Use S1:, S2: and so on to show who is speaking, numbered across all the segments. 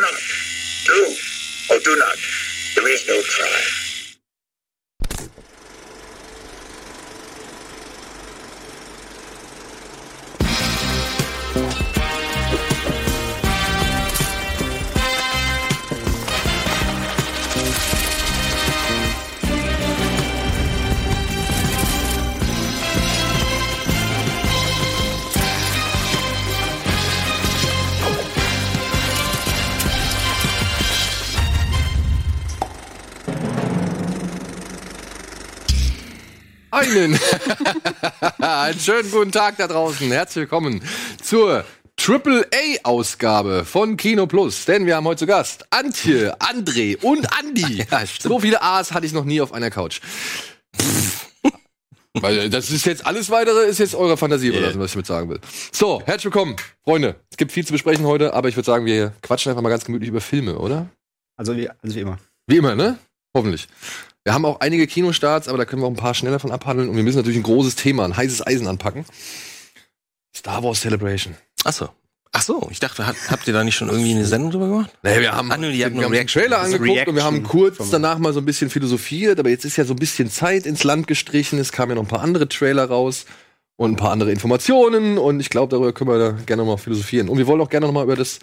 S1: not. Do or do not. There is no try.
S2: Einen. Einen schönen guten Tag da draußen. Herzlich willkommen zur Triple A Ausgabe von Kino Plus. Denn wir haben heute zu Gast Antje, André und Andi. so viele A's hatte ich noch nie auf einer Couch. Weil äh, das ist jetzt alles weitere, ist jetzt eurer Fantasie überlassen, was ich damit sagen will. So, herzlich willkommen, Freunde. Es gibt viel zu besprechen heute, aber ich würde sagen, wir quatschen einfach mal ganz gemütlich über Filme, oder?
S3: Also wie, also wie immer.
S2: Wie immer, ne? Hoffentlich. Wir haben auch einige Kinostarts, aber da können wir auch ein paar schneller von abhandeln. Und wir müssen natürlich ein großes Thema, ein heißes Eisen anpacken. Star Wars Celebration.
S4: Achso. Achso, ich dachte, hat, habt ihr da nicht schon irgendwie eine Sendung drüber gemacht?
S2: Nee, wir haben,
S4: Ah, nee, die
S2: wir
S4: hatten
S2: haben
S4: eine
S2: den Trailer
S4: Reaction.
S2: angeguckt und wir haben
S3: Reaction
S2: kurz
S3: vom-
S2: danach mal so ein bisschen philosophiert, aber jetzt ist ja so ein bisschen Zeit ins Land gestrichen. Es kamen ja noch ein paar andere Trailer raus und ein paar andere Informationen und ich glaube, darüber können wir da gerne noch mal philosophieren. Und wir wollen auch gerne noch mal über das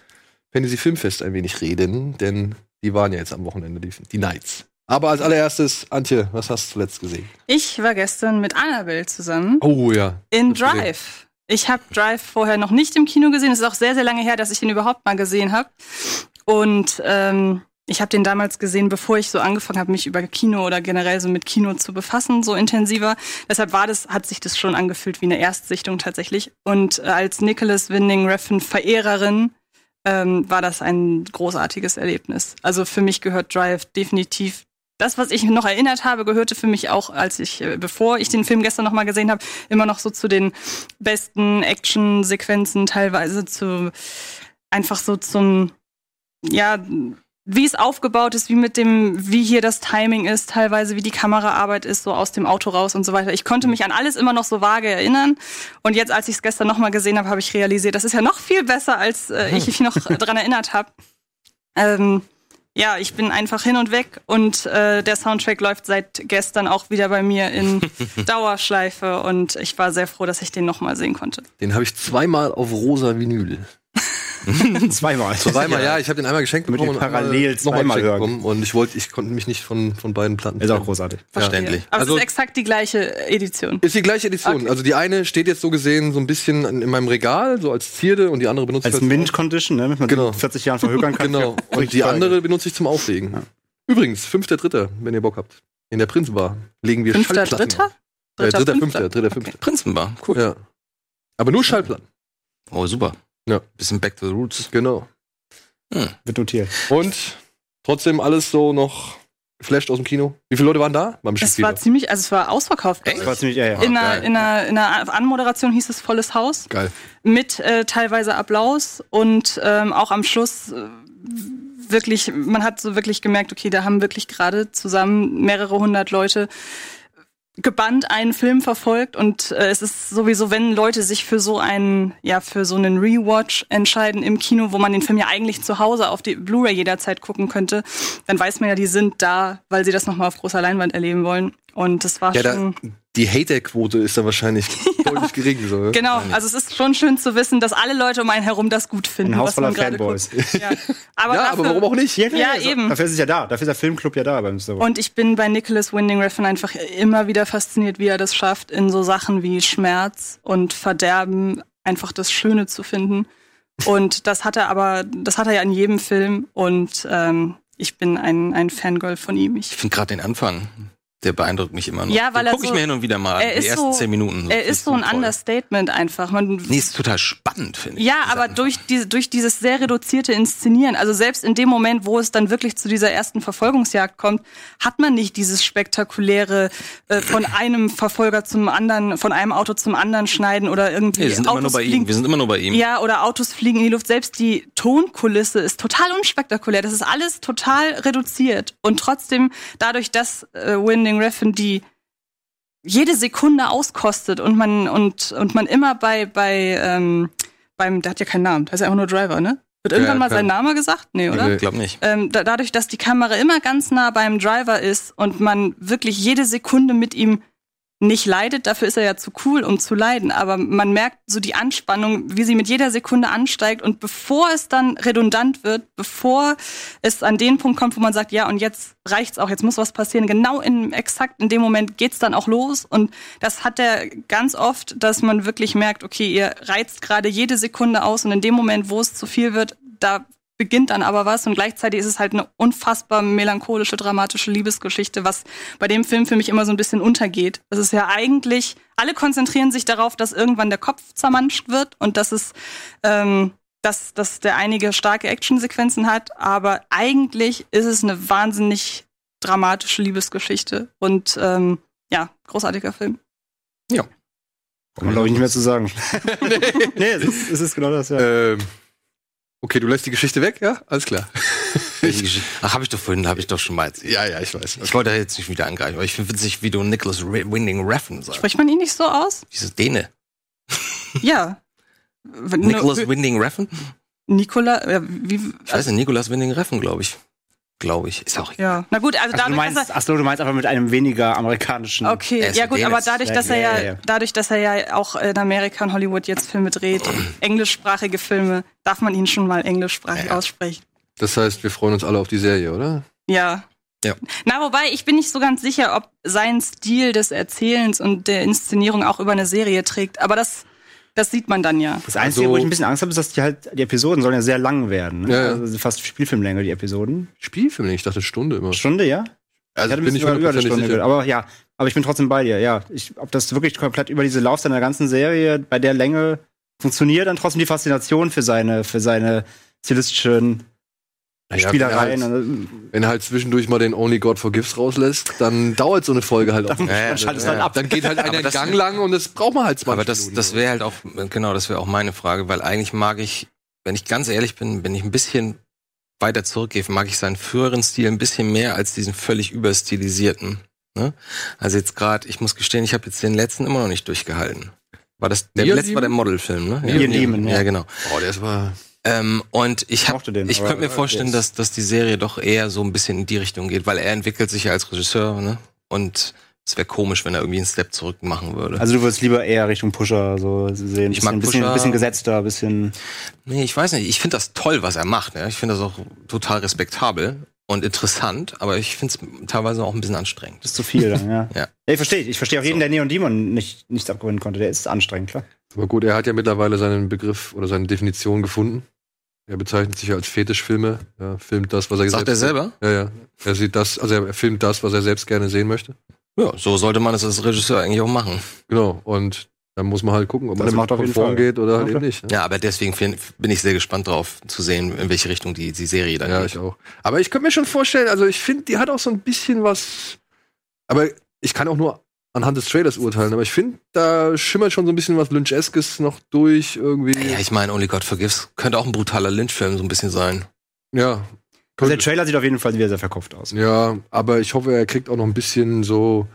S2: Fantasy Filmfest ein wenig reden, denn die waren ja jetzt am Wochenende, die, die Nights. Aber als allererstes, Antje, was hast du zuletzt gesehen?
S5: Ich war gestern mit Annabelle zusammen
S2: Oh ja,
S5: in
S2: hab's gesehen.
S5: Drive. Ich habe Drive vorher noch nicht im Kino gesehen. Es ist auch sehr, sehr lange her, dass ich ihn überhaupt mal gesehen habe. Und ähm, ich habe den damals gesehen, bevor ich so angefangen habe, mich über Kino oder generell so mit Kino zu befassen, so intensiver. Deshalb war das, hat sich das schon angefühlt wie eine Erstsichtung tatsächlich. Und äh, als Nicholas Winding Refn Verehrerin ähm, war das ein großartiges Erlebnis. Also für mich gehört Drive definitiv. Das, was ich noch erinnert habe, gehörte für mich auch, als ich, äh, bevor ich den Film gestern nochmal gesehen habe, immer noch so zu den besten Action-Sequenzen, teilweise zu einfach so zum, ja, wie es aufgebaut ist, wie mit dem, wie hier das Timing ist, teilweise wie die Kameraarbeit ist, so aus dem Auto raus und so weiter. Ich konnte mich an alles immer noch so vage erinnern. Und jetzt, als ich es gestern nochmal gesehen habe, habe ich realisiert, das ist ja noch viel besser, als äh, ich mich noch dran erinnert habe. Ähm, ja, ich bin einfach hin und weg und äh, der Soundtrack läuft seit gestern auch wieder bei mir in Dauerschleife und ich war sehr froh, dass ich den nochmal sehen konnte.
S2: Den habe ich zweimal auf rosa Vinyl.
S3: Zweimal.
S2: Zweimal, ja, ich habe den einmal geschenkt
S3: Damit
S2: bekommen
S3: ihr parallel
S2: einmal- nochmal
S3: zweimal
S2: geschenkt
S3: hören.
S2: bekommen und ich wollte, ich konnte mich nicht von, von beiden Platten.
S3: Ist auch
S2: trennen.
S3: großartig.
S4: Verständlich.
S5: Aber
S2: Also-
S5: es ist exakt die gleiche Edition.
S2: Ist die gleiche Edition.
S5: Okay.
S2: Also die eine steht jetzt so gesehen so ein bisschen in in meinem Regal, so als Zierde und die andere benutze ich
S3: Als Mint Condition, ne, damit man
S2: Genau.
S3: genau. 40 Jahren verhökern kann.
S2: Genau.
S3: Ja,
S2: Und
S3: richtig
S2: die
S3: geil.
S2: andere benutze ich zum Auflegen.
S3: Ja.
S2: Übrigens, fünfter, dritter, wenn ihr Bock habt. In der Prinzbar legen wir
S5: Fünfter,
S2: Schallplatten.
S5: dritter?
S2: Auf. Äh, dritter, fünfter, dritter,
S5: Okay.
S2: fünfter.
S4: Prinzenbar, cool.
S2: Ja. Aber nur Schallplatten.
S4: Oh, super.
S2: Ja.
S4: Bisschen back to the roots.
S2: Genau.
S3: Wird notiert.
S2: Und trotzdem alles so noch geflasht aus dem Kino. Wie viele Leute waren da beim
S5: Es war
S2: Spiel?
S5: ziemlich, also es war ausverkauft.
S4: Echt?
S3: Das war ziemlich, ja, ja.
S5: In,
S2: Ah,
S5: einer,
S4: geil.
S5: in, einer, in einer Anmoderation hieß es volles Haus
S2: ne? Geil.
S5: mit äh, teilweise Applaus und ähm, auch am Schluss äh, wirklich, man hat so wirklich gemerkt, okay, da haben wirklich gerade zusammen mehrere hundert Leute gebannt einen Film verfolgt und äh, es ist sowieso, wenn Leute sich für so einen, ja, für so einen Rewatch entscheiden im Kino, wo man den Film ja eigentlich zu Hause auf die Blu-ray jederzeit gucken könnte, dann weiß man ja, die sind da, weil sie das nochmal auf großer Leinwand erleben wollen. Und das war
S2: Ja,
S5: schon.
S2: da, die Haterquote ist da wahrscheinlich deutlich gering. So. ne?
S5: Genau, also es ist schon schön zu wissen, dass alle Leute um einen herum das gut finden,
S3: Ein Haus
S5: was man
S3: voller
S5: gerade
S3: Fanboys.
S5: guckt. Ja, aber,
S2: Ja, aber warum auch nicht?
S5: Ja, eben.
S3: Dafür ist es ja da. Dafür ist der Filmclub ja da beim Star
S2: Oh,
S3: Wars.
S5: Und ich bin bei Nicholas Winding Refn einfach immer wieder fasziniert, wie er das schafft, in so Sachen wie Schmerz und Verderben einfach das Schöne zu finden. Und das hat er aber, das hat er ja in jedem Film. Und ähm, ich bin ein, ein Fangirl von ihm. Ich
S4: Ich finde gerade den Anfang, der beeindruckt mich immer noch.
S5: Ja, weil
S4: den
S5: er
S4: gucke ich
S5: so-
S4: mir hin und wieder mal an,
S5: er
S4: die
S5: ist
S4: ersten
S5: so-
S4: zehn Minuten.
S5: er ist so ein
S4: Voll.
S5: Understatement einfach. Man,
S4: Nee, ist total spannend, finde ich.
S5: Ja,
S4: dieser
S5: aber
S4: Anfang.
S5: durch, diese, durch dieses sehr reduzierte Inszenieren, also selbst in dem Moment, wo es dann wirklich zu dieser ersten Verfolgungsjagd kommt, hat man nicht dieses spektakuläre äh, von einem Verfolger zum anderen, von einem Auto zum anderen schneiden oder irgendwie
S4: Nee, wir sind immer nur bei ihm. Wir sind immer nur bei ihm.
S5: ja, oder Autos fliegen in die Luft. Selbst die Tonkulisse ist total unspektakulär. Das ist alles total reduziert. Und trotzdem, dadurch, dass äh, Winding Refn die jede Sekunde auskostet und man, und, und man immer bei, bei ähm, beim, der hat ja keinen Namen, der ist ja einfach nur Driver, ne? Wird irgendwann mal
S2: klar.
S5: sein Name gesagt? Nee, oder?
S2: Nee.
S4: Ich glaube nicht.
S5: Ähm, da, dadurch, dass die Kamera immer ganz nah beim Driver ist und man wirklich jede Sekunde mit ihm nicht leidet, dafür ist er ja zu cool, um zu leiden. Aber man merkt so die Anspannung, wie sie mit jeder Sekunde ansteigt. Und bevor es dann redundant wird, bevor es an den Punkt kommt, wo man sagt, ja, und jetzt reicht's auch, jetzt muss was passieren, genau in exakt in dem Moment geht's dann auch los. Und das hat er ganz oft, dass man wirklich merkt, okay, ihr reizt gerade jede Sekunde aus und in dem Moment, wo es zu viel wird, da beginnt dann aber was und gleichzeitig ist es halt eine unfassbar melancholische, dramatische Liebesgeschichte, was bei dem Film für mich immer so ein bisschen untergeht. Es ist ja eigentlich, alle konzentrieren sich darauf, dass irgendwann der Kopf zermanscht wird und dass es, ähm, dass, dass der einige starke Actionsequenzen hat, aber eigentlich ist es eine wahnsinnig dramatische Liebesgeschichte und ähm, ja, großartiger Film.
S3: Braucht man, glaube ich, nicht mehr zu sagen. nee, es ist, es ist genau das, ja.
S2: Ähm, okay, du lässt die Geschichte weg, ja? Alles klar.
S4: Ach, habe ich doch vorhin, habe ich doch schon mal erzählt.
S2: Ja, ja, ich weiß.
S4: Ich wollte da jetzt nicht wieder angreifen, aber ich finde witzig, wie du Nicholas Re- Winding Refn sagst.
S5: Spricht man ihn nicht so aus?
S4: Dieses Däne.
S5: ja. Wenn-
S4: Nicholas
S5: nur-
S4: Winding Refn?
S5: Nicola, ja, wie,
S4: Ich weiß nicht, Nicholas Winding Refn, glaube ich. Glaube ich. Ist auch
S5: ja. Na gut,
S3: Also
S5: also
S3: du
S5: dadurch, dass er,
S3: meinst, ach so, du meinst einfach mit einem weniger amerikanischen.
S5: Okay,
S4: Er ist
S5: ja
S4: ein
S5: gut, aber
S4: Dänes.
S5: dadurch,
S3: Ja,
S5: dass er
S3: ja,
S5: ja,
S3: ja, ja.
S5: dadurch, dass er ja auch in Amerika und Hollywood jetzt Filme dreht, englischsprachige Filme, darf man ihn schon mal englischsprachig
S4: Ja, ja.
S5: aussprechen.
S2: Das heißt, wir freuen uns alle auf die Serie, oder?
S5: Ja.
S4: Ja.
S5: Na, wobei, ich bin nicht so ganz sicher, ob sein Stil des Erzählens und der Inszenierung auch über eine Serie trägt, aber das, das sieht man dann ja.
S3: Das Einzige,
S2: Also-
S3: wo ich ein bisschen Angst habe, ist, dass die halt, die Episoden sollen ja sehr lang werden. Ne?
S2: Ja, ja.
S3: Also fast Spielfilmlänge, die Episoden.
S2: Spielfilm, nicht. ich dachte Stunde immer.
S3: Stunde, ja?
S2: Also
S3: ich hatte ein bisschen über eine Stunde gehört, aber ja, aber ich bin trotzdem bei dir, ja. Ich, ob das wirklich komplett über diese Laufzeit einer ganzen Serie bei der Länge funktioniert, dann trotzdem die Faszination für seine, für seine stilistischen
S2: Naja,
S3: Spielereien.
S2: wenn er
S3: und,
S2: Wenn er halt zwischendurch mal den Only God Forgives rauslässt, dann dauert so eine Folge halt auch.
S3: dann
S4: ja,
S3: schaltet es
S2: Ja,
S3: dann ab.
S2: Dann geht halt einer
S4: Aber
S2: in
S4: das-
S2: Gang lang und das braucht man halt 20
S4: Aber das,
S2: Minuten.
S4: das wäre halt auch, genau, das wäre auch meine Frage, weil eigentlich mag ich, wenn ich ganz ehrlich bin, wenn ich ein bisschen weiter zurückgehe, mag ich seinen früheren Stil ein bisschen mehr als diesen völlig überstilisierten. Ne? Also jetzt gerade, ich muss gestehen, ich habe jetzt den letzten immer noch nicht durchgehalten. War das, der
S2: Neon
S4: letzte war der
S2: Demon?
S4: Modelfilm, ne?
S3: Neon Demon,
S4: ja.
S3: ja.
S4: ja, genau.
S2: oh, der ist aber
S4: Ähm, und ich habe,
S3: mochte den,
S4: ich
S3: aber-
S4: könnte mir vorstellen,
S3: der
S4: dass, dass die Serie doch eher so ein bisschen in die Richtung geht, weil er entwickelt sich ja als Regisseur, ne? Und es wäre komisch, wenn er irgendwie einen Step zurück machen würde.
S3: Also du würdest lieber eher Richtung Pusher so sehen.
S4: Ich
S3: Bisschen-
S4: mag
S3: bisschen,
S4: Pusher.
S3: bisschen gesetzter, ein bisschen.
S4: Nee, ich weiß nicht. Ich finde das toll, was er macht. Ne? Ich finde das auch total respektabel und interessant, aber ich finde es teilweise auch ein bisschen anstrengend.
S3: Das ist zu viel dann, ja.
S4: Ja.
S3: Ich verstehe, ich verstehe auch jeden, der Neon Demon nicht, nichts abgewinnen konnte. Der ist anstrengend, klar.
S2: Aber gut, er hat ja mittlerweile seinen Begriff oder seine Definition gefunden. Er bezeichnet sich ja als Fetischfilme. Er filmt das, was er
S4: Sagt er selber?
S2: Ja, ja. Er sieht das, also er filmt das, was er selbst gerne sehen möchte.
S4: Ja, so sollte man es als Regisseur eigentlich auch machen.
S2: Genau. Und dann muss man halt gucken, ob
S3: Das
S2: man damit
S3: macht auf jeden
S2: konform
S3: Fall.
S2: geht oder halt
S3: Ja,
S2: eben nicht. Ne?
S4: Ja, aber deswegen find, bin ich sehr gespannt drauf zu sehen, in welche Richtung die, die Serie dann
S2: Ja,
S4: geht.
S2: ich auch. Aber ich könnte mir schon vorstellen, also ich finde, die hat auch so ein bisschen was. Aber ich kann auch nur anhand des Trailers urteilen, aber ich finde, da schimmert schon so ein bisschen was Lynch-eskes noch durch irgendwie.
S4: Ja, ich meine, Only God Forgives könnte auch ein brutaler Lynch-Film so ein bisschen sein.
S2: Ja.
S3: Also der Trailer sieht auf jeden Fall wieder sehr verkopft aus.
S2: Ja, aber ich hoffe, er kriegt auch noch ein bisschen so,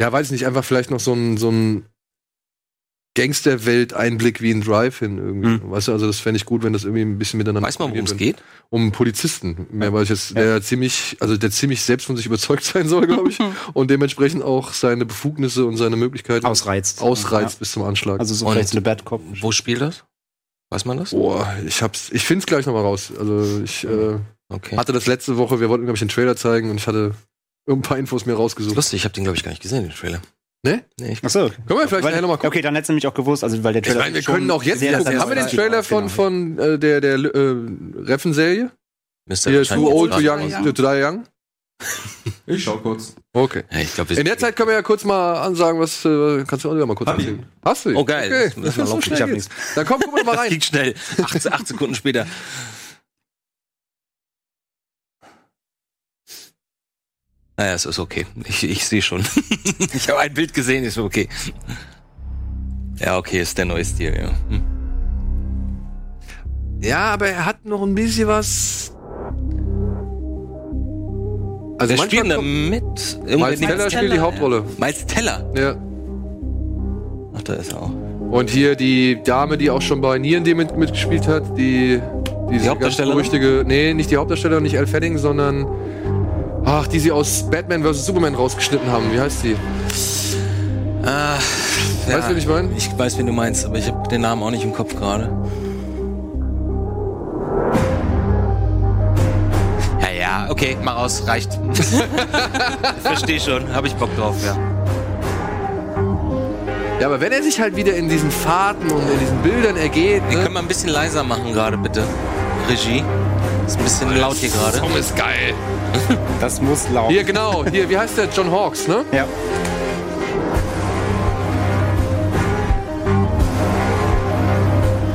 S2: ja, weiß ich nicht, einfach vielleicht noch so einen so ein Gangsterwelt-Einblick wie in Drive hin irgendwie. Weißt du, also das fände ich gut, wenn das irgendwie ein bisschen miteinander.
S4: Hm. Weiß man, worum es
S2: kombiniert
S4: geht?
S2: wird. Um einen Polizisten. Mehr weiß ich jetzt, der ziemlich, also der ziemlich selbst von sich überzeugt sein soll, glaube ich. und dementsprechend auch seine Befugnisse und seine Möglichkeiten
S3: Ausreizt.
S2: ausreizt bis zum Anschlag.
S3: Ja. Also so
S4: Und-
S3: vielleicht so eine Bad Cop.
S4: Wo spielt das? Weiß man das?
S2: Boah, ich hab's, ich find's gleich nochmal raus. Also ich äh,
S4: Okay.
S2: hatte das letzte Woche, wir wollten, glaube ich, den Trailer zeigen und ich hatte ein paar Infos mir rausgesucht.
S4: Lustig, ich habe den, glaube ich, gar nicht gesehen, den Trailer.
S2: Ne?
S4: Nee, ich,
S3: Achso.
S2: Können wir vielleicht nachher nochmal gucken.
S3: Okay, dann hättest du nämlich auch gewusst, also weil der
S2: Ich
S3: Trailer.
S2: meine, wir können auch jetzt
S3: sehr-
S2: gucken.
S3: sehr-
S2: Haben wir den
S3: sehr-
S2: Trailer von,
S3: genau.
S2: von äh, der, der äh, Reffen-Serie?
S4: müsste
S2: Hier,
S4: wahrscheinlich
S2: Too Old,
S4: jetzt
S2: Too
S4: gerade
S2: Young,
S4: raus-
S2: Too Die Young?
S6: Ich schau kurz.
S2: Okay.
S4: Ja, ich glaub, wir-
S2: In der Zeit können wir ja kurz mal ansagen, was äh, kannst du Oliver mal kurz
S6: Hab ich.
S2: erzählen? Hast du? ihn?
S4: Oh, geil.
S2: Okay.
S4: Das müssen
S2: Das
S4: wir
S2: ist so
S4: laufen.
S2: schnell
S3: Ich hab
S2: geht's. Dann komm, guck mal mal
S4: Das
S2: rein.
S4: ging schnell. Acht, acht Sekunden später. Naja, es ist okay. Ich, ich sehe schon. ich habe ein Bild gesehen, ist okay. Ja, okay, ist der neue Stil, ja. Hm.
S2: Ja, aber er hat noch ein bisschen was. Also
S4: Wer spielt
S2: manchmal
S4: da
S2: kommt-
S4: mit?
S2: Miles Teller
S4: Irgendwann-
S2: spielt die
S5: Teller,
S2: Hauptrolle.
S4: Miles Teller.
S2: Ja.
S4: Ach, da ist er auch.
S2: Und hier die Dame, die auch schon bei Nieren die mit, mitgespielt hat, die Diese
S4: Hauptdarstellerin?
S2: ganz berüchtige, nee, nicht die Hauptdarstellerin, nicht Elle Fanning, sondern ach, die sie aus Batman vs Superman rausgeschnitten haben. Wie heißt die?
S4: Ah,
S2: Weißt du, wen ich meine?
S4: Ich weiß, wen du meinst, aber ich habe den Namen auch nicht im Kopf gerade. Ja, ja, okay, mach aus, reicht. Verstehe schon, habe ich Bock drauf, ja.
S2: Ja, aber wenn er sich halt wieder in diesen Fahrten und in diesen Bildern ergeht,
S4: Wir
S2: ne?
S4: können mal ein bisschen leiser machen gerade, bitte. Regie. Ist ein bisschen laut hier gerade.
S2: Tom ist geil.
S3: Das muss laufen.
S2: Hier, genau, hier, wie heißt der? John Hawks, ne?
S3: Ja.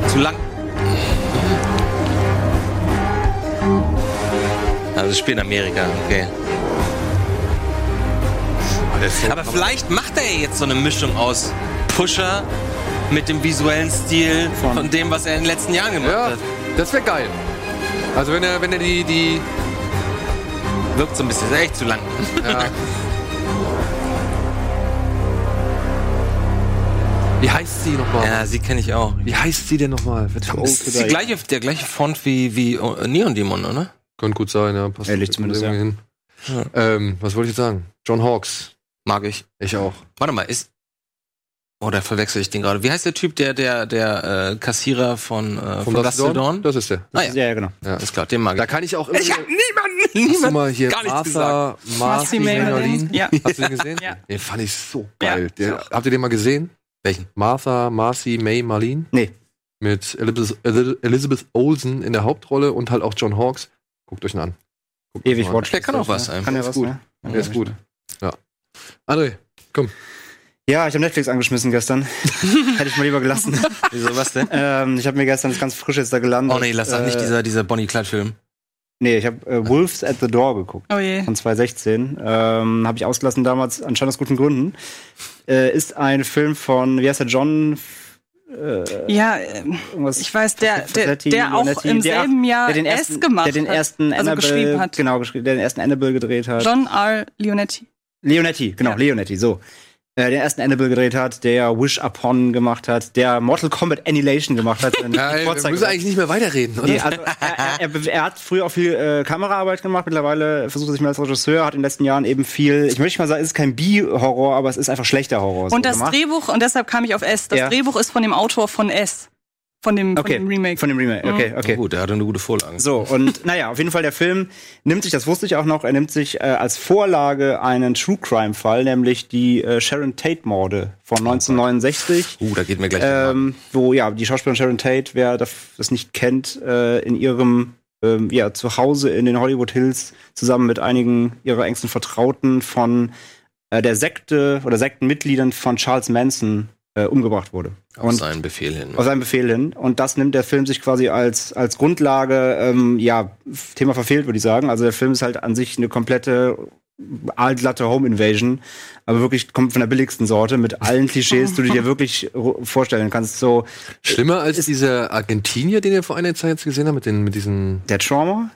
S4: Zu lang. Also das Spiel in Amerika, okay. Aber vielleicht macht er jetzt so eine Mischung aus Pusher mit dem visuellen Stil
S3: Von-
S4: von dem, was er in den letzten Jahren gemacht
S2: Ja,
S4: hat.
S2: das wäre geil. Also wenn er, wenn er die, die,
S4: Wirkt so ein bisschen, ist echt zu lang.
S2: ja. Wie heißt sie nochmal?
S4: Ja, sie kenne ich auch.
S2: Wie heißt sie denn nochmal?
S4: Ist die gleiche, der gleiche Font wie, wie äh, Neon Demon, oder?
S2: Könnte gut sein, ja. Passt
S3: Ehrlich zumindest, ja.
S2: hin. Ähm, was wollte ich jetzt sagen? John Hawks.
S4: Mag ich.
S2: Ich auch.
S4: Warte mal, ist. Oder verwechsel ich den gerade? Wie heißt der Typ, der, der, der äh, Kassierer von, äh, von
S2: Dust
S4: Dust to Dawn?
S2: Das ist der.
S4: Ah,
S3: Ja,
S4: ja.
S3: ja, genau.
S2: Ja.
S4: Ist klar, den mag
S2: Da
S4: ich.
S2: kann ich auch immer.
S4: hab niemanden,
S2: Hast du mal hier
S4: gar nichts
S2: Arthur Marcy Magdalene?
S5: Ja.
S2: Hast du den gesehen?
S5: Ja.
S2: Den fand ich so
S5: Ja.
S2: geil. Der, habt ihr den mal gesehen?
S4: Welchen?
S2: Martha Marcy May Marlene?
S3: Nee.
S2: Mit Elizabeth, Elizabeth Olsen in der Hauptrolle und halt auch John Hawks. Guckt euch ihn an.
S3: Ewig
S2: mal.
S3: Watch.
S4: Der kann auch was
S3: sein.
S4: einfach.
S3: Kann ja
S2: Ist
S3: was,
S2: gut.
S3: ne?
S2: Der ist gut. Ja. André,
S3: Ja, ich habe Netflix angeschmissen gestern. Hätte ich mal lieber gelassen.
S4: Wieso was denn?
S3: ähm, ich habe mir gestern das ganz frisch jetzt da gelandet.
S4: Oh nee, lass doch nicht
S3: Äh,
S4: dieser, dieser Bonnie Clyde-Film.
S3: Nee, ich habe äh, Wolves at the Door geguckt.
S5: Oh je.
S3: Von 2016. Ähm, habe ich ausgelassen damals, anscheinend aus guten Gründen. Äh, ist ein Film von, wie heißt der, John?
S5: Ja, ähm,
S3: Irgendwas?
S5: ich weiß, der, der,
S3: Fratellini,
S5: der auch
S3: Leonetti,
S5: im
S3: der-
S5: selben Jahr
S3: der den
S5: S
S3: ersten,
S5: gemacht
S3: Der den ersten
S5: hat. Also
S3: Annabelle,
S5: geschrieben hat.
S3: Genau, geschrieben, der den ersten Annabelle gedreht hat.
S5: John R. Leonetti.
S3: Leonetti, genau,
S5: Ja.
S3: Leonetti, so. Äh, den ersten Annabelle gedreht hat, der Wish Upon gemacht hat, der Mortal Kombat Annihilation gemacht hat. Ein
S2: ja, ey, wir
S3: Vorzeige-
S2: müssen eigentlich nicht mehr weiterreden, oder?
S3: Nee, also, er, er, er- er hat früher auch viel äh, Kameraarbeit gemacht, mittlerweile versucht er sich mehr als Regisseur, hat in den letzten Jahren eben viel, ich möchte mal sagen, es ist kein B-Horror, aber es ist einfach schlechter Horror. so
S5: Und das
S3: gemacht.
S5: Drehbuch, und deshalb kam ich auf S. Das
S3: Ja.
S5: Drehbuch ist von dem Autor von S. Von dem,
S3: okay,
S5: von dem Remake. Mhm.
S3: Von dem Remake, okay, okay.
S4: Gut, er hatte eine gute Vorlage.
S3: So, und naja, auf jeden Fall der Film nimmt sich, das wusste ich auch noch, er nimmt sich äh, als Vorlage einen True Crime-Fall, nämlich die äh, Sharon Tate-Morde von 1969.
S4: Uh, da geht mir gleich der Magen.
S3: ähm, wo ja die Schauspielerin Sharon Tate, wer daf- das nicht kennt, äh, in ihrem ähm, ja, Zuhause in den Hollywood Hills zusammen mit einigen ihrer engsten Vertrauten von äh, der Sekte oder Sektenmitgliedern von Charles Manson äh, umgebracht wurde.
S4: auf
S3: Und also,
S4: seinen Befehl hin.
S3: auf seinen Befehl hin. Und das nimmt der Film sich quasi als, als Grundlage, ähm, ja, f- Thema verfehlt, würde ich sagen. Also der Film ist halt an sich eine komplette allglatte Home Invasion, aber wirklich kommt von der billigsten Sorte mit allen Klischees, die du dir wirklich ru- vorstellen kannst. So
S2: Schlimmer als dieser Argentinier, den wir vor einer Zeit jetzt gesehen haben, mit, den, mit diesen.
S3: der Trauma,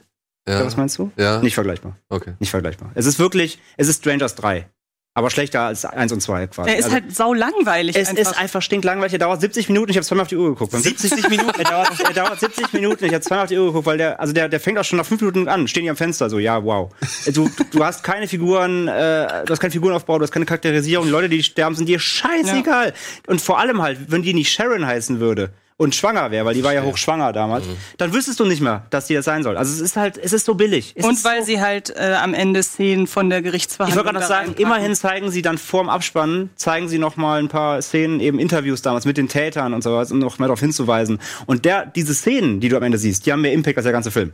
S2: Ja,
S3: was meinst du?
S2: ja
S3: Nicht vergleichbar,
S2: okay.
S3: nicht vergleichbar. Es ist wirklich, es ist Strangers 3, aber schlechter als 1 und 2 quasi.
S5: der ist
S3: Also-
S5: halt sau langweilig.
S3: Es ist einfach stinklangweilig. Der dauert 70 Minuten. Ich habe zweimal auf die Uhr geguckt. Beim 70 Minuten? Er dauert, er dauert 70 Minuten. Ich habe zweimal auf die Uhr geguckt, weil der, also der, der fängt auch schon nach fünf Minuten an. Stehen die am Fenster so, ja, wow. Du, du hast keine Figuren, äh, du hast keinen Figurenaufbau, du hast keine Charakterisierung. Die Leute, die sterben, sind dir scheißegal. Und vor allem halt, wenn die nicht Sharon heißen würde und schwanger wäre, weil die war ja hochschwanger damals, dann wüsstest du nicht mehr, dass die das sein soll. Also es ist halt, es ist so billig. Es
S5: und
S3: ist
S5: weil
S3: so
S5: sie halt äh, am Ende Szenen von der
S3: ich
S5: Gerichtsverhandlung.
S3: wollte gerade noch
S5: da
S3: sagen,
S5: reinpacken.
S3: immerhin zeigen sie dann vorm Abspannen, zeigen sie noch mal ein paar Szenen, eben Interviews damals mit den Tätern und so was, um noch mehr darauf hinzuweisen. Und der, diese Szenen, die du am Ende siehst, die haben mehr Impact als der ganze Film.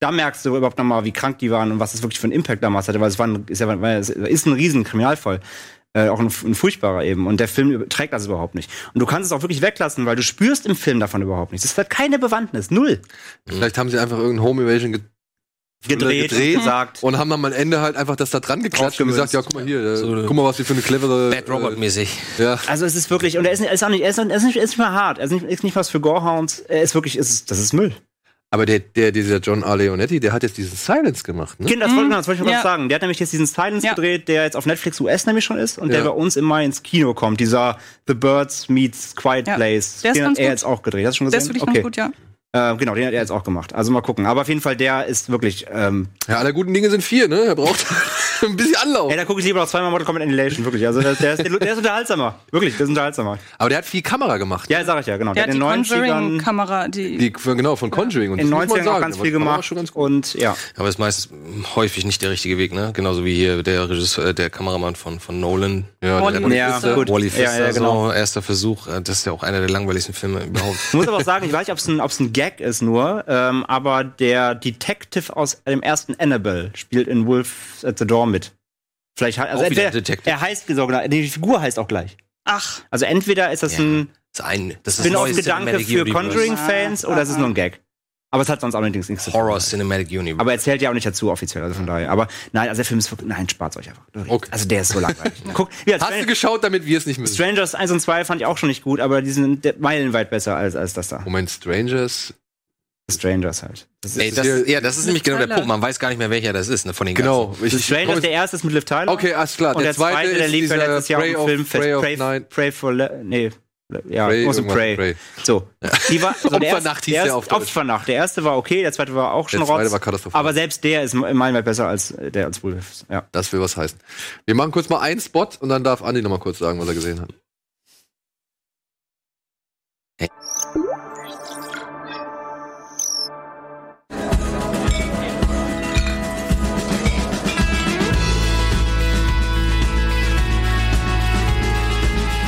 S3: Da merkst du überhaupt noch mal, wie krank die waren und was das wirklich für einen Impact damals hatte, weil es war ein, ist, ja, weil es ist ein riesen Kriminalfall. Äh, auch ein, ein furchtbarer eben. Und der Film über- trägt das überhaupt nicht. Und du kannst es auch wirklich weglassen, weil du spürst im Film davon überhaupt nichts. Es hat keine Bewandtnis. Null.
S2: Vielleicht haben sie einfach irgendeinen Home Invasion ge
S3: Gedreht,
S2: gedreht.
S3: gesagt.
S2: und haben dann am Ende halt einfach das da dran geklatscht und gesagt,
S3: Aufgemünzt.
S2: ja, guck mal hier, äh,
S4: So eine-
S2: guck mal, was die für eine clevere.
S4: Bad Robot-mäßig.
S2: Äh, ja.
S3: Also es ist wirklich, und er ist, er ist auch nicht, er ist, er ist nicht, er ist nicht mal hart, er ist nicht, ist nicht was für Gorehounds, er ist wirklich, es ist, das ist Müll.
S2: Aber der, der, dieser John A. Leonetti, der hat jetzt diesen Silence gemacht, ne?
S3: Kind, das wollte, genau, das wollte ich mal
S5: Mhm.
S3: ganz
S5: Ja.
S3: sagen. Der hat nämlich jetzt diesen Silence
S5: Ja.
S3: gedreht, der jetzt auf Netflix US nämlich schon ist und der
S2: Ja.
S3: bei uns im Mai ins Kino kommt. Dieser The Birds meets Quiet
S5: Ja.
S3: Place.
S5: Der ist
S3: Den hat
S5: ganz
S3: er
S5: gut.
S3: jetzt auch gedreht. Hast du schon
S5: Das
S3: gesehen?
S5: finde ich ganz gut, ja.
S3: Äh, genau, den hat er jetzt auch gemacht. Also mal gucken. Aber auf jeden Fall, der ist wirklich. Ähm,
S2: Ja, aller guten Dinge sind vier, ne? Er braucht ein bisschen Anlauf.
S5: Oh.
S3: ey, da gucke ich lieber noch zweimal Mortal Kombat Annihilation, wirklich. Also der, der, ist, der ist unterhaltsamer. Wirklich, der ist unterhaltsamer.
S2: Aber der hat viel Kamera gemacht.
S3: Ja, sag ich ja, genau.
S5: Der hat die
S3: 90ern
S5: Conjuring-Kamera, die,
S2: Die, genau, von Conjuring. Und
S3: in den
S2: das muss man
S3: 90ern auch
S2: sagen,
S3: ganz
S2: aber
S3: viel
S2: das war
S3: gemacht.
S2: Schon ganz gut.
S3: und ja.
S4: Aber ist meist häufig nicht der richtige Weg, ne? Genauso wie hier der Regisseur, äh, der Kameramann von, von Nolan. Ja,
S5: Wall-E.
S4: der
S5: Ja,
S3: gut.
S4: Wally
S3: Ja, ja,
S4: Fister,
S3: genau.
S4: so, erster Versuch. Äh, Das ist ja auch einer der langweiligsten Filme überhaupt.
S3: Ich muss aber auch sagen, ich weiß nicht, ob es ein, ob's ein Gag ist nur, ähm, aber der Detective aus dem ersten Annabelle spielt in Wolf at the Door mit. Vielleicht hat, also
S4: Auch wieder
S3: entweder,
S4: ein Detective.
S3: er heißt so genau, die Figur heißt auch gleich.
S5: ach,
S3: Also entweder ist das
S4: Ja.
S3: ein
S4: Das ist ein, das ist ein neues
S3: Spin-off-Gedanke
S4: Cinematic
S3: für
S4: Universe.
S3: Conjuring-Fans oder es ist nur ein Gag. Aber es hat sonst auch allerdings nichts zu tun.
S4: Horror Cinematic Universe.
S3: Aber er zählt ja auch nicht dazu offiziell, also von daher. Aber nein, also der Film ist wirklich, nein, spart's euch einfach.
S2: Okay.
S3: Also der ist so langweilig. Guck, ja,
S2: Hast du
S3: Stranger,
S2: geschaut, damit wir es nicht müssen?
S3: Strangers 1 und 2 fand ich auch schon nicht gut, aber die sind de- meilenweit besser als, als das da.
S2: Moment, Strangers.
S3: Strangers halt. Das
S4: Ey,
S3: ist,
S4: das,
S2: hier-
S4: ja, das ist nämlich genau der
S5: Trailer.
S4: Punkt. Man weiß gar nicht mehr, welcher das ist, ne, von den
S2: Genau. Ich,
S4: ganzen.
S2: ich komm
S3: Strangers,
S2: jetzt-
S3: der erste ist mit Liv Tyler.
S2: okay, alles klar.
S3: und der, zweite,
S2: ist
S3: der lief
S2: dieser
S3: ja letztes Jahr
S2: Pray
S3: auch
S2: of,
S3: im Film
S2: Pray of Night.
S3: Pray for, Le nee, ja,
S2: Pray,
S3: Pray, muss
S2: irgendwas,
S3: Pray.
S2: Pray.
S3: So, die war, so der
S2: Opfernacht
S3: erste-
S2: hieß der
S3: erste-
S2: auf Deutsch.
S3: Opfernacht. Der erste war okay, der zweite war auch schon
S2: Der zweite
S3: Rotz.
S2: war katastrophal.
S3: Aber selbst der ist meilenweit besser als äh, der als Wolf. Ja.
S2: Das will was heißen. Wir machen kurz mal einen Spot und dann darf Andi noch mal kurz sagen, was er gesehen hat.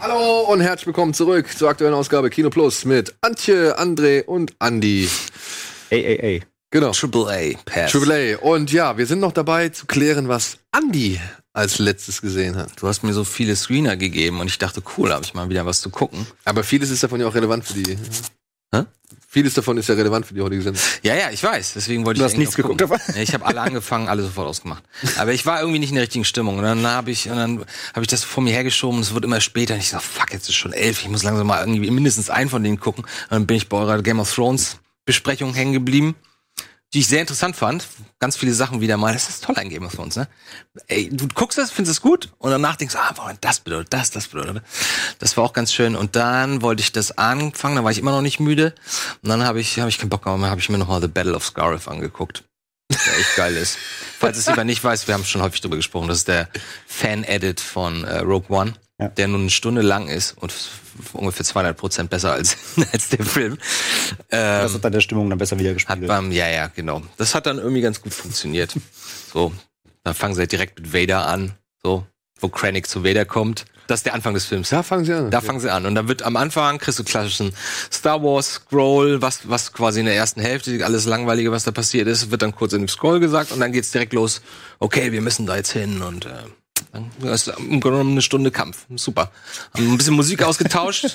S2: Hallo und herzlich willkommen zurück zur aktuellen Ausgabe Kino Plus mit Antje, André und Andi.
S3: Ey, ey, ey.
S2: Genau.
S4: Triple A Pass.
S2: Triple A. Und ja, wir sind noch dabei zu klären, was Andi als letztes gesehen hat.
S4: Du hast mir so viele Screener gegeben und ich dachte, cool, habe ich mal wieder was zu gucken.
S2: Aber vieles ist davon ja auch relevant für die. äh,
S4: Hä?
S2: Vieles davon ist ja relevant für die heutige Sendung.
S4: Ja, ja, ich weiß. Deswegen wollte
S3: Du
S4: ich
S3: hast
S4: eigentlich
S3: nichts
S4: auch gucken.
S3: geguckt,
S4: Nee, Ich habe alle angefangen, alle sofort ausgemacht. Aber ich war irgendwie nicht in der richtigen Stimmung. Und dann habe ich, und dann habe ich das vor mir hergeschoben. und Es wird immer später. Und ich so, fuck, jetzt ist schon elf. Ich muss langsam mal irgendwie mindestens einen von denen gucken. Und dann bin ich bei eurer Game of Thrones Besprechung hängen geblieben, die ich sehr interessant fand. Ganz viele Sachen wieder mal. Das ist toll ein Game of Thrones, ne? Ey, du guckst das, findest es gut und danach denkst du, ah, boah, das bedeutet das, das bedeutet. das. Das war auch ganz schön. Und dann wollte ich das anfangen, da war ich immer noch nicht müde. Und dann habe ich, habe ich keinen Bock mehr, habe ich mir nochmal The Battle of Scarif angeguckt der echt geil ist. Falls es jemand nicht weiß, wir haben schon häufig drüber gesprochen, das ist der Fan-Edit von äh, Rogue One,
S3: Ja.
S4: der nun eine Stunde lang ist und f- ungefähr 200 Prozent besser als, als der Film. Ähm,
S3: Das hat dann der Stimmung dann besser
S4: hat
S3: wiedergespiegelt.
S4: beim, ja, ja, genau. Das hat dann irgendwie ganz gut funktioniert. So, dann fangen sie halt direkt mit Vader an, so, wo Krennic zu Vader kommt. Das ist der Anfang des Films.
S2: Da fangen sie an.
S4: Da fangen sie an. Und dann wird am Anfang kriegst du klassischen Star Wars Scroll, was, was quasi in der ersten Hälfte, alles Langweilige, was da passiert ist, wird dann kurz in dem Scroll gesagt und dann geht's direkt los. Okay, wir müssen da jetzt hin und, äh, dann ist im Grunde genommen eine Stunde Kampf. Super. Haben ein bisschen Musik ausgetauscht.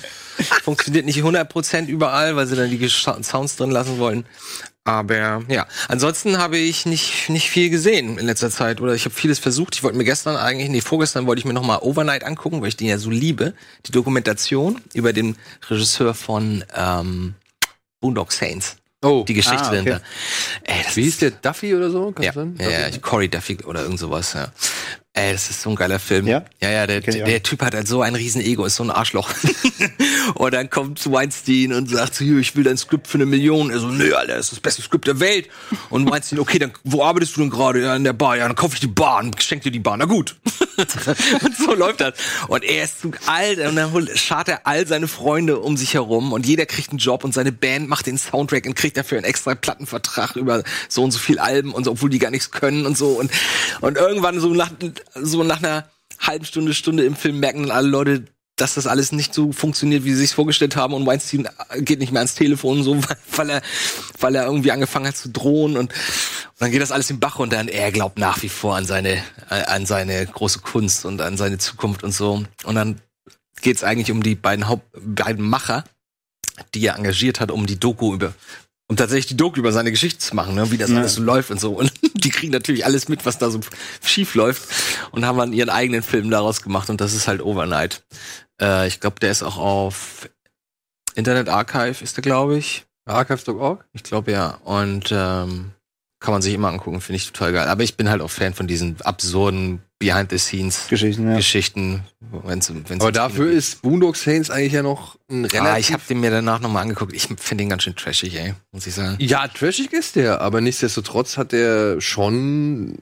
S4: Funktioniert nicht 100% überall, weil sie dann die Gesch- Sounds drin lassen wollen. Aber ja, ansonsten habe ich nicht, nicht viel gesehen in letzter Zeit. Oder ich habe vieles versucht. Ich wollte mir gestern eigentlich, nee, vorgestern wollte ich mir nochmal Overnight angucken, weil ich den ja so liebe. Die Dokumentation über den Regisseur von ähm, Boondock Saints.
S2: oh,
S4: Die Geschichte
S3: Ah, okay.
S4: dahinter. Ey, das
S2: wie
S4: ist-
S2: hieß der? Duffy oder so? Kann
S4: ja,
S2: das sein?
S4: ja, ja, ich- Cory Duffy oder irgend sowas, ja. Ey, das ist so ein geiler Film.
S3: Ja?
S4: Ja, ja, der,
S3: Kenn ich auch.
S4: der Typ hat halt so ein riesen Ego, ist so ein Arschloch. und dann kommt Weinstein und sagt so, hier, ich will dein Skript für eine Million. Er so, nö, Alter, das ist das beste Skript der Welt. Und Weinstein, okay, dann, wo arbeitest du denn gerade? Ja, in der Bar. Ja, dann kaufe ich die Bar und schenk dir die Bar. Na gut. und so läuft das. Und er ist zu alt und dann holt- schart er all seine Freunde um sich herum und jeder kriegt einen Job und seine Band macht den Soundtrack und kriegt dafür einen extra Plattenvertrag über so und so viel Alben und so, obwohl die gar nichts können und so und, und irgendwann so nach, so nach einer halben Stunde, Stunde im Film merken dann alle Leute, dass das alles nicht so funktioniert, wie sie sich vorgestellt haben und Weinstein äh, geht nicht mehr ans Telefon und so, weil, weil er weil er irgendwie angefangen hat zu drohen und, und dann geht das alles im Bach runter und er glaubt nach wie vor an seine äh, an seine große Kunst und an seine Zukunft und so und dann geht's eigentlich um die beiden Haupt beiden Macher, die er engagiert hat, um die Doku über Um tatsächlich die Doku über seine Geschichte zu machen, ne? wie das
S3: Ja.
S4: alles so läuft und so. Und die kriegen natürlich alles mit, was da so schief läuft und haben dann ihren eigenen Film daraus gemacht und das ist halt Overnight. Äh, ich glaube, der ist auch auf Internet Archive, ist der, glaube ich.
S2: Archives.org?
S4: Ich glaube ja. Und ähm, kann man sich immer angucken, finde ich total geil. Aber ich bin halt auch Fan von diesen absurden Behind-the-Scenes-Geschichten,
S3: Geschichten, ja.
S4: wenn's, um, wenn's
S2: Aber dafür ist Boondock Saints eigentlich ja noch ein relativ...
S4: Ah, ich habe den mir danach nochmal angeguckt. Ich finde den ganz schön trashig, ey, muss ich sagen.
S2: ja, trashig ist der, aber nichtsdestotrotz hat der schon einen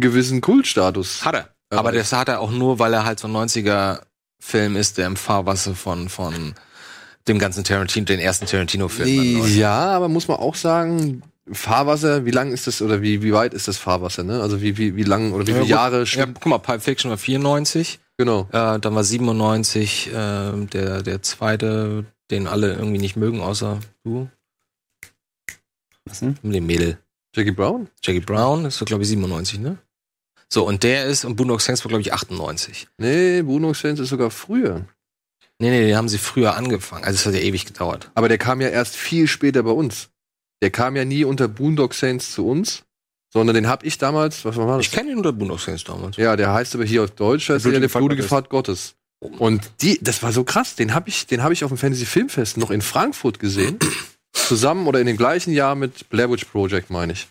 S2: gewissen Kultstatus.
S4: Hat er. Aber das hat er auch nur, weil er halt so ein 90er-Film ist, der im Fahrwasser von, von dem ganzen Tarantino, den ersten Tarantino-Film. war.
S2: Ja, aber muss man auch sagen, Fahrwasser, wie lang ist das oder wie, wie weit ist das Fahrwasser, ne? Also wie, wie, wie lang oder wie
S4: Ja,
S2: viele
S4: gut.
S2: Jahre
S4: Ja,
S2: schwimmt.
S4: guck mal, Pulp Fiction war 94,
S2: Genau.
S4: äh, dann war 97 äh, der, der zweite, den alle irgendwie nicht mögen, außer du,
S3: Was denn?
S4: dem Mädel.
S2: Jackie Brown?
S4: Jackie Brown ist so, glaube ich, 97, ne? So, und der ist, und Boondock Saints war, glaube ich, 98.
S2: Nee, Boondock Saints ist sogar früher.
S4: Nee, nee, den haben sie früher angefangen. Also es hat ja ewig gedauert.
S2: Aber der kam ja erst viel später bei uns. Der kam ja nie unter Boondock Saints zu uns, sondern den hab ich damals, was war das?
S4: Ich kenne ihn unter Boondock Saints damals.
S2: Ja, der heißt aber hier auf Deutsch heißt
S3: Der
S2: der, der
S3: blutige
S2: blutige
S3: Pfad
S2: Pfad Gottes. Und die, das war so krass. Den habe ich, den habe ich auf dem Fantasy Filmfest noch in Frankfurt gesehen, zusammen oder in dem gleichen Jahr mit Blair Witch Project meine ich.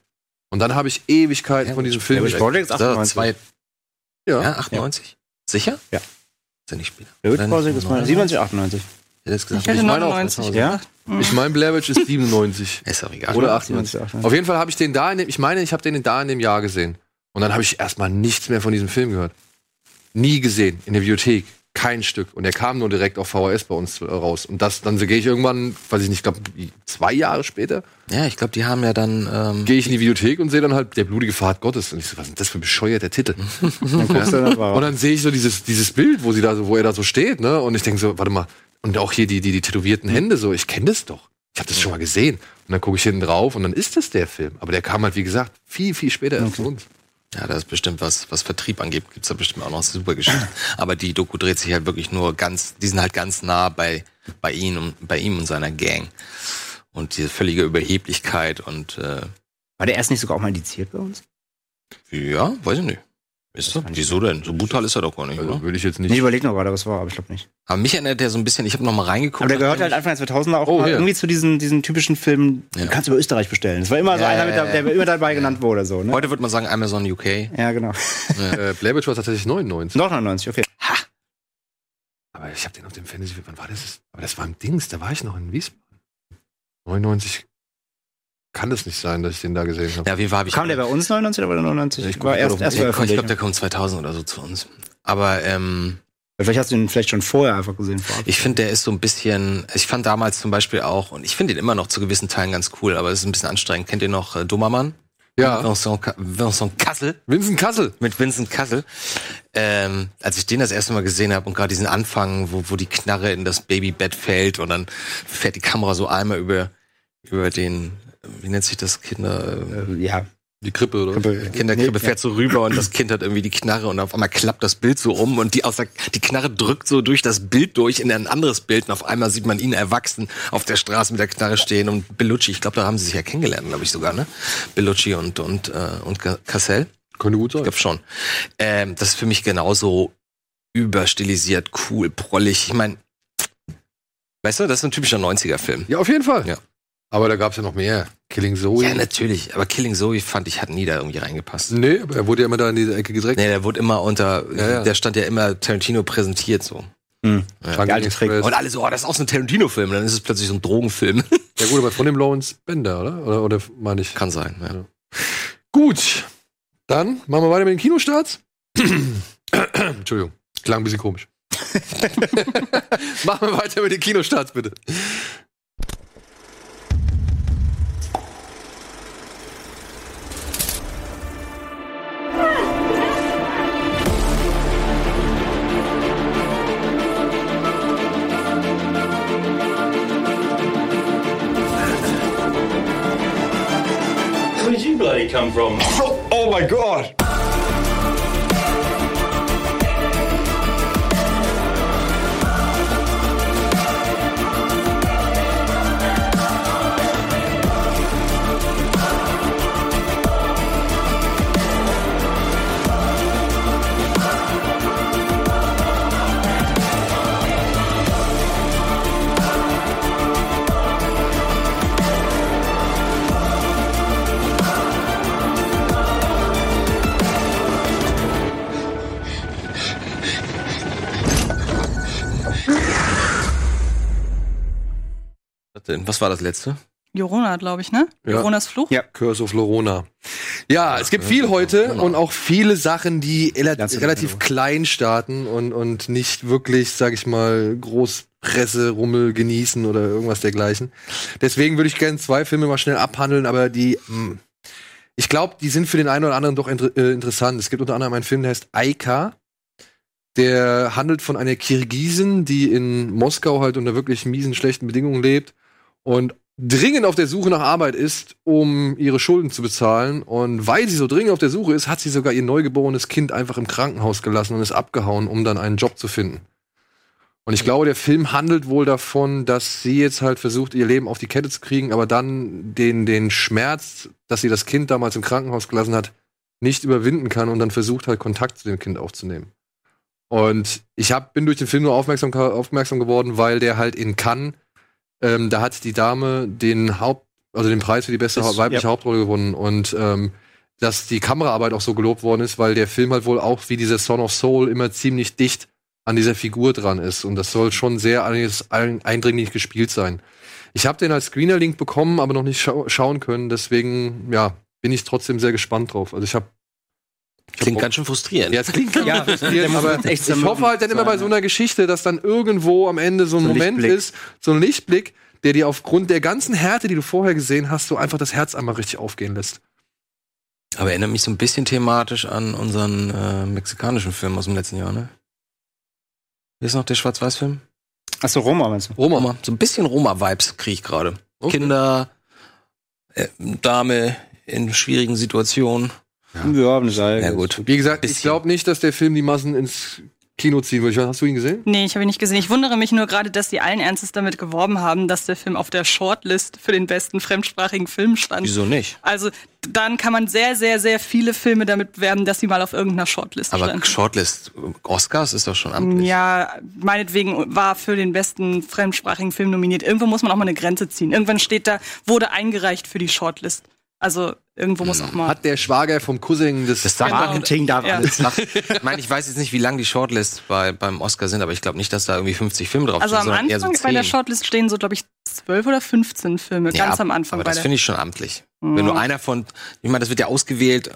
S2: Und dann habe ich Ewigkeiten
S4: Blair
S2: von diesem
S4: Witch
S2: Film.
S3: Blair Witch Project ist
S4: Das war
S3: 98.
S4: Zwei,
S2: Ja.
S4: ja. 98? Sicher?
S3: Ja.
S4: Ist er nicht später?
S3: Der
S4: Dann
S3: Hütbrause ist mal
S4: 97.
S3: 97, 98.
S4: Ja, das gesagt.
S5: Ich hätte
S2: Ich meine auch,
S5: 99.
S3: Ja?
S2: Ich meine, Blair Witch ist 97
S4: Ist auch egal.
S2: oder 98.
S3: 97, 98.
S2: Auf jeden Fall habe ich den da in dem, ich meine, ich habe den da in dem Jahr gesehen. Und dann habe ich erstmal nichts mehr von diesem Film gehört. Nie gesehen in der Bibliothek. Kein Stück. Und der kam nur direkt auf VHS bei uns äh, raus. Und das, dann gehe ich irgendwann, weiß ich nicht, glaube zwei Jahre später,
S4: Ja, ich glaube, die haben ja dann. Ähm,
S2: gehe ich in die Bibliothek und sehe dann halt der blutige Pfad Gottes. Und ich so, was ist denn das für ein bescheuerter Titel?
S3: Dann guckst du, das war
S2: Und dann sehe ich so dieses, dieses Bild, wo sie da so, wo er da so steht, ne? Und ich denke so, warte mal, und auch hier die, die, die tätowierten Hände, so, ich kenne das doch. Ich habe das schon mal gesehen. Und dann gucke ich hinten drauf und dann ist das der Film. Aber der kam halt, wie gesagt, viel, viel später erst zu uns.
S4: ja, da ist bestimmt was, was Vertrieb angeht, gibt's da bestimmt auch noch super Geschichten. Aber die Doku dreht sich halt wirklich nur ganz, die sind halt ganz nah bei, bei ihnen und bei ihm und seiner Gang. Und diese völlige Überheblichkeit und äh,
S3: War der erst nicht sogar auch mal indiziert bei uns?
S4: ja, weiß ich nicht. Ist er? Wieso denn? So brutal ist er doch gar nicht, oder?
S2: Also würde ich jetzt
S3: Nee,
S2: nicht.
S3: überleg noch gerade, was war, aber ich glaube nicht.
S4: Aber mich erinnert er so ein bisschen, ich habe noch mal reingeguckt.
S3: Aber der gehört
S4: nachdem
S3: halt Anfang der 2000er auch
S2: Oh,
S3: mal
S2: ja.
S3: irgendwie zu diesen, diesen typischen Filmen,
S4: Ja.
S3: du kannst über Österreich bestellen. Das war immer so
S4: Ja,
S3: einer,
S4: ja,
S3: mit der,
S4: ja,
S3: der
S4: ja.
S3: immer dabei
S4: Ja.
S3: genannt wurde, so,
S4: ich-
S3: ne?
S4: Heute würde man sagen Amazon UK.
S3: Ja, genau.
S2: Äh, Blair Witch war tatsächlich 99.
S3: Noch 99, okay.
S2: Aber ich habe den auf dem Fantasy, wann war das? Aber das war im Dings, da war ich noch in Wiesbaden. 99 kann das nicht sein, dass ich den da gesehen habe.
S4: Ja, wie war hab ich?
S3: Kam der bei uns 99 oder bei 99?
S2: Ich guck
S3: war
S2: mal
S3: erst,
S2: drauf.
S3: erst
S4: ich ich
S3: veröffentlicht.
S4: glaube, der kommt 2000 oder so zu uns. Aber ähm,
S3: Vielleicht hast du ihn vielleicht schon vorher einfach gesehen. Vorab.
S4: ich finde, der ist so ein bisschen. Ich fand damals zum Beispiel auch, und ich finde ihn immer noch zu gewissen Teilen ganz cool, aber es ist ein bisschen anstrengend. Kennt ihr noch äh, Dummermann?
S2: Ja,
S4: Vincent, Ka- Vincent Kassel
S2: Vincent Kassel.
S4: mit Vincent Kassel. Ähm, als ich den das erste Mal gesehen habe und gerade diesen Anfang, wo, wo die Knarre in das Babybett fällt und dann fährt die Kamera so einmal über über den, wie nennt sich das Kinder?
S3: Äh, ja.
S2: Die Krippe, oder?
S3: Krippe.
S4: Kinderkrippe
S3: Nee,
S4: fährt so rüber und das Kind hat irgendwie die Knarre und auf einmal klappt das Bild so um und die, aus der, die Knarre drückt so durch das Bild durch in ein anderes Bild und auf einmal sieht man ihn erwachsen auf der Straße mit der Knarre stehen und Bellucci, ich glaube, da haben sie sich ja kennengelernt, glaube ich sogar, ne? Bellucci und, und, äh, und Ca- Cassell.
S2: Könnte gut
S4: Ich
S2: sein.
S4: glaube schon. Ähm, das ist für mich genauso überstilisiert, cool, prollig. Ich meine, weißt du, das ist ein typischer 90er-Film.
S2: Ja, auf jeden Fall.
S4: Ja.
S2: Aber da gab es ja noch mehr. Killing Zoe.
S4: Ja, natürlich. Aber Killing Zoe fand ich, hat nie da irgendwie reingepasst.
S2: Nee, aber er wurde ja immer da in diese Ecke gedreckt.
S4: Nee, der wurde immer unter,
S2: Ja, ja.
S4: der stand ja immer Tarantino präsentiert so.
S3: Hm.
S2: Tango
S3: Der alte
S2: Express.
S3: Trick.
S4: Und alle so, oh, das ist auch so ein Tarantino-Film. Und Dann ist es plötzlich so ein Drogenfilm.
S2: Ja gut, aber von dem Lawrence Bender, oder? Oder, oder meine ich.
S4: Kann sein, ja.
S2: Gut, dann machen wir weiter mit den Kinostarts. Entschuldigung, klang ein bisschen komisch. machen wir weiter mit den Kinostarts, bitte.
S7: Where did you bloody come from?
S8: Oh my god!
S4: das denn? Was war das letzte?
S5: Jorona, glaube ich, ne?
S2: Ja.
S5: Joronas Fluch?
S3: Ja.
S2: Curse of Lorona. Ja, es gibt viel heute und auch viele Sachen, die rela-
S3: Ganze
S2: relativ
S3: Menge.
S2: klein starten und, und nicht wirklich, sag ich mal, Großpresse, Rummel genießen oder irgendwas dergleichen. Deswegen würde ich gerne zwei Filme mal schnell abhandeln, aber die, mh, ich glaube, die sind für den einen oder anderen doch inter äh, interessant. Es gibt unter anderem einen Film, der heißt Aika. Der handelt von einer Kirgisin, die in Moskau halt unter wirklich miesen, schlechten Bedingungen lebt und dringend auf der Suche nach Arbeit ist, um ihre Schulden zu bezahlen. Und weil sie so dringend auf der Suche ist, hat sie sogar ihr neugeborenes Kind einfach im Krankenhaus gelassen und ist abgehauen, um dann einen Job zu finden. Und ich glaube, der Film handelt wohl davon, dass sie jetzt halt versucht, ihr Leben auf die Kette zu kriegen, aber dann den, den Schmerz, dass sie das Kind damals im Krankenhaus gelassen hat, nicht überwinden kann und dann versucht halt Kontakt zu dem Kind aufzunehmen. Und ich hab, bin durch den Film nur aufmerksam, aufmerksam geworden, weil der halt in Cannes, ähm, da hat die Dame den Haupt, also den Preis für die beste
S3: Das-
S2: weibliche Hauptrolle gewonnen und ähm, dass die Kameraarbeit auch so gelobt worden ist, weil der Film halt wohl auch wie dieser Son of Soul immer ziemlich dicht an dieser Figur dran ist und das soll schon sehr einiges- ein- eindringlich gespielt sein. Ich habe den als Screener-Link bekommen, aber noch nicht schau schauen können, deswegen ja, bin ich trotzdem sehr gespannt drauf. Also ich habe
S4: Klingt ganz schön frustrierend.
S2: ja, es klingt ganz
S3: Ja,
S2: ja, frustrierend,
S3: der muss
S2: aber
S3: jetzt echt
S2: ich
S3: sammeln.
S2: hoffe halt dann immer bei so einer Geschichte, dass dann irgendwo am Ende so ein
S3: So ein
S2: Moment
S3: Lichtblick.
S2: ist, so ein Lichtblick, der dir aufgrund der ganzen Härte, die du vorher gesehen hast, so einfach das Herz einmal richtig aufgehen lässt.
S4: Aber erinnert mich so ein bisschen thematisch an unseren äh, mexikanischen Film aus dem letzten Jahr, ne? Wie ist noch der Schwarz-Weiß-Film?
S3: Achso, Roma meinst du?
S4: Roma. So ein bisschen Roma-Vibes kriege ich gerade.
S2: Okay.
S4: Kinder, äh, Dame in schwierigen Situationen.
S3: Ja, eine Seil.
S4: Ja, gut.
S2: Wie gesagt, ich
S4: Bisschen.
S2: glaube nicht, dass der Film die Massen ins Kino ziehen wird. Ich weiß, Hast du ihn gesehen?
S5: Nee, ich habe ihn nicht gesehen. Ich wundere mich nur gerade, dass sie allen Ernstes damit geworben haben, dass der Film auf der Shortlist für den besten fremdsprachigen Film stand.
S4: Wieso nicht?
S5: Also dann kann man sehr, sehr, sehr viele Filme damit bewerben, dass sie mal auf irgendeiner Shortlist
S4: Aber
S5: standen.
S4: Shortlist, Oscars ist doch schon amtlich.
S5: Ja, meinetwegen war für den besten fremdsprachigen Film nominiert. Irgendwo muss man auch mal eine Grenze ziehen. Irgendwann steht da, wurde eingereicht für die Shortlist. Also irgendwo muss auch mal.
S2: Hat der Schwager vom Cousin des.
S4: Das sagt man,
S3: Marketing darf
S5: Ja.
S3: alles.
S4: ich meine, ich weiß jetzt nicht, wie lang die Shortlists bei, beim Oscar sind, aber ich glaube nicht, dass da irgendwie 50 Filme drauf
S5: also
S4: sind,
S5: am
S4: sondern eher
S5: Anfang
S4: so 10.
S5: bei der Shortlist stehen so, glaube ich, zwölf oder 15 Filme.
S4: Ja,
S5: ganz am Anfang
S4: Aber
S5: bei
S4: das
S5: der. Mhm.
S4: finde ich schon amtlich. Wenn nur einer von, ich meine, das wird ja ausgewählt.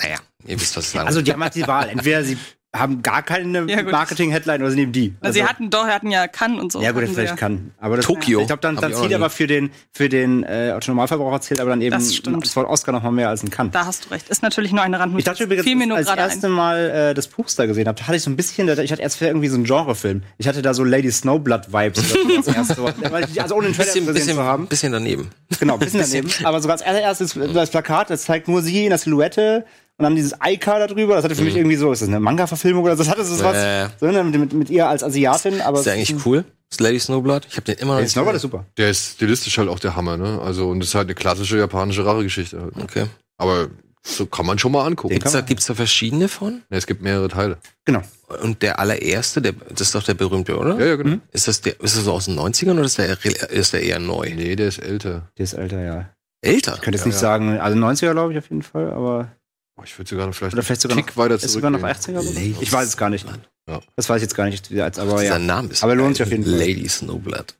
S4: Naja, ihr wisst, was ich sagen
S3: Also
S4: will.
S3: die haben halt die Wahl. Entweder sie haben gar keine
S5: Ja, gut.
S3: Marketing-Headline oder sie nehmen die.
S5: also, sie hatten doch, hatten ja Cannes und so.
S3: ja gut,
S5: hatten sie
S3: vielleicht kann. Aber das,
S4: Tokio.
S3: Ich glaube, dann,
S4: Hab
S3: dann
S4: ich auch
S3: zählt
S4: nie.
S3: aber für den für den äh, Autonomalverbraucher zählt aber dann eben
S5: Das stimmt.
S3: das Wort Oscar noch mal mehr als ein kann.
S5: Da hast du recht. Ist natürlich nur eine Randnotiz.
S3: Ich dachte übrigens,
S5: fiel mir nur
S3: als ich das
S5: gerade
S3: erste
S5: ein.
S3: Mal äh, das Poster gesehen habe, da hatte ich so ein bisschen, ich hatte erst irgendwie so einen Genrefilm. Ich hatte da so Lady Snowblood-Vibes. oder so als erstes Wort. Weil ich- also ohne den Trailer
S4: bisschen,
S3: gesehen
S4: bisschen,
S3: zu haben.
S4: bisschen daneben.
S3: Genau, ein bisschen daneben. Aber so als allererstes das Plakat, das zeigt nur sie in der Silhouette und dann dieses Eika da drüber. Das hatte
S4: Mhm.
S3: für mich irgendwie so, ist das eine Manga-Verfilmung oder so? Das hatte so was
S4: Äh.
S3: so, ne, mit, mit, mit ihr als Asiatin, aber.
S4: Ist der eigentlich cool? Ist Lady Snowblood? Ich habe den immer noch
S3: Lady
S4: nicht.
S3: Snowblood ist super.
S2: Der ist stilistisch halt auch der Hammer, ne? Also, und das ist halt eine klassische japanische Rache-Geschichte. halt.
S4: Okay.
S2: Aber so kann man schon mal angucken.
S4: Gibt's da, gibt's da verschiedene von?
S2: Ja, es gibt mehrere Teile.
S3: Genau.
S4: Und der allererste, der, das ist doch der berühmte, oder?
S2: Ja, ja, genau.
S3: Hm?
S4: Ist das der, ist das aus den 90ern oder ist der, re- ist der eher neu?
S2: Nee, der ist älter.
S3: Die ist älter, ja.
S4: Älter?
S3: Ich könnte jetzt nicht sagen, also 90er, glaube ich, auf jeden Fall, aber.
S2: Oh, ich würde sogar noch vielleicht,
S3: Oder vielleicht sogar
S2: einen Tick
S3: noch,
S2: weiter
S3: ist sogar noch
S2: zurückgehen.
S3: 80er? oder so?
S4: Lady
S3: Ich weiß es gar nicht.
S2: Ja.
S3: Das weiß ich jetzt gar nicht, jetzt, aber
S4: Dieser
S3: ja.
S4: Name ist.
S3: Aber lohnt sich
S4: geil.
S3: auf jeden Fall.
S4: Lady Snowblood.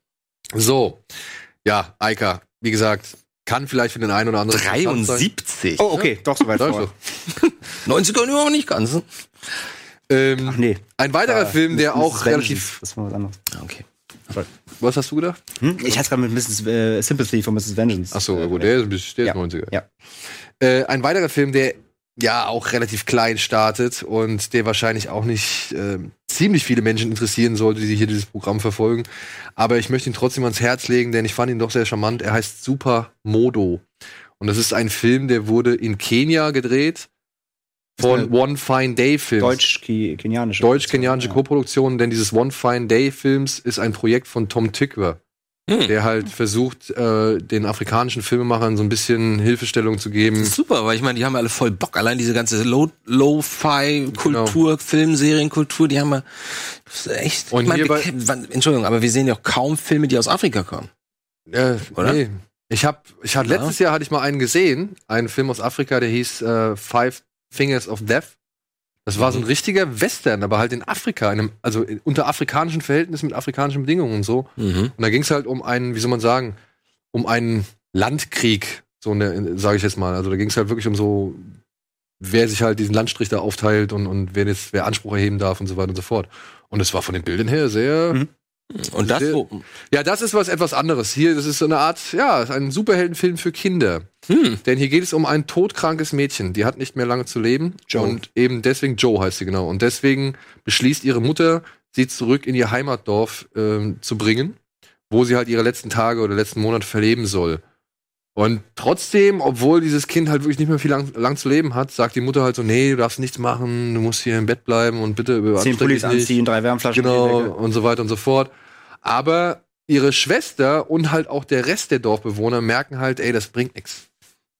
S2: So. Ja, Eika, wie gesagt, kann vielleicht für den einen oder anderen. interessant sein.
S4: 73.
S3: Oh, okay, doch so weit
S2: Läuft
S3: vor.
S2: doch.
S4: 90er nur auch nicht ganz. ne?
S2: Ähm,
S3: Nee.
S2: ein weiterer
S3: Ja,
S2: Film, der
S3: Mrs.
S2: auch
S3: Vengeance,
S2: relativ.
S3: Das war was anderes.
S4: Okay.
S2: Was hast du gedacht?
S3: Hm? Ich hatte gerade mit Mrs. Äh, Sympathy von Mrs. Vengeance. Äh,
S2: Ach so, ja, gut, der ist, ein bisschen- der
S3: Ja.
S2: ist 90er.
S3: Ja.
S2: Äh, ein weiterer Film, der ja auch relativ klein startet und der wahrscheinlich auch nicht ähm, ziemlich viele Menschen interessieren sollte, die hier dieses Programm verfolgen. Aber ich möchte ihn trotzdem ans Herz legen, denn ich fand ihn doch sehr charmant. Er heißt Super Modo. Und das ist ein Film, der wurde in Kenia gedreht
S3: Ist
S2: von
S3: eine
S2: One Fine Day Films.
S3: Deutsch-kenianische.
S2: deutsch-kenianische
S3: Ja.
S2: Koproduktion, denn dieses One Fine Day Films ist ein Projekt von Tom Tykwer,
S4: Hm.
S2: der halt versucht, äh, den afrikanischen Filmemachern so ein bisschen Hilfestellung zu
S4: Das
S2: geben.
S4: ist super, weil ich meine, die haben alle voll Bock. Allein diese ganze Lo- Lo-Fi-Kultur, Filmserienkultur, die haben wir. Das ist echt.
S2: Und
S4: ich meine, wir,
S2: hierbei-
S4: kennen- wann- Entschuldigung, aber wir sehen ja auch kaum Filme, die aus Afrika kommen.
S2: Äh,
S4: Oder?
S2: Nee. Ich habe, ich hatte
S4: Ja.
S2: letztes Jahr hatte ich mal einen gesehen, einen Film aus Afrika, der hieß äh, Five Fingers of Death. Das war so
S4: Mhm.
S2: ein richtiger Western, aber halt in Afrika, in einem, also in, unter afrikanischen Verhältnissen mit afrikanischen Bedingungen und so.
S4: Mhm.
S2: Und da ging es halt um einen, wie soll man sagen, um einen Landkrieg, so sage ich jetzt mal. Also da ging es halt wirklich um so, wer sich halt diesen Landstrich da aufteilt und, und wer jetzt, wer Anspruch erheben darf und so weiter und so fort. Und es war von den Bildern her sehr.
S3: Mhm.
S4: Und das,
S2: sehr,
S4: wo,
S2: ja, das ist was etwas anderes. Hier, das ist so eine Art, ja, ein Superheldenfilm für Kinder.
S4: hm,
S2: Denn hier geht es um ein todkrankes Mädchen, die hat nicht mehr lange zu leben.
S3: Joe.
S2: Und eben deswegen, Joe heißt sie genau. Und deswegen beschließt ihre Mutter, sie zurück in ihr Heimatdorf ähm, zu bringen, wo sie halt ihre letzten Tage oder letzten Monate verleben soll. Und trotzdem, obwohl dieses Kind halt wirklich nicht mehr viel lang, lang zu leben hat, sagt die Mutter halt so, nee, du darfst nichts machen, du musst hier im Bett bleiben und bitte überanstreng
S3: Zehn Pullis
S2: dich nicht.
S3: anziehen, drei Wärmflaschen.
S2: Genau,
S3: die Decke.
S2: und so weiter und so fort. Aber ihre Schwester und halt auch der Rest der Dorfbewohner merken halt, ey, das bringt nichts.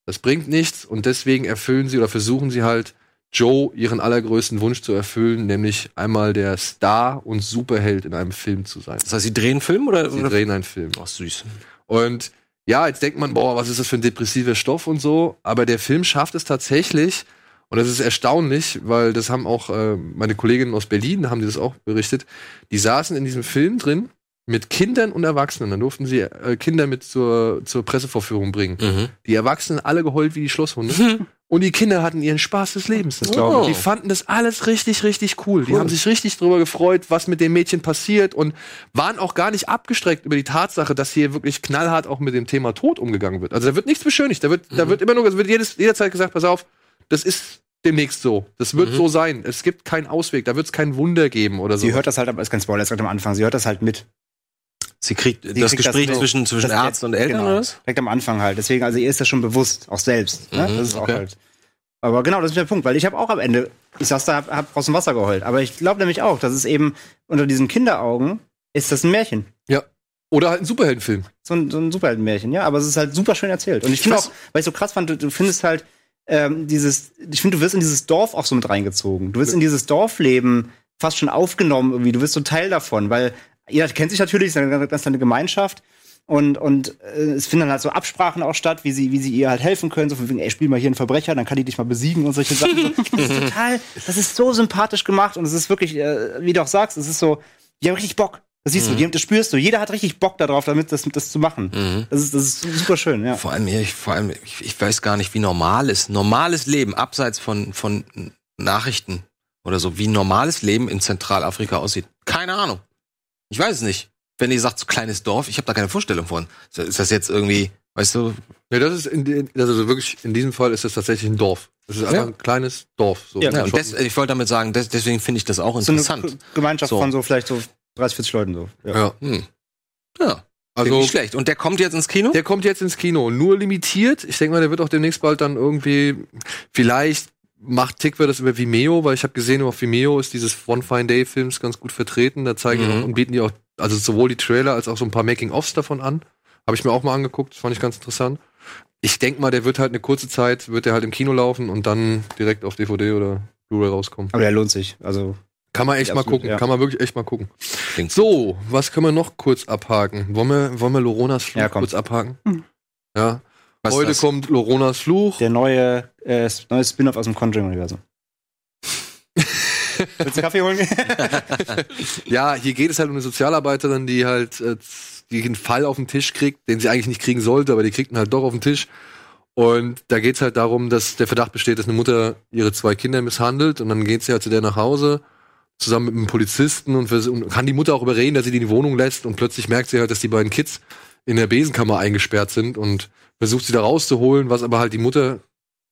S2: Das bringt nichts und deswegen erfüllen sie oder versuchen sie halt, Joe ihren allergrößten Wunsch zu erfüllen, nämlich einmal der Star und Superheld in einem Film zu sein.
S4: Also das heißt, sie drehen einen Film oder?
S2: Sie
S4: oder-
S2: drehen einen Film.
S4: Ach, süß.
S2: Und ja, jetzt denkt man, boah, was ist das für ein depressiver Stoff und so. Aber der Film schafft es tatsächlich. Und das ist erstaunlich, weil das haben auch äh, meine Kolleginnen aus Berlin, haben die das auch berichtet. Die saßen in diesem Film drin mit Kindern und Erwachsenen. Dann durften sie äh, Kinder mit zur, zur Pressevorführung bringen.
S4: Mhm.
S2: Die Erwachsenen alle geheult wie die Schlosshunde. Und die Kinder hatten ihren Spaß des Lebens. Das
S4: glaube ich.
S2: Die fanden das alles richtig, richtig cool. Die
S4: Oh. Cool.
S2: haben sich richtig drüber gefreut, was mit dem Mädchen passiert und waren auch gar nicht abgestreckt über die Tatsache, dass hier wirklich knallhart auch mit dem Thema Tod umgegangen wird. Also da wird nichts beschönigt. Da wird,
S4: Mhm.
S2: da wird immer nur, es wird jedes, jederzeit gesagt, pass auf, das ist demnächst so. Das wird
S4: Mhm.
S2: so sein. Es gibt keinen Ausweg. Da wird es kein Wunder geben oder so.
S3: Sie hört das halt, aber ist kein Spoiler, ist gerade am Anfang. Sie hört das halt mit.
S4: Sie kriegt das
S3: kriegt das
S4: Gespräch
S3: mit.
S4: zwischen, zwischen
S3: Das-
S4: Arzt und Eltern
S3: genau.
S4: oder was?
S3: Direkt am Anfang halt. Deswegen, also ihr ist das schon bewusst, auch selbst. Ne?
S4: Mhm,
S3: das ist auch
S4: okay.
S3: halt. Aber genau, das ist der Punkt, weil ich habe auch am Ende, ich saß da, hab, hab aus dem Wasser geheult. Aber ich glaube nämlich auch, dass es eben unter diesen Kinderaugen ist das ein Märchen.
S2: Oder halt ein Superheldenfilm.
S3: so ein, so ein Superheldenmärchen, ja, aber es ist halt super schön erzählt. Und ich finde
S4: Was-
S3: auch, weil ich so krass fand, du, du findest halt ähm, dieses, ich finde, du wirst in dieses Dorf auch so mit reingezogen. Du wirst in dieses Dorfleben fast schon aufgenommen irgendwie, du wirst so Teil davon, weil jeder kennt sich natürlich, es ist eine ganz kleine Gemeinschaft. Und, und äh, es finden dann halt so Absprachen auch statt, wie sie, wie sie ihr halt helfen können. So von wegen, ey, spiel mal hier einen Verbrecher, dann kann die dich mal besiegen und solche Sachen. So, das ist total, das ist so sympathisch gemacht und es ist wirklich, äh, wie du auch sagst, es ist so, die haben richtig Bock. Das siehst du, die haben, das spürst du. Jeder hat richtig Bock darauf, damit das, das zu machen. Das, ist, das ist super schön, ja.
S4: Vor allem, ich, vor allem ich, ich weiß gar nicht, wie normales, normales Leben, abseits von, von Nachrichten oder so, wie normales Leben in Zentralafrika aussieht. Keine Ahnung. Ich weiß es nicht. Wenn ihr sagt, so kleines Dorf, ich habe da keine Vorstellung von. Ist das jetzt irgendwie, weißt du,
S2: Ja, das ist in, den- also wirklich, in diesem Fall ist das tatsächlich ein Dorf. Es ist einfach
S4: Ja.
S2: ein kleines Dorf. So.
S4: ja, und des, ich wollte damit sagen, des, deswegen finde ich das auch
S3: So eine
S4: interessant.
S3: K- Gemeinschaft
S4: So.
S3: von so vielleicht so 30, 40 Leuten so. Ja.
S2: Ja.
S4: hm. Ja, also,
S2: Also
S4: nicht schlecht. Und der kommt jetzt ins Kino?
S2: Der kommt jetzt ins Kino, nur limitiert. Ich denke mal, der wird auch demnächst bald dann irgendwie, vielleicht macht Tickwer das über Vimeo, weil ich habe gesehen, auf Vimeo ist dieses One Fine Day Films ganz gut vertreten. Da zeigen die
S4: Mhm.
S2: auch und bieten die auch, also sowohl die Trailer als auch so ein paar Making-ofs davon an. Habe ich mir auch mal angeguckt, das fand ich ganz interessant. Ich denke mal, der wird halt eine kurze Zeit, wird der halt im Kino laufen und dann direkt auf DVD oder Blu-ray rauskommen.
S3: Aber der lohnt sich. Also,
S2: Kann man echt
S3: Ja,
S2: mal
S3: absolut,
S2: gucken,
S3: ja.
S2: kann man wirklich echt mal gucken.
S4: Klingt
S2: So, was können wir noch kurz abhaken? Wollen wir, wollen wir Loronas Fluch
S3: Ja, komm.
S2: kurz abhaken?
S5: Hm.
S2: Ja.
S4: Was ist
S2: Heute
S4: das?
S2: kommt Loronas Fluch.
S3: der neue, äh, neue Spin-off aus dem Conjuring-Universum. Willst du einen Kaffee holen?
S2: Ja, hier geht es halt um eine Sozialarbeiterin, die halt äh, die einen Fall auf den Tisch kriegt, den sie eigentlich nicht kriegen sollte, aber die kriegt ihn halt doch auf den Tisch. Und da geht es halt darum, dass der Verdacht besteht, dass eine Mutter ihre zwei Kinder misshandelt und dann geht sie halt zu der nach Hause zusammen mit einem Polizisten und, vers- und kann die Mutter auch überreden, dass sie die in die Wohnung lässt und plötzlich merkt sie halt, dass die beiden Kids in der Besenkammer eingesperrt sind und versucht sie da rauszuholen, was aber halt die Mutter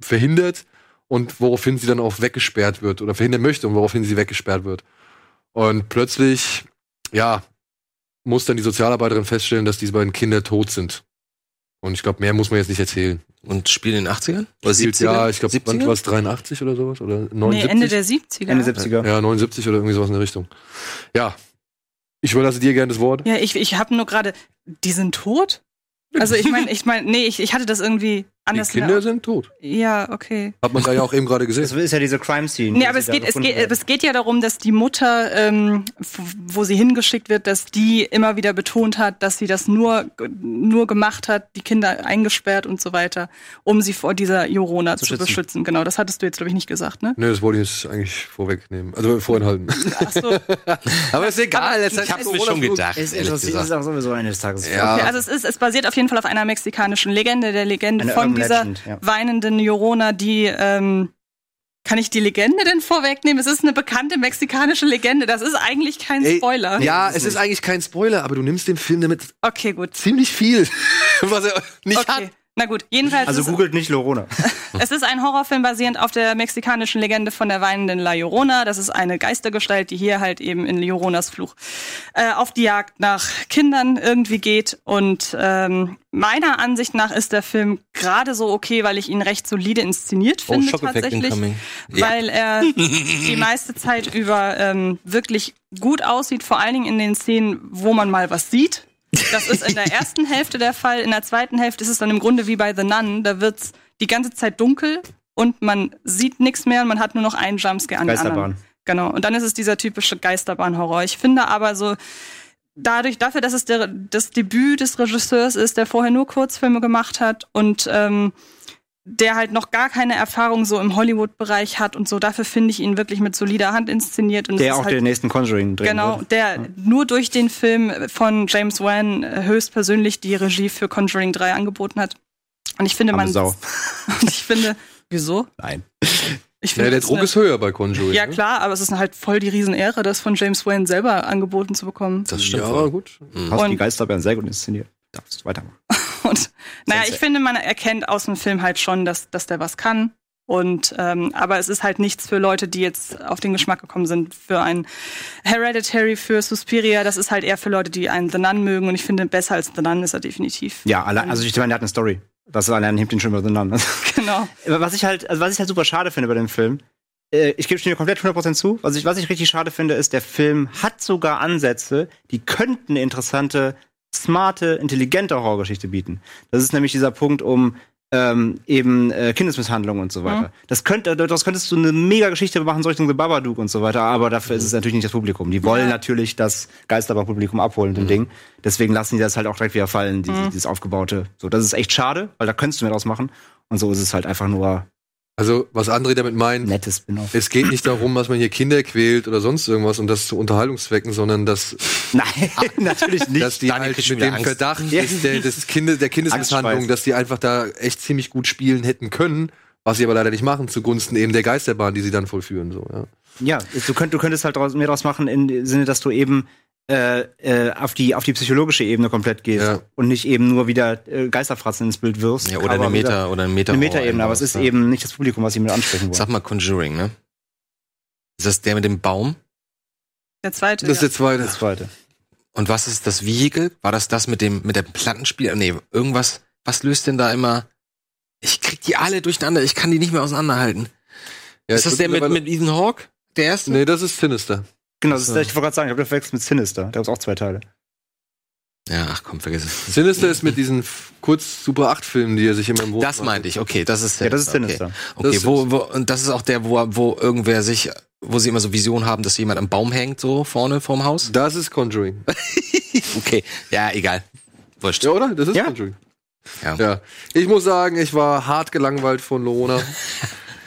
S2: verhindert und woraufhin sie dann auch weggesperrt wird oder verhindern möchte und woraufhin sie weggesperrt wird. Und plötzlich, ja, muss dann die Sozialarbeiterin feststellen, dass diese beiden Kinder tot sind. Und ich glaube, mehr muss man jetzt nicht erzählen.
S4: Und spielen in den 80ern? Oder 70ern?
S2: Ja, ich glaube, wann
S4: 70ern?
S2: war es 83 oder sowas? Oder 79?
S5: Nee, Ende der 70er.
S3: Ende 70er.
S2: ja, 79 oder irgendwie sowas in der Richtung. Ja. Ich überlasse dir gerne das Wort.
S5: ja, ich, ich habe nur gerade, die sind tot? Also ich meine, ich meine, nee, ich, ich hatte das irgendwie
S2: Die
S5: anders in der
S2: Kinder sind tot.
S5: Au- Ja, okay.
S2: Hat man da ja auch eben gerade
S3: Das
S2: gesehen.
S3: ist ja diese Crime Scene.
S5: Nee,
S3: die
S5: aber es
S3: sie da
S5: geht, es,
S3: gefunden
S5: geht,
S3: hat.
S5: es geht ja darum, dass die Mutter, ähm, wo- wo sie hingeschickt wird, dass die immer wieder betont hat, dass sie das nur, nur gemacht hat, die Kinder eingesperrt und so weiter, um sie vor dieser Jorona zu,
S3: schützen.
S5: beschützen. Genau, das hattest du jetzt, glaube ich, nicht gesagt, ne?
S2: Nö, das wollte ich jetzt eigentlich vorwegnehmen. Also vorenthalten.
S5: Ach so.
S4: Aber ist egal, das ich
S5: hab's
S4: hab's
S5: mir
S4: mir schon gedacht,
S3: Also, Es
S4: ehrlich
S3: interessiert uns
S4: gesagt.
S3: auch sowieso eines Tages.
S4: Ja.
S5: Ja, also es ist, es basiert auf jeden Fall auf einer mexikanischen Legende, der Legende
S3: Eine
S5: von
S3: Urban
S5: dieser
S3: Legend, ja.
S5: weinenden Llorona, die, ähm, kann ich die Legende denn vorwegnehmen? Es ist eine bekannte mexikanische Legende, das ist eigentlich kein
S2: Ey,
S5: Spoiler.
S2: Ja, es ist eigentlich kein Spoiler, aber du nimmst den Film damit
S5: Okay, gut.
S2: ziemlich viel, was er nicht hat.
S5: Okay. Na gut, jedenfalls
S3: Also
S5: ist,
S3: googelt nicht Lorona.
S5: es ist ein Horrorfilm basierend auf der mexikanischen Legende von der weinenden La Llorona. Das ist eine Geistergestalt, die hier halt eben in Lloronas Fluch äh, auf die Jagd nach Kindern irgendwie geht. Und ähm, meiner Ansicht nach ist der Film gerade so okay, weil ich ihn recht solide inszeniert
S4: Oh,
S5: finde
S4: Schockeffekt
S5: tatsächlich.
S4: incoming. Ja.
S5: Weil er die meiste Zeit über ähm, wirklich gut aussieht, vor allen Dingen in den Szenen, wo man mal was sieht. Das ist in der ersten Hälfte der Fall. In der zweiten Hälfte ist es dann im Grunde wie bei The Nun. Da wird's die ganze Zeit dunkel und man sieht nichts mehr und man hat nur noch einen Jumpscare an den
S3: Geisterbahn.
S5: anderen. Genau. Und dann ist es dieser typische Geisterbahn-Horror. Ich finde aber so, dadurch, dafür, dass es der, das Debüt des Regisseurs ist, der vorher nur Kurzfilme gemacht hat und ähm, der halt noch gar keine Erfahrung so im Hollywood-Bereich hat und so, dafür finde ich ihn wirklich mit solider Hand inszeniert. Und es
S3: Der
S5: ist
S3: auch
S5: halt
S3: den nächsten Conjuring drehen
S5: Genau,
S3: wird.
S5: der nur durch den Film von James Wan äh, höchstpersönlich die Regie für Conjuring 3 angeboten hat. Und ich finde,
S3: Arme
S5: man.
S3: Sau.
S5: Und ich finde, wieso?
S3: Nein.
S5: Ich
S2: Ja,
S5: finde,
S2: der
S5: das
S2: Druck ist höher bei Conjuring.
S5: eine, ja
S2: ne?
S5: klar, aber es ist halt voll die Riesenehre, das von James Wayne selber angeboten zu bekommen.
S4: Das stimmt.
S2: Ja,
S4: voll.
S2: gut.
S3: Hast die
S5: Und-
S3: Geisterbahn sehr gut inszeniert. Darfst du weitermachen.
S5: Und naja,
S3: Sensei.
S5: ich finde, man erkennt aus dem Film halt schon, dass, dass der was kann. Und ähm, aber es ist halt nichts für Leute, die jetzt auf den Geschmack gekommen sind. Für ein Hereditary, für Suspiria, das ist halt eher für Leute, die einen The Nun mögen. Und ich finde, besser als The Nun ist er definitiv.
S3: Ja, alle, also ich meine, der hat eine Story. Das allein hebt den schon über den Namen.
S5: Genau.
S3: Aber Was ich halt, also was ich halt super schade finde bei dem Film, äh, ich gebe dir komplett 100% zu. Was ich, was ich richtig schade finde, ist, der Film hat sogar Ansätze, die könnten eine interessante, smarte, intelligente Horrorgeschichte bieten. Das ist nämlich dieser Punkt um ähm, eben äh, Kindesmisshandlung und so weiter. Das könnte, daraus könntest du eine mega Geschichte machen, so Richtung The Babadook und so weiter, aber dafür ist es natürlich nicht das Publikum. Die wollen natürlich das Geisterbahn-Publikum abholen, dem Ding. Deswegen lassen die das halt auch direkt wieder fallen, die, dieses aufgebaute. So, das ist echt schade, weil da könntest du mehr draus machen. Und so ist es halt einfach nur
S2: Also, was André damit meint,
S3: nettes Spin-off.
S2: es geht nicht darum, dass man hier Kinder quält oder sonst irgendwas und das zu Unterhaltungszwecken, sondern dass,
S3: Nein, natürlich nicht.
S2: dass die
S4: Daniel
S2: halt
S4: kriegt schon
S2: mit
S4: wieder
S2: dem
S4: Angst.
S2: Verdacht
S3: Ja.
S2: des, der, des Kindes, der Kindesmisshandlung,
S3: Angstschweiß.
S2: dass die einfach da echt ziemlich gut spielen hätten können, was sie aber leider nicht machen, zugunsten eben der Geisterbahn, die sie dann vollführen. So, ja.
S3: ja, du, könnt, du könntest halt draus, mehr draus machen, im Sinne, dass du eben äh, äh, auf, die, auf die psychologische Ebene komplett gehst
S2: Ja.
S3: und nicht eben nur wieder äh, Geisterfratzen ins Bild wirfst.
S4: Ja, oder
S3: Aber
S4: eine
S3: wieder-
S4: Meta, oder ein Meta.
S3: Eine Metaebene, aber es ist eben nicht das Publikum, was sie mit ansprechen wollen.
S4: Sag mal Conjuring, ne? Ist das der mit dem Baum?
S5: Der zweite.
S2: Das ist
S5: ja.
S2: der zweite.
S3: Das zweite.
S4: Und was ist das Wiegel? War das das mit dem, mit dem Plattenspiel? Nee, irgendwas, was löst denn da immer? Ich krieg die alle durcheinander, ich kann die nicht mehr auseinanderhalten.
S2: Ja,
S4: ist das
S2: es
S4: der
S2: wird
S4: mit,
S2: mittlerweile-
S4: mit Ethan Hawke? Der erste?
S2: Nee, das ist Sinister.
S3: Genau, das ist,
S4: Ach so.
S3: ich wollte gerade sagen, ich habe das verwechselt mit Sinister. Da gab es auch zwei Teile.
S4: Ja, ach komm, vergiss es.
S2: Sinister ist mit diesen f- kurz Super 8 Filmen, die er sich immer im Wohnzimmer
S4: Das meinte ich, okay, das ist
S3: Ja, das ist
S4: Sinister.
S3: Sinister.
S4: Okay,
S2: Das
S4: okay
S2: ist
S4: wo, wo, und das ist auch der, wo, wo irgendwer sich, wo sie immer so Visionen haben, dass jemand am Baum hängt, so vorne vorm Haus.
S2: Das ist Conjuring.
S4: Okay, ja, egal. Wurscht.
S2: Ja, oder? Das ist
S3: Ja.
S2: Conjuring.
S4: Ja.
S2: ja. Ich muss sagen, ich war hart gelangweilt von Lorona.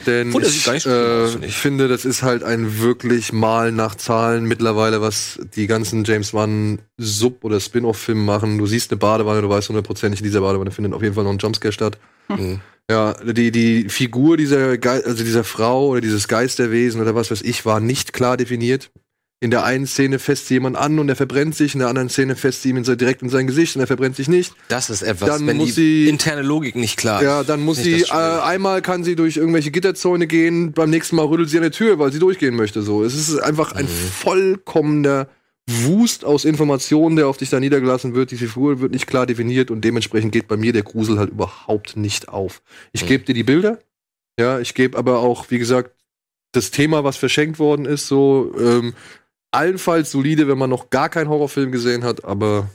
S2: Denn
S4: Oh, das
S2: ich,
S4: sieht gar nicht so
S2: äh,
S4: aus, finde
S2: ich
S4: ich.
S2: finde, das ist halt ein wirklich Mal nach Zahlen mittlerweile, was die ganzen James Wan Sub- oder Spin-Off-Filme machen. Du siehst eine Badewanne, du weißt hundertprozentig, in dieser Badewanne findet auf jeden Fall noch ein Jumpscare statt.
S4: Mhm.
S2: Ja, die, die Figur dieser, Ge also dieser Frau oder dieses Geisterwesen oder was weiß ich war nicht klar definiert. In der einen Szene fässt sie jemand an und er verbrennt sich, in der anderen Szene fässt sie ihm in, se- direkt in sein Gesicht und er verbrennt sich nicht.
S4: Das ist etwas,
S2: Dann
S4: wenn
S2: muss
S4: die
S2: sie-
S4: interne Logik nicht klar ist.
S2: Ja, dann muss
S4: Nicht
S2: sie,
S4: das
S2: äh,
S4: Schlimme.
S2: einmal kann sie durch irgendwelche Gitterzäune gehen, beim nächsten Mal rüttelt sie an der Tür, weil sie durchgehen möchte. So, es ist einfach ein vollkommener Wust aus Informationen, der auf dich da niedergelassen wird. Diese Figur wird nicht klar definiert und dementsprechend geht bei mir der Grusel halt überhaupt nicht auf. Ich gebe dir die Bilder, ja, ich gebe aber auch, wie gesagt, das Thema, was verschenkt worden ist, so ähm, allenfalls solide, wenn man noch gar keinen Horrorfilm gesehen hat, aber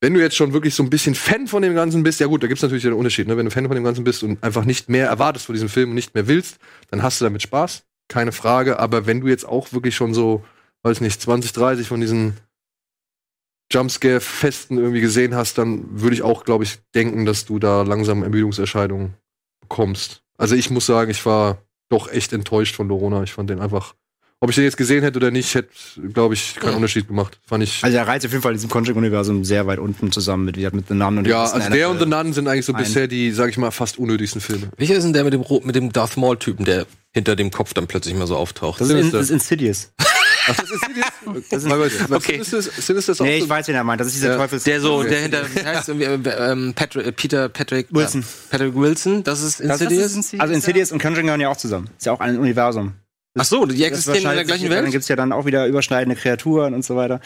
S2: Wenn du jetzt schon wirklich so ein bisschen Fan von dem Ganzen bist, ja gut, da gibt es natürlich den Unterschied. Ne? Wenn du Fan von dem Ganzen bist und einfach nicht mehr erwartest von diesem Film und nicht mehr willst, dann hast du damit Spaß, keine Frage. Aber wenn du jetzt auch wirklich schon so, weiß nicht, 20, 30 von diesen Jumpscare-Festen irgendwie gesehen hast, dann würde ich auch, glaube ich, denken, dass du da langsam Ermüdungserscheinungen bekommst. Also ich muss sagen, ich war doch echt enttäuscht von Lorona. Ich fand den einfach, ob ich den jetzt gesehen hätte oder nicht, hätte, glaube ich, keinen Unterschied gemacht. Fand ich.
S3: Also der Reiz auf jeden Fall in diesem Conjuring-Universum sehr weit unten zusammen mit, wie gesagt, mit The Nun und
S2: ja,
S3: ganzen
S2: also der und The
S3: Annabelle.
S2: Nun sind eigentlich so
S3: Nein.
S2: bisher die, sag ich mal, fast unnötigsten Filme.
S4: Welcher ist denn der mit dem, Ro- mit dem Darth Maul-Typen, der hinter dem Kopf dann plötzlich mal so auftaucht?
S3: Das ist, in, das ist Insidious.
S2: Ach, das ist Sinister.
S3: Das ist-
S2: Weil- weil- weil
S4: Okay.
S2: Sinister Sinister ist auch
S3: nee,
S2: so-
S3: ich weiß, wen er meint. Das ist dieser
S2: Ja.
S3: Teufels.
S4: Der so, der hinter, wie heißt irgendwie, äh, ähm, Patrick, äh, Peter Patrick
S3: Wilson.
S4: Ja, Patrick Wilson, das ist
S3: Das ist-
S4: Insidious.
S3: also Insidious und Conjuring gehören ja auch zusammen. Ist ja auch ein Universum.
S4: Ach so, die
S3: Das
S4: existieren in der
S3: wahrscheinlich-
S4: gleichen
S3: Dann
S4: Welt?
S3: gibt's ja dann auch wieder überschneidende Kreaturen und so weiter.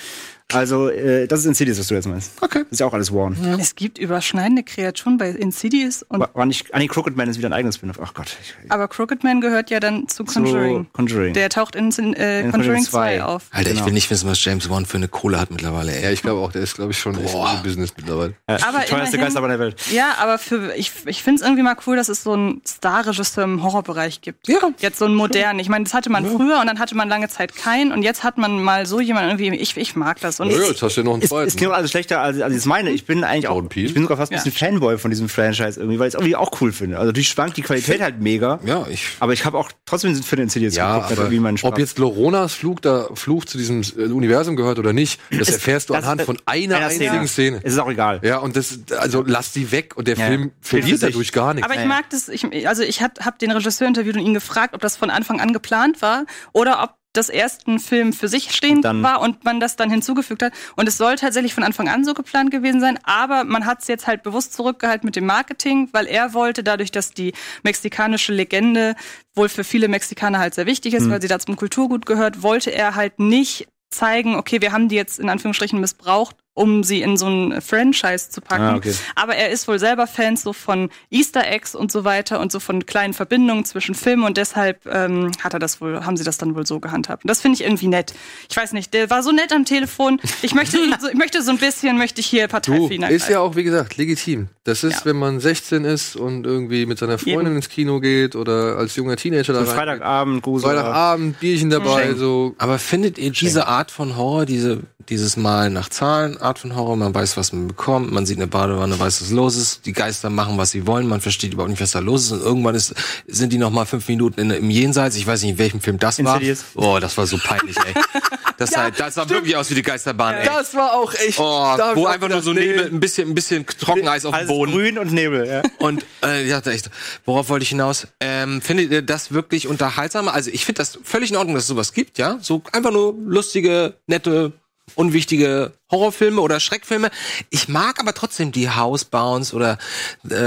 S3: Also, äh, das ist Insidious, was du jetzt meinst.
S4: Okay.
S3: Das ist ja auch alles Warren.
S5: Es gibt überschneidende Kreaturen bei Insidious und
S3: War, war nicht, ah, nee, Crooked Man ist wieder ein eigenes Spin-off. Ach Gott. Ich,
S5: aber Crooked Man gehört ja dann zu Conjuring.
S3: So, Conjuring.
S5: Der taucht in, in, äh,
S3: In Conjuring
S5: Conjuring 2
S3: 2.
S5: auf.
S4: Alter, ich
S3: Genau.
S4: will nicht wissen, was James Wan für eine Kohle hat mittlerweile.
S2: Ja,
S4: Ey.
S2: ich glaube auch, der ist, glaube ich, schon echt
S4: Boah.
S2: im Business mittlerweile.
S3: äh,
S5: aber
S3: die teuerste
S5: immerhin-
S3: Geisterbahn der Welt.
S5: Ja, aber für, ich, ich finde es irgendwie mal cool, dass es so einen Star-Regisseur im Horrorbereich gibt.
S4: Ja.
S5: Jetzt so einen modernen. Ich meine, das hatte man früher und dann hatte man lange Zeit keinen und jetzt hat man mal so jemanden irgendwie. Ich, ich mag das. Und
S2: Ja, ja, jetzt hast du ja noch einen
S3: Ist,
S2: zweiten.
S3: ist genau klingt auch alles schlechter, als, als ich es meine. Ich bin eigentlich auch,
S2: Jordan Peele?
S3: ich bin sogar fast ein
S5: Ja.
S3: bisschen Fanboy von diesem Franchise irgendwie, weil ich es irgendwie auch cool finde. Also, die schwankt die Qualität halt mega.
S4: Ja, ich.
S3: Aber ich habe auch trotzdem für den Insidious
S2: ja,
S3: geguckt, hat
S2: aber
S3: irgendwie meinen Spaß.
S2: ob jetzt Loronas Flug da Fluch zu diesem äh, Universum gehört oder nicht, das erfährst du
S3: das-
S2: anhand von einer
S3: einer Szene.
S2: einzigen Szene.
S3: Es ist auch egal.
S2: Ja, und das, also lass die weg und der
S3: Ja.
S2: Film
S3: Steht
S2: verliert
S3: für sich.
S2: dadurch gar nichts.
S5: Aber ich mag das, ich, also ich habe hab den Regisseur interviewt und ihn gefragt, ob das von Anfang an geplant war oder ob das erst ein Film für sich stehend
S3: Dann-
S5: war und man das dann hinzugefügt hat. Und es soll tatsächlich von Anfang an so geplant gewesen sein, aber man hat es jetzt halt bewusst zurückgehalten mit dem Marketing, weil er wollte, dadurch, dass die mexikanische Legende wohl für viele Mexikaner halt sehr wichtig
S3: Hm.
S5: ist, weil sie da zum Kulturgut gehört, wollte er halt nicht zeigen, okay, wir haben die jetzt in Anführungsstrichen missbraucht, um sie in so ein Franchise zu packen.
S3: Ah, okay.
S5: Aber er ist wohl selber Fan so von Easter Eggs und so weiter und so von kleinen Verbindungen zwischen Filmen und deshalb ähm, hat er das wohl, haben sie das dann wohl so gehandhabt. Und das finde ich irgendwie nett. Ich weiß nicht, der war so nett am Telefon. Ich möchte, ihn so, ich möchte so ein bisschen, möchte ich hier Partei
S2: Du,
S5: für ihn
S2: ist
S5: ergreifen.
S2: ja auch, wie gesagt, legitim. Das ist,
S5: Ja.
S2: wenn man 16 ist und irgendwie mit seiner Freundin
S5: Eben.
S2: ins Kino geht oder als junger Teenager da
S3: So
S2: rein-
S3: Freitagabend, Grusel.
S2: Freitagabend, Bierchen dabei, so.
S4: Aber findet ihr diese Art von Horror, diese, dieses Mal nach Zahlen, Art von Horror, man weiß, was man bekommt, man sieht eine Badewanne, weiß, was los ist, die Geister machen, was sie wollen, man versteht überhaupt nicht, was da los ist und irgendwann ist, sind die noch mal fünf Minuten in, im Jenseits, ich weiß nicht, in welchem Film das war.
S3: Insidious.
S4: Oh, das war so peinlich, ey. Das, sah, das sah wirklich aus wie die Geisterbahn, ey.
S2: Das war auch echt.
S4: Oh,
S2: da hab ich
S4: wo
S2: auch
S4: einfach nur so
S2: gedacht, nee.
S4: Nebel, ein bisschen, ein bisschen Trockeneis auf dem
S3: Alles
S4: Boden.
S3: grün und Nebel. Ja.
S4: Und äh, ich dachte echt, worauf wollte ich hinaus? Ähm, findet ihr das wirklich unterhaltsam? Also ich finde das völlig in Ordnung, dass es sowas gibt, ja? So einfach nur lustige, nette, unwichtige Horrorfilme oder Schreckfilme. Ich mag aber trotzdem die Housebounds oder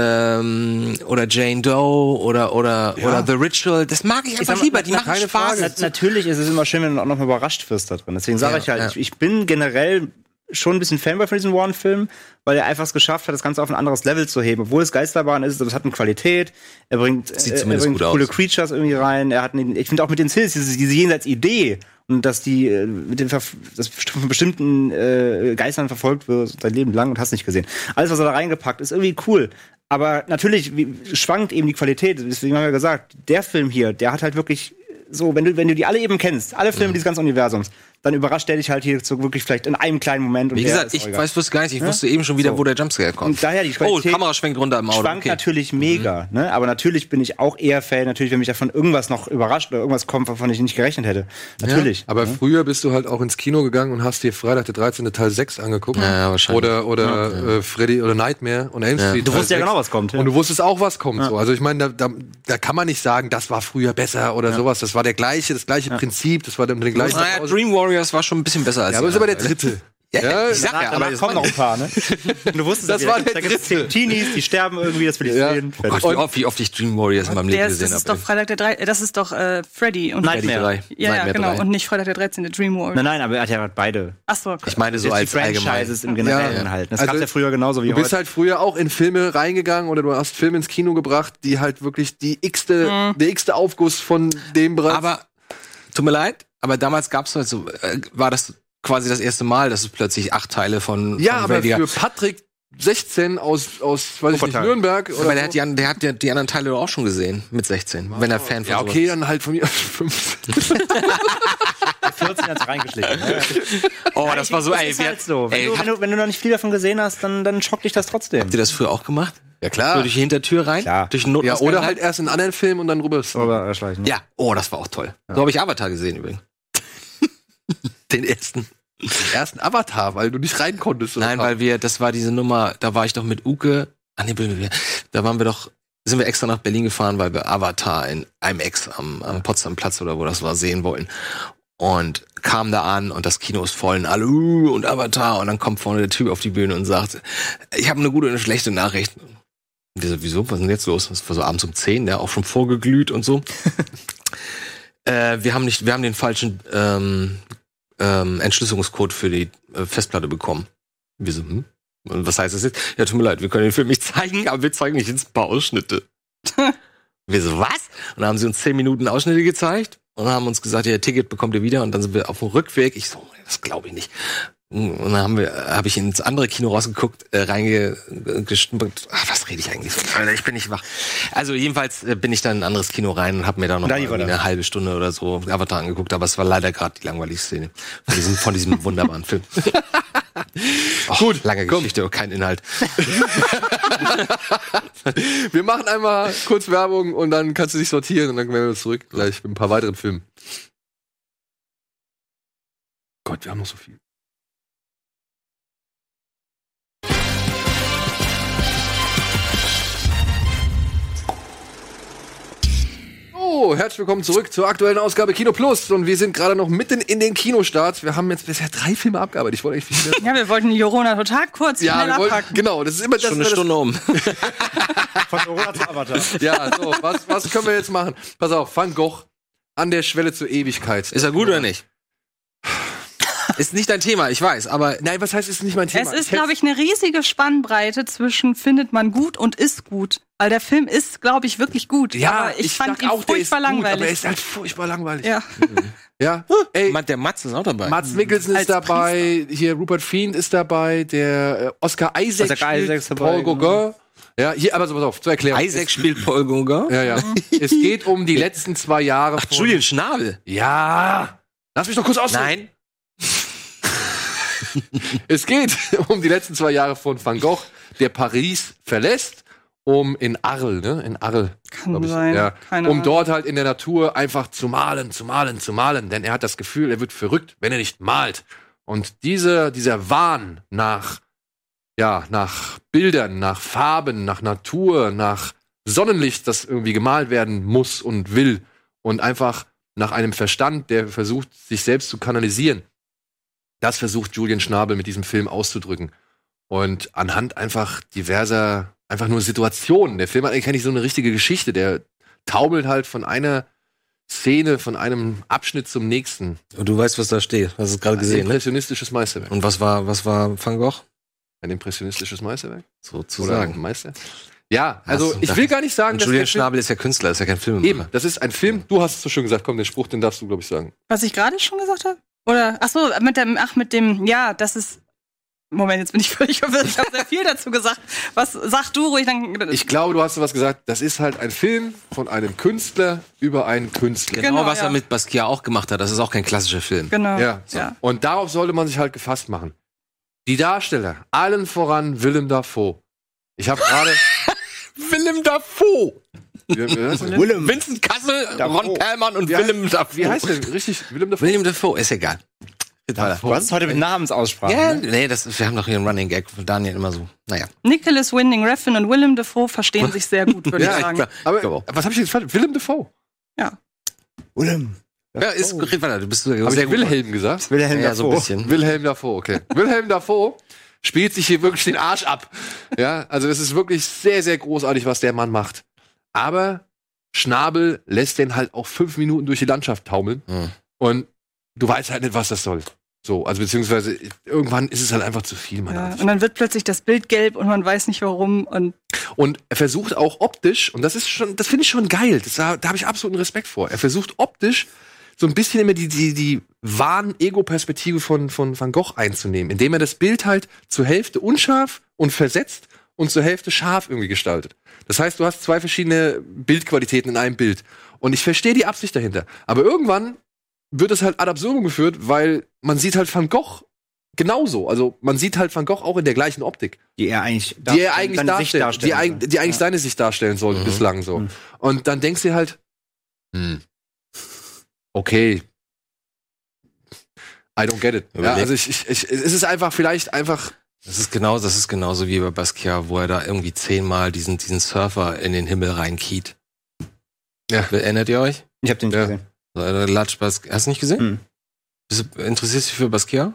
S4: ähm, oder Jane Doe oder oder oder The Ritual. Das mag ich einfach
S3: sag mal,
S4: lieber. Die
S3: na-
S4: machen
S2: keine
S4: Spaß.
S2: Frage.
S3: Na- Natürlich ist es immer schön, wenn du auch noch mal überrascht wirst da drin. Deswegen sage
S4: Ja,
S3: ich halt,
S4: ja.
S3: ich, ich bin generell schon ein bisschen Fanboy von diesem Warren-Film, weil er einfach es geschafft hat, das Ganze auf ein anderes Level zu heben. Obwohl es Geisterbahn ist, aber es hat eine Qualität. Er bringt,
S4: Sieht
S3: äh, er
S4: zumindest
S3: bringt
S4: gut aus.
S3: coole Creatures irgendwie rein. Er hat, einen, ich finde auch mit den Sills diese, diese Jenseits-Idee und dass die äh, mit dem Verf das von bestimmten äh, Geistern verfolgt wird sein Leben lang und hast nicht gesehen. Alles, was er da reingepackt, ist irgendwie cool. Aber natürlich wie, schwankt eben die Qualität. Deswegen haben wir gesagt, der Film hier, der hat halt wirklich so, wenn du, wenn du die alle eben kennst, alle
S4: Mhm.
S3: Filme dieses ganzen Universums, dann überrascht der dich halt hier so wirklich vielleicht in einem kleinen Moment. Und
S4: Wie
S3: der
S4: gesagt,
S3: ist auch
S4: ich
S3: egal.
S4: weiß wusste gar nicht. Ich wusste eben schon wieder, wo der Jumpscare kommt.
S3: Und daher die
S4: oh,
S3: Qualität-
S4: Kamera schwenkt runter im Auto.
S3: schwankt natürlich mega, ne? Aber natürlich bin ich auch eher Fan, natürlich, wenn mich davon irgendwas noch überrascht oder irgendwas kommt, wovon ich nicht gerechnet hätte. Natürlich.
S2: Aber früher bist du halt auch ins Kino gegangen und hast dir Freitag der 13. Teil 6 angeguckt.
S4: Ja, ja, wahrscheinlich.
S2: Oder, oder Äh, Freddy oder Nightmare und Elm Street.
S3: Du wusstest
S2: Teil
S3: ja genau,
S2: 6.
S3: was kommt, ja.
S2: Und du wusstest auch, was kommt. So. Also ich meine, da, da, da kann man nicht sagen, das war früher besser oder sowas. Das war der gleiche, das gleiche Prinzip, das war dann den gleichen.
S4: Naja, Dream Warriors war schon ein bisschen besser als
S2: ja, aber das ist
S4: die
S2: aber der
S4: anderen.
S2: dritte.
S4: Ja, ich sag
S3: Danach,
S4: ja, aber
S3: danach
S4: das
S3: kommen noch ein paar, ne? Und du wusstest,
S2: Das
S3: ja,
S2: war
S3: da
S2: der
S3: gibt's- da gibt's
S2: dritte.
S3: Teenies, die sterben irgendwie, das will ich
S2: Ja.
S3: sehen.
S4: Oh
S3: Fertig.
S4: Gott, wie oft, wie oft ich Dream Warriors in meinem Leben
S5: der ist, das
S4: gesehen
S5: ist doch
S4: habe.
S5: Freitag der 13. Das ist doch äh, Freddy und
S4: Die
S3: Nightmare.
S4: drei.
S5: Ja, ja,
S4: Nightmare
S5: genau.
S4: drei.
S5: Und nicht Freitag der 13. Dream Warrior.
S3: Nein, nein, aber er hat ja gerade beide.
S5: Ach so. okay.
S4: ich meine so
S3: Jetzt
S4: als
S3: die
S4: allgemein.
S3: Franchises im Generellen
S2: Ja, ja.
S3: halten. Das
S2: Also,
S3: gab's ja früher genauso wie
S2: Du bist
S3: heute.
S2: halt früher auch in Filme reingegangen oder du hast Filme ins Kino gebracht, die halt wirklich die
S4: Mhm.
S2: x-te, der x-te Aufguss von dem bereits
S4: Aber tut mir leid, aber damals gab es halt so, äh, war das quasi das erste Mal, dass es plötzlich acht Teile von
S2: Ja,
S4: von
S2: aber
S4: Vertigo-
S2: für Patrick 16 aus, aus weiß ich nicht,
S3: Wuppertal.
S2: Nürnberg oder
S4: aber der hat,
S2: so.
S4: die, an- der hat ja die anderen Teile doch auch schon gesehen mit 16, wenn er Fan von
S2: ja,
S4: sowas
S2: okay,
S4: ist.
S2: dann halt von mir 15.
S3: 14 halt hat's reingeschlichen. ne?
S4: Oh, das war so,
S3: Das
S4: ey,
S3: ist
S4: wir-
S3: halt so. Wenn,
S4: ey,
S3: du, wenn,
S4: habt
S3: du, wenn du noch nicht viel davon gesehen hast, dann, dann schockt dich das trotzdem.
S4: ihr das früher auch gemacht?
S2: Ja,
S4: So
S2: klar.
S4: durch die Hintertür rein?
S3: Klar.
S4: Durch den Not
S2: Ja, oder halt erst in einen anderen Film und dann rüber.
S3: Aber schleichen.
S4: Ja, oh, das war auch toll. So habe ich Avatar gesehen übrigens. Den ersten.
S2: ersten Avatar, weil du nicht rein konntest. oder
S4: Nein,
S2: was?
S4: weil wir, das war diese Nummer, da war ich doch mit Uke, ah nee, wir- da waren wir doch, sind wir extra nach Berlin gefahren, weil wir Avatar in IMAX am, am Potsdam Platz oder wo das war sehen wollten. Und kam da an und das Kino ist voll und alle, uh, und Avatar. Und dann kommt vorne der Typ auf die Bühne und sagt, ich habe eine gute und eine schlechte Nachricht. Und Wir so, wieso? Was ist denn jetzt los? Das war so abends um 10, der auch schon vorgeglüht und so. äh, wir haben nicht, wir haben den falschen ähm, ähm, Entschlüsselungscode für die äh, Festplatte bekommen. Wir so, hm? Und was heißt das jetzt? Ja, tut mir leid, wir können den Film nicht zeigen, aber wir zeigen nicht jetzt ein paar Ausschnitte. wir so, was? Und dann haben sie uns zehn Minuten Ausschnitte gezeigt und haben uns gesagt, ja, Ticket bekommt ihr wieder. Und dann sind wir auf dem Rückweg. Ich so, das glaube ich nicht. Hm, Und dann haben wir, habe ich ins andere Kino rausgeguckt, äh, reingeschnuppert. Ah, was rede ich eigentlich so? Alter, ich bin nicht wach. Also jedenfalls äh, bin ich dann in ein anderes Kino rein und habe mir da noch
S3: Da
S4: mal
S3: die war
S4: irgendwie
S3: das.
S4: eine halbe Stunde oder so Avatar angeguckt. Aber es war leider gerade die langweiligste Szene von diesem, von diesem wunderbaren Film. Gut, lange Geschichte, aber kein Inhalt.
S2: Wir machen einmal kurz Werbung und dann kannst du dich sortieren und dann werden wir zurück gleich mit ein paar weiteren Filmen. Gott, wir haben noch so viel. Oh, herzlich willkommen zurück zur aktuellen Ausgabe Kino Plus und wir sind gerade noch mitten in den Kinostarts. Wir haben jetzt bisher drei Filme abgearbeitet. Ich wollte echt viel mehr.
S5: Ja, wir wollten die Jorona total kurz
S2: Ja,
S5: schnell
S2: wir wollten,
S5: abhacken.
S2: genau, das ist immer das,
S4: Schon eine
S2: das
S4: Stunde um.
S3: Von Corona zu Avatar.
S2: Ja, so, was, was können wir jetzt machen? Pass auf, Van Gogh an der Schwelle zur Ewigkeit.
S4: Ist er gut oder nicht? Ist nicht dein Thema, ich weiß, aber
S2: Nein, was heißt, ist nicht mein Thema?
S5: Es ist, glaube ich, eine riesige Spannbreite zwischen findet man gut und ist gut. Weil der Film ist, glaube ich, wirklich gut.
S2: ja,
S5: aber ich, fand
S2: sag
S5: ihn
S2: auch, der ist
S5: furchtbar
S2: gut, aber er
S5: langweilig.
S2: ist halt furchtbar langweilig.
S5: ja.
S2: Ja, ey,
S4: der Matz ist auch dabei.
S2: Mats Mikkelsen ist
S5: Als
S2: dabei, hier Rupert Fiend ist dabei, der äh, Oscar Isaac,
S3: Oscar
S2: spielt
S3: Isaac ist dabei,
S2: Paul
S3: genau.
S2: Gauguin. Ja, hier, aber so, pass auf, zur Erklärung.
S4: Isaac spielt Paul Gunger.
S2: Ja, ja. es geht um die letzten zwei Jahre
S4: Ach, Julian Schnabel.
S2: Ja, lass mich doch kurz ausreden. Es geht um die letzten zwei Jahre von Van Gogh, der Paris verlässt, um in Arles, ne? In Arles,
S5: Kann
S2: glaub ich,
S5: sein.
S2: ja,
S5: Keine
S2: um
S5: Ahnung.
S2: dort halt in der Natur einfach zu malen, zu malen, zu malen, denn er hat das Gefühl, er wird verrückt, wenn er nicht malt. Und diese, dieser Wahn nach, ja, nach Bildern, nach Farben, nach Natur, nach Sonnenlicht, das irgendwie gemalt werden muss und will und einfach nach einem Verstand, der versucht, sich selbst zu kanalisieren. Das versucht Julian Schnabel mit diesem Film auszudrücken. Und anhand einfach diverser, einfach nur Situationen. Der Film hat eigentlich gar nicht so eine richtige Geschichte. Der taumelt halt von einer Szene, von einem Abschnitt zum nächsten.
S4: Und du weißt, was da steht. Hast es gerade
S2: ein
S4: gesehen, ne?
S2: impressionistisches Meisterwerk.
S4: Und was war, was war Van Gogh?
S2: Ein impressionistisches Meisterwerk? Oder ein
S4: Sozusagen.
S2: Meister? Ja, also
S4: so,
S2: ich will gar nicht sagen,
S4: Und Julian
S2: der Film,
S4: Schnabel ist ja Künstler, ist ja kein Film.
S2: Eben, das ist ein Film. Du hast es so schön gesagt. Komm, den Spruch, den darfst du, glaube ich, sagen.
S5: Was ich gerade schon gesagt habe? Oder, ach so, mit dem, ach, mit dem, ja, das ist, Moment, jetzt bin ich völlig verwirrt. Ich habe sehr viel dazu gesagt. Was, sag du ruhig, dann,
S2: Ich glaube, du hast was gesagt. Das ist halt ein Film von einem Künstler über einen Künstler.
S4: Genau,
S5: Genau,
S4: was er
S5: ja.
S4: mit Basquiat auch gemacht hat. Das ist auch kein klassischer Film.
S5: genau.
S2: Ja.
S5: ja.
S2: Und darauf sollte man sich halt gefasst machen. Die Darsteller, allen voran Willem Dafoe. Ich habe gerade.
S4: Willem Dafoe.
S2: wie
S4: Vincent Kassel, Ron Perlmann und
S2: heißt-
S4: Willem Dafoe.
S2: heißt der richtig? Willem Dafoe?
S4: Willem Dafoe, ist egal.
S3: Du hast es heute mit
S2: Ah,
S3: Namensaussprache.
S4: Ja,
S3: ne?
S4: nee, das, wir haben doch hier einen Running Gag von Daniel immer so. Naja.
S5: Nicholas Winding Refn und Willem Dafoe verstehen sich sehr gut, würde ich sagen.
S4: klar.
S2: Aber was habe ich jetzt falsch? Willem Dafoe.
S3: Willem.
S4: Ja, ist, red weiter, du bist sehr
S2: Habe Oh. ich
S4: gut.
S2: Wilhelm gesagt?
S3: Wilhelm
S4: Ja, ja, so ein
S3: Dafoe.
S4: bisschen.
S2: Wilhelm Dafoe, okay. Wilhelm Dafoe spielt sich hier wirklich den Arsch ab. Ja, also es ist wirklich sehr, sehr großartig, was der Mann macht. Aber Schnabel lässt den halt auch fünf Minuten durch die Landschaft taumeln.
S4: Hm.
S2: Und du weißt halt nicht, was das soll. So, also beziehungsweise irgendwann ist es halt einfach zu viel, meiner
S5: Ja.
S2: Ansicht
S5: Und dann wird plötzlich das Bild gelb und man weiß nicht warum. Und
S2: Und er versucht auch optisch, und das ist schon, das finde ich schon geil, das, da, da habe ich absoluten Respekt vor. Er versucht optisch so ein bisschen immer die, die, die Wahn-Ego-Perspektive von, von Van Gogh einzunehmen, indem er das Bild halt zur Hälfte unscharf und versetzt und zur Hälfte scharf irgendwie gestaltet. Das heißt, du hast zwei verschiedene Bildqualitäten in einem Bild. Und ich verstehe die Absicht dahinter. Aber irgendwann wird es halt ad absurdum geführt, weil man sieht halt Van Gogh genauso. Also man sieht halt Van Gogh auch in der gleichen Optik,
S3: die er eigentlich,
S2: die er eigentlich
S3: seine Sicht
S2: darstellt, die,
S3: darstellen also.
S2: eig
S3: soll.
S2: die eigentlich
S3: ja.
S2: seine Sicht darstellen soll
S4: Mhm.
S2: bislang so.
S3: Mhm.
S2: Und dann denkst du dir halt, hm, okay. I don't get it. Ja,
S4: Überleg-
S2: also ich, ich, ich, es ist einfach vielleicht einfach
S4: Das ist genauso, das ist genauso wie bei Basquiat, wo er da irgendwie zehnmal diesen, diesen Surfer in den Himmel reinkiet.
S2: Ja.
S4: Erinnert ihr euch?
S3: Ich habe den nicht
S2: Ja.
S3: gesehen.
S4: So, äh, Latsch Basquiat. Hast du nicht gesehen?
S3: Mhm.
S4: Bist du, interessierst du dich für Basquiat?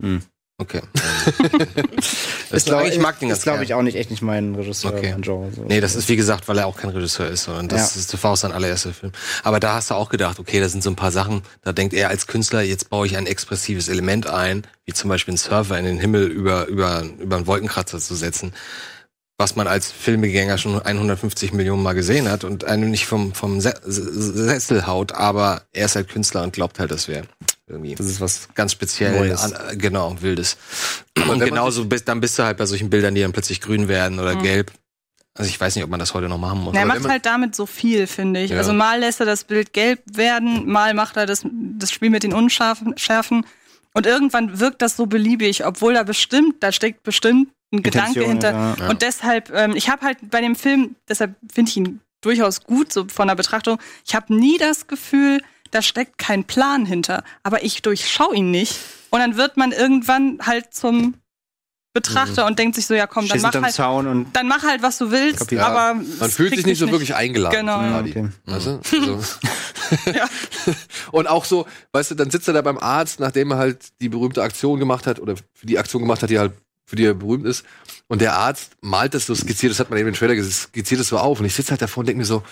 S3: Mhm.
S4: Okay.
S3: Ist,
S4: das
S3: glaub-
S4: ich mag den ganz
S3: Ist, glaube
S4: gern.
S3: ich, auch nicht echt nicht mein Regisseur,
S4: Okay.
S3: mein Genre. So.
S4: Nee, das ist wie gesagt, weil er auch kein Regisseur ist, sondern das ist war auch sein allererster Film. Aber da hast du auch gedacht, okay, da sind so ein paar Sachen, da denkt er als Künstler, jetzt baue ich ein expressives Element ein, wie zum Beispiel einen Surfer in den Himmel über, über, über einen Wolkenkratzer zu setzen, was man als Filmegänger schon 150 Millionen Mal gesehen hat und einen nicht vom, vom Se Se- Sessel haut, aber er ist halt Künstler und glaubt halt, das wäre irgendwie
S3: Das ist was.
S4: ganz speziell,
S3: Neues.
S4: an, genau, wildes.
S2: wenn
S4: Und
S2: man
S4: genauso bist, dann bist du halt bei solchen Bildern, die dann plötzlich grün werden oder
S3: Mhm.
S4: gelb. Also ich weiß nicht, ob man das heute noch machen muss.
S5: Na, er
S4: aber
S5: macht
S4: wenn man-
S5: halt damit so viel, finde ich.
S4: Ja.
S5: Also mal lässt er das Bild gelb werden, mal macht er das, das Spiel mit den Unschärfen. Schärfen. Und irgendwann wirkt das so beliebig, obwohl da bestimmt, da steckt bestimmt ein Gedanke
S3: Intention,
S5: hinter.
S3: ja.
S4: Ja.
S5: Und deshalb, ähm, ich habe halt bei dem Film, deshalb finde ich ihn durchaus gut, so von der Betrachtung, ich habe nie das Gefühl, da steckt kein Plan hinter. Aber ich durchschau ihn nicht. Und dann wird man irgendwann halt zum Betrachter und denkt sich so, ja komm, dann
S3: Schießt
S5: mach
S3: hinterm
S5: halt,
S3: Zaun und.
S5: dann mach halt, was du willst.
S3: Kapier.
S2: Ja,
S5: aber
S2: Man fühlt sich nicht so wirklich eingeladen.
S5: Genau,
S2: zum
S5: ja.
S2: Party.
S3: Okay.
S2: Weißt du? Also.
S5: Ja.
S2: Und auch so, weißt du, dann sitzt er da beim Arzt, nachdem er halt die berühmte Aktion gemacht hat oder für die Aktion gemacht hat, die halt für die er berühmt ist. Und der Arzt malt das so skizziert, das hat man eben im Trailer gesehen, skizziert das so auf. Und ich sitze halt davor und denke mir so,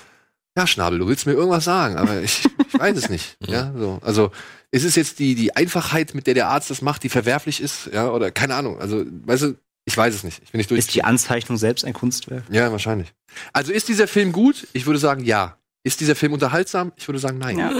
S2: ja, Schnabel, du willst mir irgendwas sagen, aber ich, ich weiß es nicht. Ja, so. Also, ist es jetzt die, die Einfachheit, mit der der Arzt das macht, die verwerflich ist? Ja, oder keine Ahnung. Also, weißt du, ich weiß es nicht. Ich bin nicht durch.
S3: Ist die Anzeichnung selbst ein Kunstwerk?
S2: Ja, wahrscheinlich. Also ist dieser Film gut? Ich würde sagen, ja. Ist dieser Film unterhaltsam? Ich würde sagen, nein.
S5: Ja.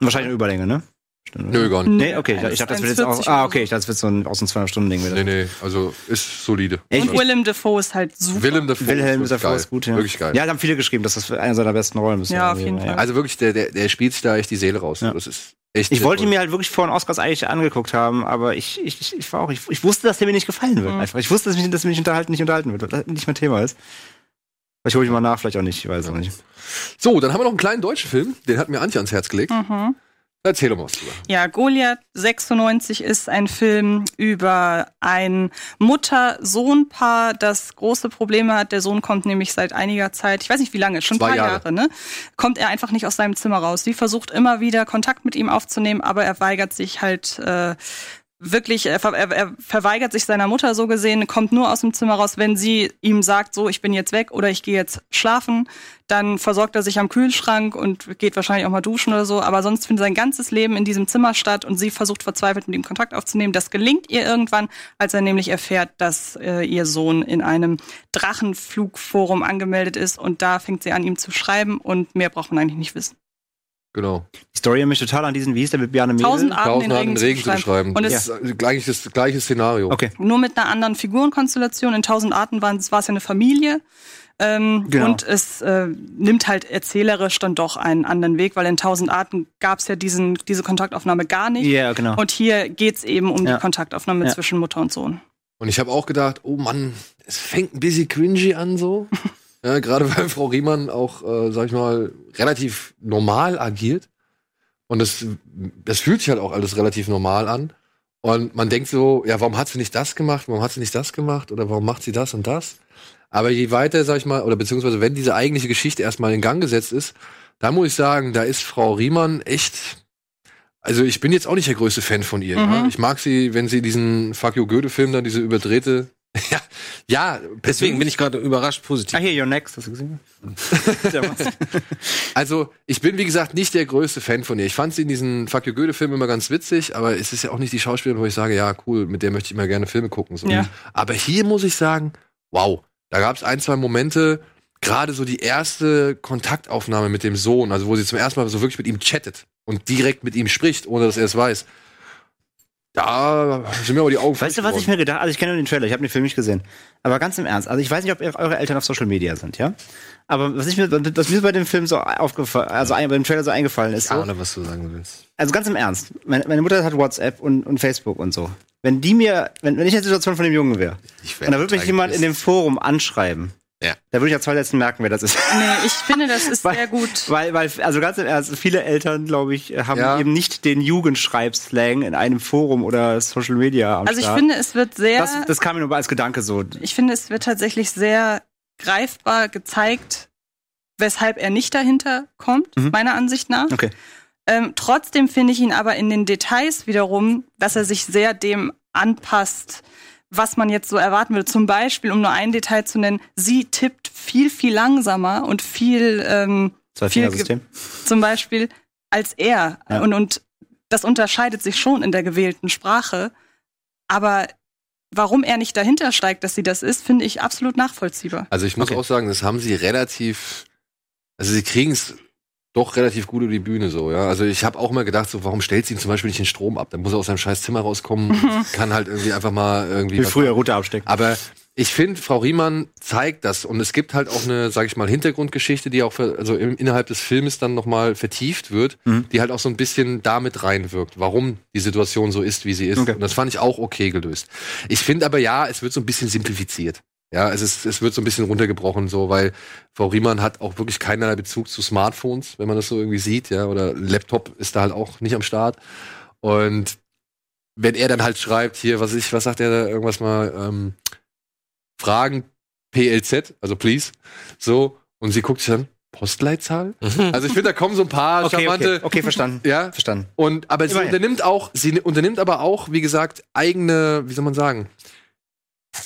S3: Wahrscheinlich eine Überlänge, ne? Stimmt, oder?
S2: Nö, gar nicht.
S3: Nee, okay, ich dachte, das wird jetzt auch.
S5: 1,40
S3: Ah, okay, ich dachte, das wird so ein, aus einem 200-Stunden-Ding wieder.
S2: Nee, nee, also ist solide.
S3: Ich-
S5: Und Willem Dafoe ist halt super.
S2: Willem Dafoe
S3: Wilhelm
S2: wirklich
S3: ist davor
S2: geil.
S3: ist gut, ja.
S2: Wirklich geil.
S3: Ja, da haben viele geschrieben, dass das einer seiner besten Rollen ist.
S5: Ja, auf jeden Fall.
S2: Also wirklich, der, der, der spielt sich da echt die Seele raus.
S3: Ja.
S2: Das ist echt.
S3: Ich wollte
S2: toll.
S3: mir halt wirklich vorhin Oscars eigentlich angeguckt haben, aber ich, ich, ich- ich war auch, ich, ich wusste, dass der mir nicht gefallen wird.
S5: Mhm.
S3: Einfach. Ich wusste, dass mich, dass mich unterhalten, nicht unterhalten wird, weil das nicht mein Thema ist. Vielleicht hole ich ihn mal nach, vielleicht auch nicht, ich weiß auch nicht.
S2: So, dann haben wir noch einen kleinen deutschen Film, den hat mir Antje ans Herz gelegt.
S5: Mhm.
S2: Erzähl doch mal was drüber.
S5: Ja, Goliath 96 ist ein Film über ein Mutter-Sohn-Paar, das große Probleme hat. Der Sohn kommt nämlich seit einiger Zeit, ich weiß nicht wie lange, schon ein
S2: Zwei
S5: paar
S2: Jahre.
S5: Jahre. ne? Kommt er einfach nicht aus seinem Zimmer raus. Sie versucht immer wieder Kontakt mit ihm aufzunehmen, aber er weigert sich halt äh, wirklich, er, ver er, er verweigert sich seiner Mutter so gesehen, kommt nur aus dem Zimmer raus, wenn sie ihm sagt, so, ich bin jetzt weg oder ich gehe jetzt schlafen, dann versorgt er sich am Kühlschrank und geht wahrscheinlich auch mal duschen oder so, aber sonst findet sein ganzes Leben in diesem Zimmer statt und sie versucht verzweifelt mit ihm Kontakt aufzunehmen. Das gelingt ihr irgendwann, als er nämlich erfährt, dass äh, ihr Sohn in einem Drachenflugforum angemeldet ist und da fängt sie an, ihm zu schreiben und mehr braucht man eigentlich nicht wissen.
S2: Genau.
S3: Die Story erinnert mich total an diesen, wie hieß der mit Bjarne Mädel?
S5: Tausend Arten in
S2: Tausend Arten in
S5: Regen,
S2: Regen
S5: zu beschreiben. Und
S2: Und
S5: es
S2: das ist gleich das gleiche Szenario.
S3: Okay.
S5: nur mit einer anderen Figurenkonstellation. In Tausend Arten waren- war es ja eine Familie. Ähm,
S3: Genau.
S5: Und es äh, nimmt halt erzählerisch dann doch einen anderen Weg, weil in Tausend Arten gab es ja diesen, diese Kontaktaufnahme gar nicht.
S3: Ja, genau.
S5: Und hier geht's eben um
S3: Ja.
S5: die Kontaktaufnahme
S3: Ja.
S5: zwischen Mutter und Sohn.
S2: Und ich habe auch gedacht, oh Mann, es fängt ein bisschen cringy an so. ja, gerade weil Frau Riemann auch, äh, sag ich mal, relativ normal agiert. Und das, das fühlt sich halt auch alles relativ normal an. Und man denkt so, ja, warum hat sie nicht das gemacht? Warum hat sie nicht das gemacht? Oder warum macht sie das und das? Aber je weiter, sag ich mal, oder beziehungsweise wenn diese eigentliche Geschichte erstmal in Gang gesetzt ist, da muss ich sagen, da ist Frau Riemann echt. Also ich bin jetzt auch nicht der größte Fan von ihr.
S5: Mhm.
S2: Ja? Ich mag sie, wenn sie diesen Fuck You Goethe-Film dann diese überdrehte. ja, ja,
S4: Deswegen bin ich gerade überrascht
S3: Ah,
S4: positiv.
S3: hier, Your Next, hast du gesehen?
S2: Also, ich bin, wie gesagt, nicht der größte Fan von ihr. Ich fand sie in diesen Fuck You Goethe-Film immer ganz witzig, aber es ist ja auch nicht die Schauspielerin, wo ich sage, ja, cool, mit der möchte ich immer gerne Filme gucken. So.
S5: Ja.
S2: Aber hier muss ich sagen, wow, da gab es ein, zwei Momente, gerade so die erste Kontaktaufnahme mit dem Sohn, also wo sie zum ersten Mal so wirklich mit ihm chattet. und direkt mit ihm spricht, ohne dass er es weiß. Da sind mir aber die Augen
S3: Weißt du, was ich mir gedacht Also, ich kenne nur den Trailer, ich habe den Film nicht gesehen. Aber ganz im Ernst, also ich weiß nicht, ob ihr- eure Eltern auf Social Media sind, ja? Aber was, ich mir, was mir bei dem Film so aufgefallen, also ein- beim Trailer so eingefallen ist, so,
S4: Ahne, was du sagen willst.
S3: also ganz im Ernst, meine, meine Mutter hat WhatsApp und, und Facebook und so. Wenn die mir, wenn, wenn ich in der Situation von dem Jungen wäre,
S4: Ich wär
S3: und da würde mich
S4: total
S3: jemand in
S4: gepisst.
S3: dem Forum anschreiben,
S4: Ja.
S3: da würde ich als Verletzten merken, wer das ist.
S5: Nee, ich finde, das ist
S3: Weil-
S5: sehr gut.
S3: Weil, weil, also ganz im Ernst, viele Eltern, glaube ich, haben
S2: Ja.
S3: eben nicht den Jugendschreibslang in einem Forum oder Social Media am
S5: Also ich
S3: Start.
S5: finde, es wird sehr,
S3: das, das kam mir nur als Gedanke so.
S5: ich finde, es wird tatsächlich sehr greifbar gezeigt, weshalb er nicht dahinter kommt,
S3: Mhm.
S5: meiner Ansicht nach.
S3: Okay.
S5: Ähm, trotzdem finde ich ihn aber in den Details wiederum, dass er sich sehr dem anpasst, was man jetzt so erwarten würde. Zum Beispiel, um nur ein Detail zu nennen, sie tippt viel, viel langsamer und viel, ähm,
S3: Zwei
S5: viel
S3: Fingersystem.
S5: zum Beispiel als er.
S3: Ja.
S5: Und, und das unterscheidet sich schon in der gewählten Sprache. Aber warum er nicht dahinter steigt, dass sie das ist, finde ich absolut nachvollziehbar.
S2: Also ich muss
S3: Okay.
S2: auch sagen, das haben sie relativ, also sie kriegen es doch relativ gut über die Bühne so, ja. Also ich habe auch mal gedacht, so warum stellt sie ihm zum Beispiel nicht den Strom ab? Dann muss er aus seinem scheiß Zimmer rauskommen, und kann halt irgendwie einfach mal irgendwie.
S3: Wie
S2: was-
S3: früher Router
S4: Ah,
S3: abstecken.
S2: Aber ich finde, Frau Riemann zeigt das und es gibt halt auch eine, sage ich mal, Hintergrundgeschichte, die auch ver- also im, innerhalb des Filmes dann nochmal vertieft wird,
S3: Mhm.
S2: die halt auch so ein bisschen damit reinwirkt, warum die Situation so ist, wie sie ist.
S3: Okay.
S2: Und das fand ich auch okay gelöst. Ich finde aber ja, es wird so ein bisschen simplifiziert. Ja, es, ist, es wird so ein bisschen runtergebrochen, so, weil Frau Riemann hat auch wirklich keinerlei Bezug zu Smartphones, wenn man das so irgendwie sieht, ja, oder Laptop ist da halt auch nicht am Start. Und wenn er dann halt schreibt, hier, was ich, was sagt er da irgendwas mal, ähm, Fragen PLZ, also please, so, und sie guckt sich dann, Postleitzahl? Also ich finde, da kommen so ein paar
S3: Mhm. Okay,
S2: charmante,
S3: okay, okay, verstanden.
S2: ja,
S3: Verstanden.
S2: und aber sie
S3: Immerhin.
S2: unternimmt auch, sie unternimmt aber auch, wie gesagt, eigene, wie soll man sagen,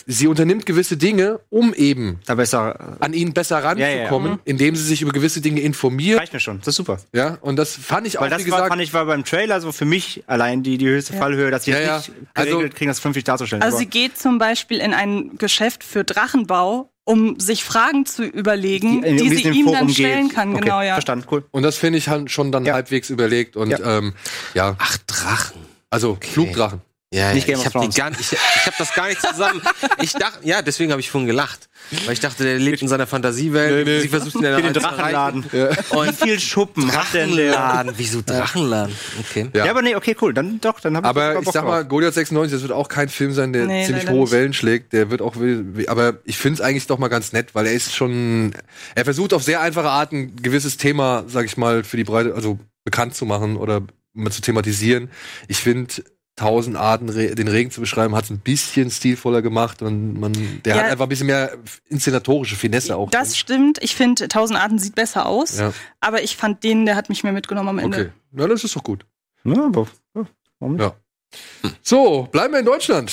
S2: sie unternimmt gewisse Dinge, um eben
S3: Dabei ist er,
S2: an ihn besser
S3: ja, ja.
S2: ranzukommen, indem sie sich über gewisse Dinge informiert,
S3: reicht mir schon. Das ist super.
S2: ja, und das fand ich auch,
S3: Weil das
S2: wie
S3: war,
S2: gesagt,
S3: fand ich war beim Trailer so für mich allein die, die höchste Fallhöhe, dass wir
S2: Ja, ja.
S3: nicht geregelt
S2: Also-
S3: kriegen, das vernünftig darzustellen.
S5: Also
S3: Aber
S5: sie geht zum Beispiel in ein Geschäft für Drachenbau, um sich Fragen zu überlegen, die,
S3: in- in
S5: sie
S3: diesem
S5: ihm
S3: um Forum
S5: dann stellen
S3: geht.
S5: kann.
S3: Okay,
S5: Genau, ja.
S3: Verstanden, cool.
S2: und das finde ich halt schon dann
S3: Ja.
S2: halbwegs überlegt und ja,
S3: Ja.
S2: ähm, ja
S4: Ach, Drachen.
S2: also Flugdrachen.
S4: Ja,
S3: Nicht
S4: nicht
S3: Game
S4: ich
S3: of
S4: habe
S3: Thrones.
S4: ich, ich hab das gar nicht zusammen. Ich dachte, ja, deswegen habe ich vorhin gelacht, weil ich dachte, der lebt in seiner Fantasiewelt. Äh, Sie versucht ihn dann
S3: Geht in den
S4: zu erreichen.
S3: Drachenladen. Wie
S4: Und
S3: viel Schuppen hat denn der?
S4: Drachenladen, wieso Drachenladen? Okay.
S2: Ja.
S3: Ja, aber nee, okay, cool. Dann doch, dann hab
S2: Aber
S3: sogar
S2: ich
S3: Bock
S2: sag
S3: drauf.
S2: mal, Goliath 96, das wird auch kein Film sein, der
S5: Nee,
S2: ziemlich
S5: leider
S2: hohe
S5: nicht.
S2: Wellen schlägt. Der wird auch, will- aber ich finde es eigentlich doch mal ganz nett, weil er ist schon, er versucht auf sehr einfache Art ein gewisses Thema, sag ich mal, für die Breite, also bekannt zu machen oder mal zu thematisieren. Ich finde, tausend Arten, Re den Regen zu beschreiben, hat es ein bisschen stilvoller gemacht und man, der
S5: Ja.
S2: hat einfach ein bisschen mehr inszenatorische Finesse auch.
S5: Das stimmt. Ich finde, 1000 Arten sieht besser aus.
S2: Ja.
S5: Aber ich fand den, der hat mich mehr mitgenommen am Ende.
S2: okay. Na, das ist doch gut.
S3: Ja, aber, ja, warum nicht?
S2: Ja. So, bleiben wir in Deutschland.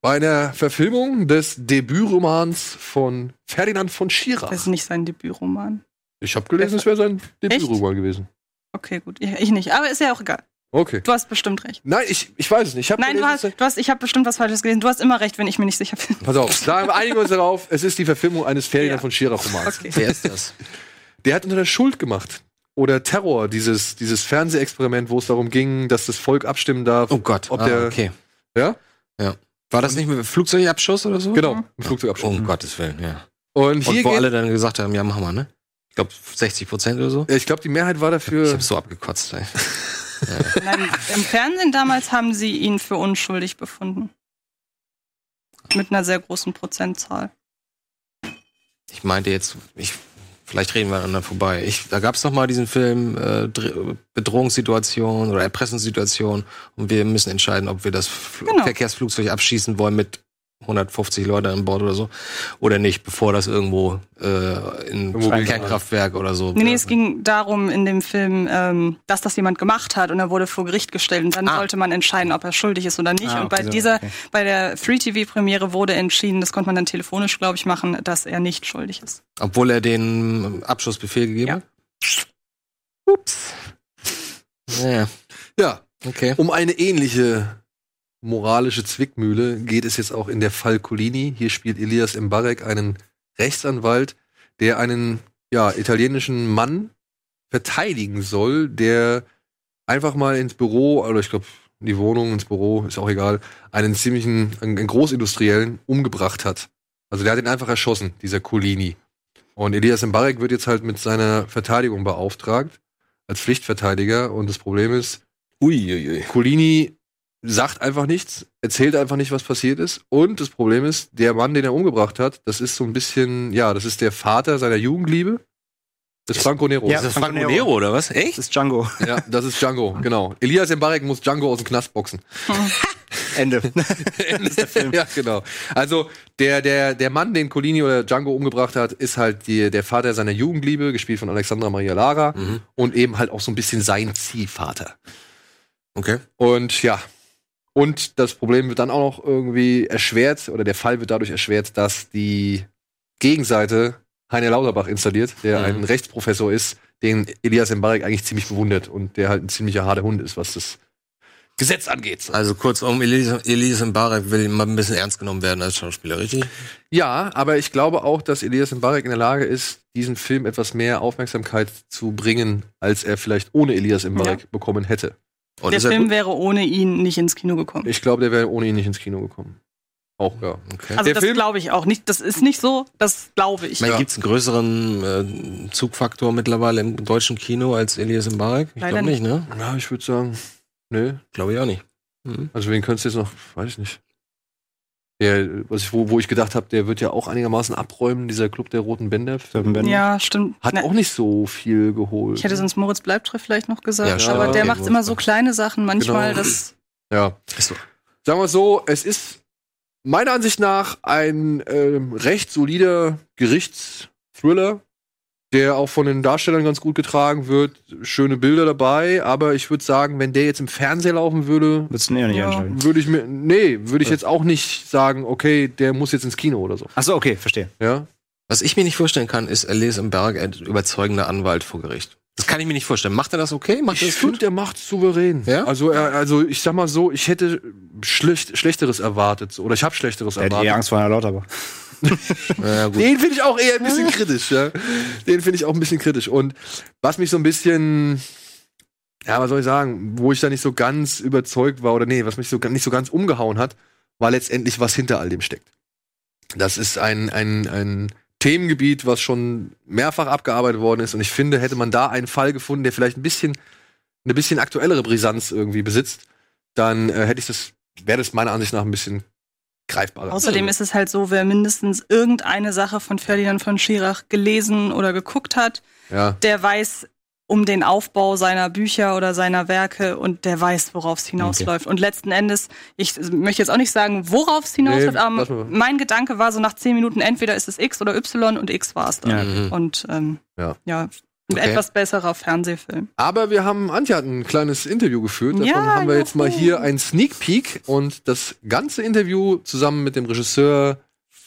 S2: Bei einer Verfilmung des Debütromans von Ferdinand von Schirach.
S5: Das ist nicht sein Debütroman.
S2: Ich habe gelesen, es wäre sein Debütroman gewesen.
S5: Okay, gut. Ich, ich nicht. Aber ist ja auch egal.
S2: Okay.
S5: Du hast bestimmt recht.
S2: Nein, ich, ich weiß es nicht. Ich hab
S5: Nein, du
S2: gelesen,
S5: hast, du hast ich habe bestimmt was Falsches gelesen. Du hast immer recht, wenn ich mir nicht sicher bin.
S2: es- Pass auf, da einigen wir uns darauf. Es ist die Verfilmung eines Ferdinand
S5: Ja.
S2: von Schirach-Romans.
S5: Okay.
S4: Wer ist das?
S2: Der hat unter der Schuld gemacht. Oder Terror, dieses, dieses Fernsehexperiment, wo es darum ging, dass das Volk abstimmen darf.
S4: Oh Gott.
S2: Ob der-
S4: okay.
S2: Ja?
S4: Ja. War das nicht mit Flugzeugabschuss oder so?
S2: Genau, im Flugzeug
S4: Oh,
S2: abstimmen.
S4: um Gottes Willen, ja.
S5: Oh.
S2: Und hier
S4: Und wo
S2: geht,
S4: alle dann gesagt haben, ja, machen wir, ne? Ich glaube, 60 Prozent oder so.
S2: ich glaube, die Mehrheit war
S4: Ich
S2: dafür.
S4: hab's so abgekotzt, ey.
S5: Nein, Im Fernsehen damals haben sie ihn für unschuldig befunden. Mit einer sehr großen Prozentzahl.
S4: Ich meinte jetzt, ich, vielleicht reden wir aneinander vorbei. Ich, da gab's noch mal diesen Film äh, Dr- Bedrohungssituation oder Erpressungssituation und wir müssen entscheiden, ob wir das Fl
S5: Genau.
S4: Verkehrsflugzeug abschießen wollen mit 150 Leute an Bord oder so oder nicht, bevor das irgendwo äh, in
S2: Irgendwo
S4: ein
S2: geht.
S4: Kernkraftwerk oder so.
S5: Nee, nee, es ging darum in dem Film, ähm, dass das jemand gemacht hat und er wurde vor Gericht gestellt und dann
S4: Ah.
S5: sollte man entscheiden, ob er schuldig ist oder nicht.
S3: Ah,
S5: und bei
S3: okay, so,
S5: dieser,
S3: okay.
S5: bei der Free TV Premiere wurde entschieden, das konnte man dann telefonisch, glaube ich, machen, dass er nicht schuldig ist.
S4: Obwohl er den Abschussbefehl gegeben
S5: Ja.
S4: hat. Ups. Ja,
S2: Ja,
S4: okay.
S2: Um eine ähnliche moralische Zwickmühle geht es jetzt auch in der Falcolini. Hier spielt Elias Mbarek einen Rechtsanwalt, der einen ja, italienischen Mann verteidigen soll, der einfach mal ins Büro, oder ich glaube, in die Wohnung, ins Büro, ist auch egal, einen ziemlichen, einen einen Großindustriellen umgebracht hat. Also der hat ihn einfach erschossen, dieser Colini. Und Elias Mbarek wird jetzt halt mit seiner Verteidigung beauftragt, als Pflichtverteidiger. Und das Problem ist,
S4: Uiuiui.
S2: Colini sagt einfach nichts, erzählt einfach nicht, was passiert ist. Und das Problem ist, der Mann, den er umgebracht hat, das ist so ein bisschen, ja, das ist der Vater seiner Jugendliebe. Das ist Franco Also Nero.
S4: Ist das Franco Nero oder was?
S3: Das
S4: Echt?
S3: ist Django.
S2: Ja, das ist Django, genau. Elias Mbarek muss Django aus dem Knast boxen.
S3: Ende.
S2: ja, genau. Also der, der, der Mann, den Colini oder Django umgebracht hat, ist halt die, der Vater seiner Jugendliebe, gespielt von Alexandra Maria Lara
S4: Mhm,
S2: und eben halt auch so ein bisschen sein Ziehvater.
S4: Okay.
S2: Und ja. Und das Problem wird dann auch noch irgendwie erschwert, oder der Fall wird dadurch erschwert, dass die Gegenseite Heiner Lauterbach installiert, der
S4: Mhm.
S2: ein Rechtsprofessor ist, den Elias Mbarek eigentlich ziemlich bewundert und der halt ein ziemlicher harter Hund ist, was das Gesetz angeht.
S4: Also kurzum, Elise, Elise Mbarek will mal ein bisschen ernst genommen werden als Schauspieler, richtig?
S2: Ja, aber ich glaube auch, dass Elias Mbarek in der Lage ist, diesen Film etwas mehr Aufmerksamkeit zu bringen, als er vielleicht ohne Elias Mbarek bekommen hätte.
S4: Und
S5: Der
S4: ist er
S5: Film
S4: gut?
S5: wäre ohne ihn nicht ins Kino gekommen.
S2: Ich glaube, der wäre ohne ihn nicht ins Kino gekommen. Auch ja.
S4: Okay.
S5: Also
S2: der
S5: das
S2: Film-
S5: glaube ich auch nicht. Das ist nicht so, das glaube ich.
S4: Ich meine,
S2: Ja.
S4: gibt's einen größeren äh, Zugfaktor mittlerweile im deutschen Kino als Elias Mbarek? Ich
S5: Leider
S4: glaube nicht, ne?
S2: Ja, ich würde sagen, nee.
S4: Glaube ich auch nicht. Mhm.
S2: Also wen könntest du jetzt noch, weiß ich nicht. Der, was ich, wo, wo ich gedacht habe, der wird ja auch einigermaßen abräumen, dieser Club der roten Bänder.
S5: Ja, stimmt.
S2: Hat
S5: Na,
S2: auch nicht so viel geholt.
S5: ich hätte sonst Moritz Bleibtreu vielleicht noch
S4: Ja,
S5: gesagt,
S4: stimmt.
S5: aber der
S4: Okay,
S5: macht
S4: Moritz
S5: immer so
S4: Bleibtreu.
S5: kleine Sachen manchmal.
S2: Genau.
S5: Das
S2: ja.
S4: Ist so.
S2: Sagen wir so, es ist meiner Ansicht nach ein ähm, recht solider Gerichtsthriller, der auch von den Darstellern ganz gut getragen wird. Schöne Bilder dabei, aber ich würde sagen, wenn der jetzt im Fernseher laufen würde,
S3: Würdest du ihn eher nicht
S5: Ja.
S3: anschauen?
S2: würde ich mir, nee, würde ich jetzt auch nicht sagen, okay, der muss jetzt ins Kino oder so.
S3: Achso, okay, verstehe.
S2: Ja,
S4: Was ich mir nicht vorstellen kann, ist Elias Mbarek ein überzeugender Anwalt vor Gericht. Das kann ich mir nicht vorstellen. Macht er das okay? Macht er
S2: Ich
S4: das gut?
S2: finde, der macht souverän.
S4: Ja?
S2: Also, er, also ich sag mal so, ich hätte schlecht, schlechteres erwartet so, oder ich habe schlechteres
S3: Er hätte
S2: erwartet.
S3: eher Angst vor einer Lauterbach.
S4: Ja, gut.
S2: Den finde ich auch eher ein bisschen kritisch. Ja. Den finde ich auch ein bisschen kritisch. Und was mich so ein bisschen, ja, was soll ich sagen, wo ich da nicht so ganz überzeugt war oder nee, was mich so gar- nicht so ganz umgehauen hat, war letztendlich, was hinter all dem steckt. Das ist ein, ein, ein Themengebiet, was schon mehrfach abgearbeitet worden ist. Und ich finde, hätte man da einen Fall gefunden, der vielleicht ein bisschen, eine bisschen aktuellere Brisanz irgendwie besitzt, dann äh, hätte ich das, wäre das meiner Ansicht nach ein bisschen greifbarer.
S5: Außerdem ist es halt so, wer mindestens irgendeine Sache von Ferdinand von Schirach gelesen oder geguckt hat,
S2: ja.
S5: der weiß um den Aufbau seiner Bücher oder seiner Werke und der weiß, worauf es hinausläuft. Und letzten Endes, ich möchte jetzt auch nicht sagen, worauf es hinausläuft,
S2: Nee, lass mal.
S5: aber mein Gedanke war so nach zehn Minuten, entweder ist es X oder Y und X war es dann.
S3: Ja.
S4: Mhm.
S5: Und ähm,
S2: Ja.
S5: ja, ein
S4: Okay.
S5: etwas besserer Fernsehfilm.
S2: Aber wir haben, Antje hat ein kleines Interview geführt. Davon
S5: Ja,
S2: haben wir jetzt
S5: juhu.
S2: mal hier einen Sneak Peek und das ganze Interview zusammen mit dem Regisseur,